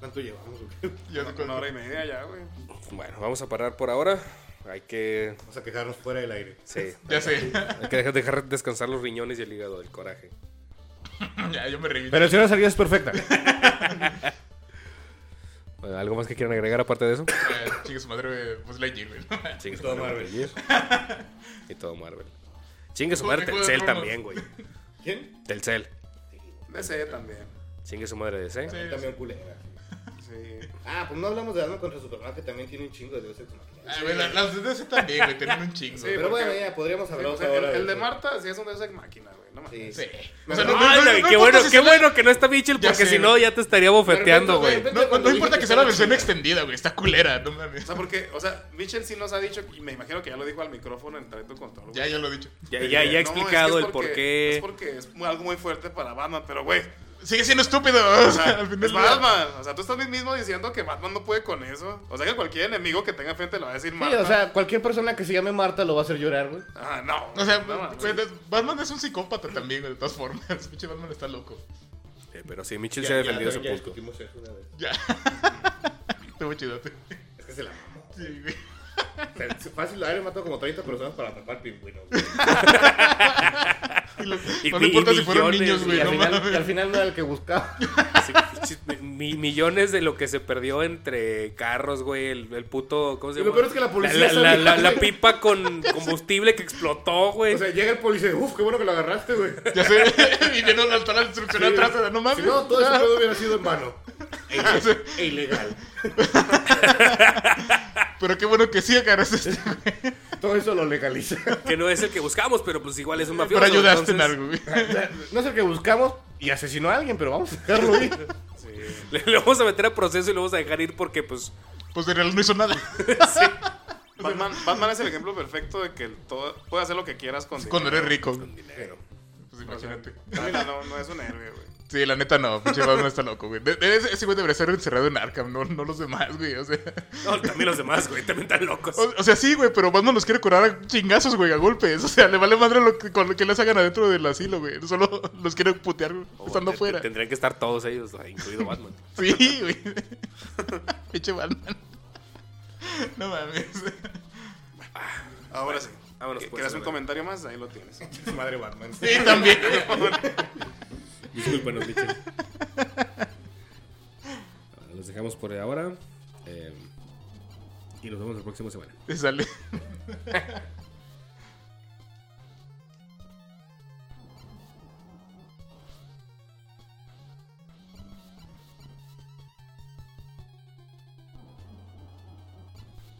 ¿Cuánto llevamos, güey? Ya sé Una cuál. hora y media ya, güey. Bueno, vamos a parar por ahora. Hay que. Vamos a quejarnos fuera del aire. Sí. Ya sé. Hay que dejar, dejar descansar los riñones y el hígado del coraje. ya, yo me reí. Pero si una salida es perfecta. Bueno, ¿Algo más que quieran agregar aparte de eso? Eh, Chingue su madre, güey, pues Lightyear, güey. Chingue su todo madre, Y todo Marvel. Chingue su madre Juego de Telcel Tronos. también, güey. ¿Quién? Telcel. DC también. Chingue su madre DC. Sí. También culera. Sí. Ah, pues no hablamos de Batman contra Superman, que también tiene un chingo de dioses como que- Ah, güey, la- las de DC también, güey, tienen un chingo. Sí, güey. Pero bueno, porque- ya podríamos hablar O sea, el, ahora el de eso. Marta sí es un Deus Ex Máquina, güey. No mames. Sí. Sí. O Ay, sea, no, no, no, güey, no qué importa bueno, si qué sea la- bueno que no está Mitchell, Ya porque sé, si no güey. ya te estaría bofeteando, güey. No, no, no importa que sea la versión extendida, güey. Está culera, no mames. O sea, porque, o sea, Mitchell sí nos ha dicho, y me imagino que ya lo dijo al micrófono en Talento Control. güey. Ya, ya lo he dicho. Ya, ya, ya he No, es que explicado es el porque- por qué. Es porque es muy- algo muy fuerte para Batman, pero güey, Sigue siendo estúpido. o O sea, sea, al final es Batman. O sea, tú estás mismo diciendo que Batman no puede con eso. O sea, que cualquier enemigo que tenga frente lo va a decir Sí, Marta. o sea, cualquier persona que se llame Marta lo va a hacer llorar, güey. Ah, no. O sea, no, no, güey, Batman es un psicópata también, güey, de todas formas. Pinche Batman está loco. Eh, Pero sí, Mitchell Ya- se ha ya- defendido ya su punto. discutimos eso una vez. Ya. Estuvo chidote. Es que se la mamó. Sí, güey. O sea, es Fácil, lo habría matado como 30 personas para atrapar pingüinos. güey. Y los- Y no mi- me importa y si fueron niños, millones, Y güey. al, No final, y al mames. final no era el que buscaba. Sí, sí, mi- millones de lo que se perdió entre carros, güey. El, el puto. ¿Cómo se Y llama? lo peor es que la policía La, la- sabía, la- la güey. pipa con combustible que explotó, güey. O sea, llega el policía y dice, uff, qué bueno que lo agarraste, güey. Ya sé. Y viene hasta la instrucción atrás. o sea, No Si mames. no, todo ese pedo hubiera sido en vano. E Eh, ilegal. E ilegal. Pero qué bueno que sí agarraste este, güey, Todo eso lo legaliza. que no es el que buscamos, pero pues igual es un mafioso. Pero ayudaste en entonces, algo, güey. O sea, no es el que buscamos y asesinó a alguien, pero vamos a dejarlo ir. Le, le vamos a meter a proceso y lo vamos a dejar ir porque, pues. Pues en realidad no hizo nada. Batman, Batman es el ejemplo perfecto de que el todo, puede hacer lo que quieras con Cuando dinero. eres rico. dinero. Pues imagínate. Mira, no, no es un héroe, güey. Sí, la neta no, pinche Batman está loco, güey. De- de- ese, ese güey debería ser encerrado en Arkham, no, no los demás, güey. O sea, No, también los demás, güey, también están locos. o, o sea, sí, güey, pero Batman los quiere curar a chingazos, güey, a golpes. O sea, le vale madre lo que, con lo que les hagan adentro del asilo, güey. Solo los quiere putear güey, O estando Oh, te- fuera. te- Tendrían que estar todos ellos, eh, incluido Batman. Sí, güey. pinche Batman. No mames. Ahora sí. vámonos, ¿Que- pues, ¿Quieres un güey. comentario más? Ahí lo tienes. Su madre Batman. Sí, también. Discúlpanos, Mitchell. Ah, Los dejamos por ahora. eh, y nos vemos la próxima semana. Te sale.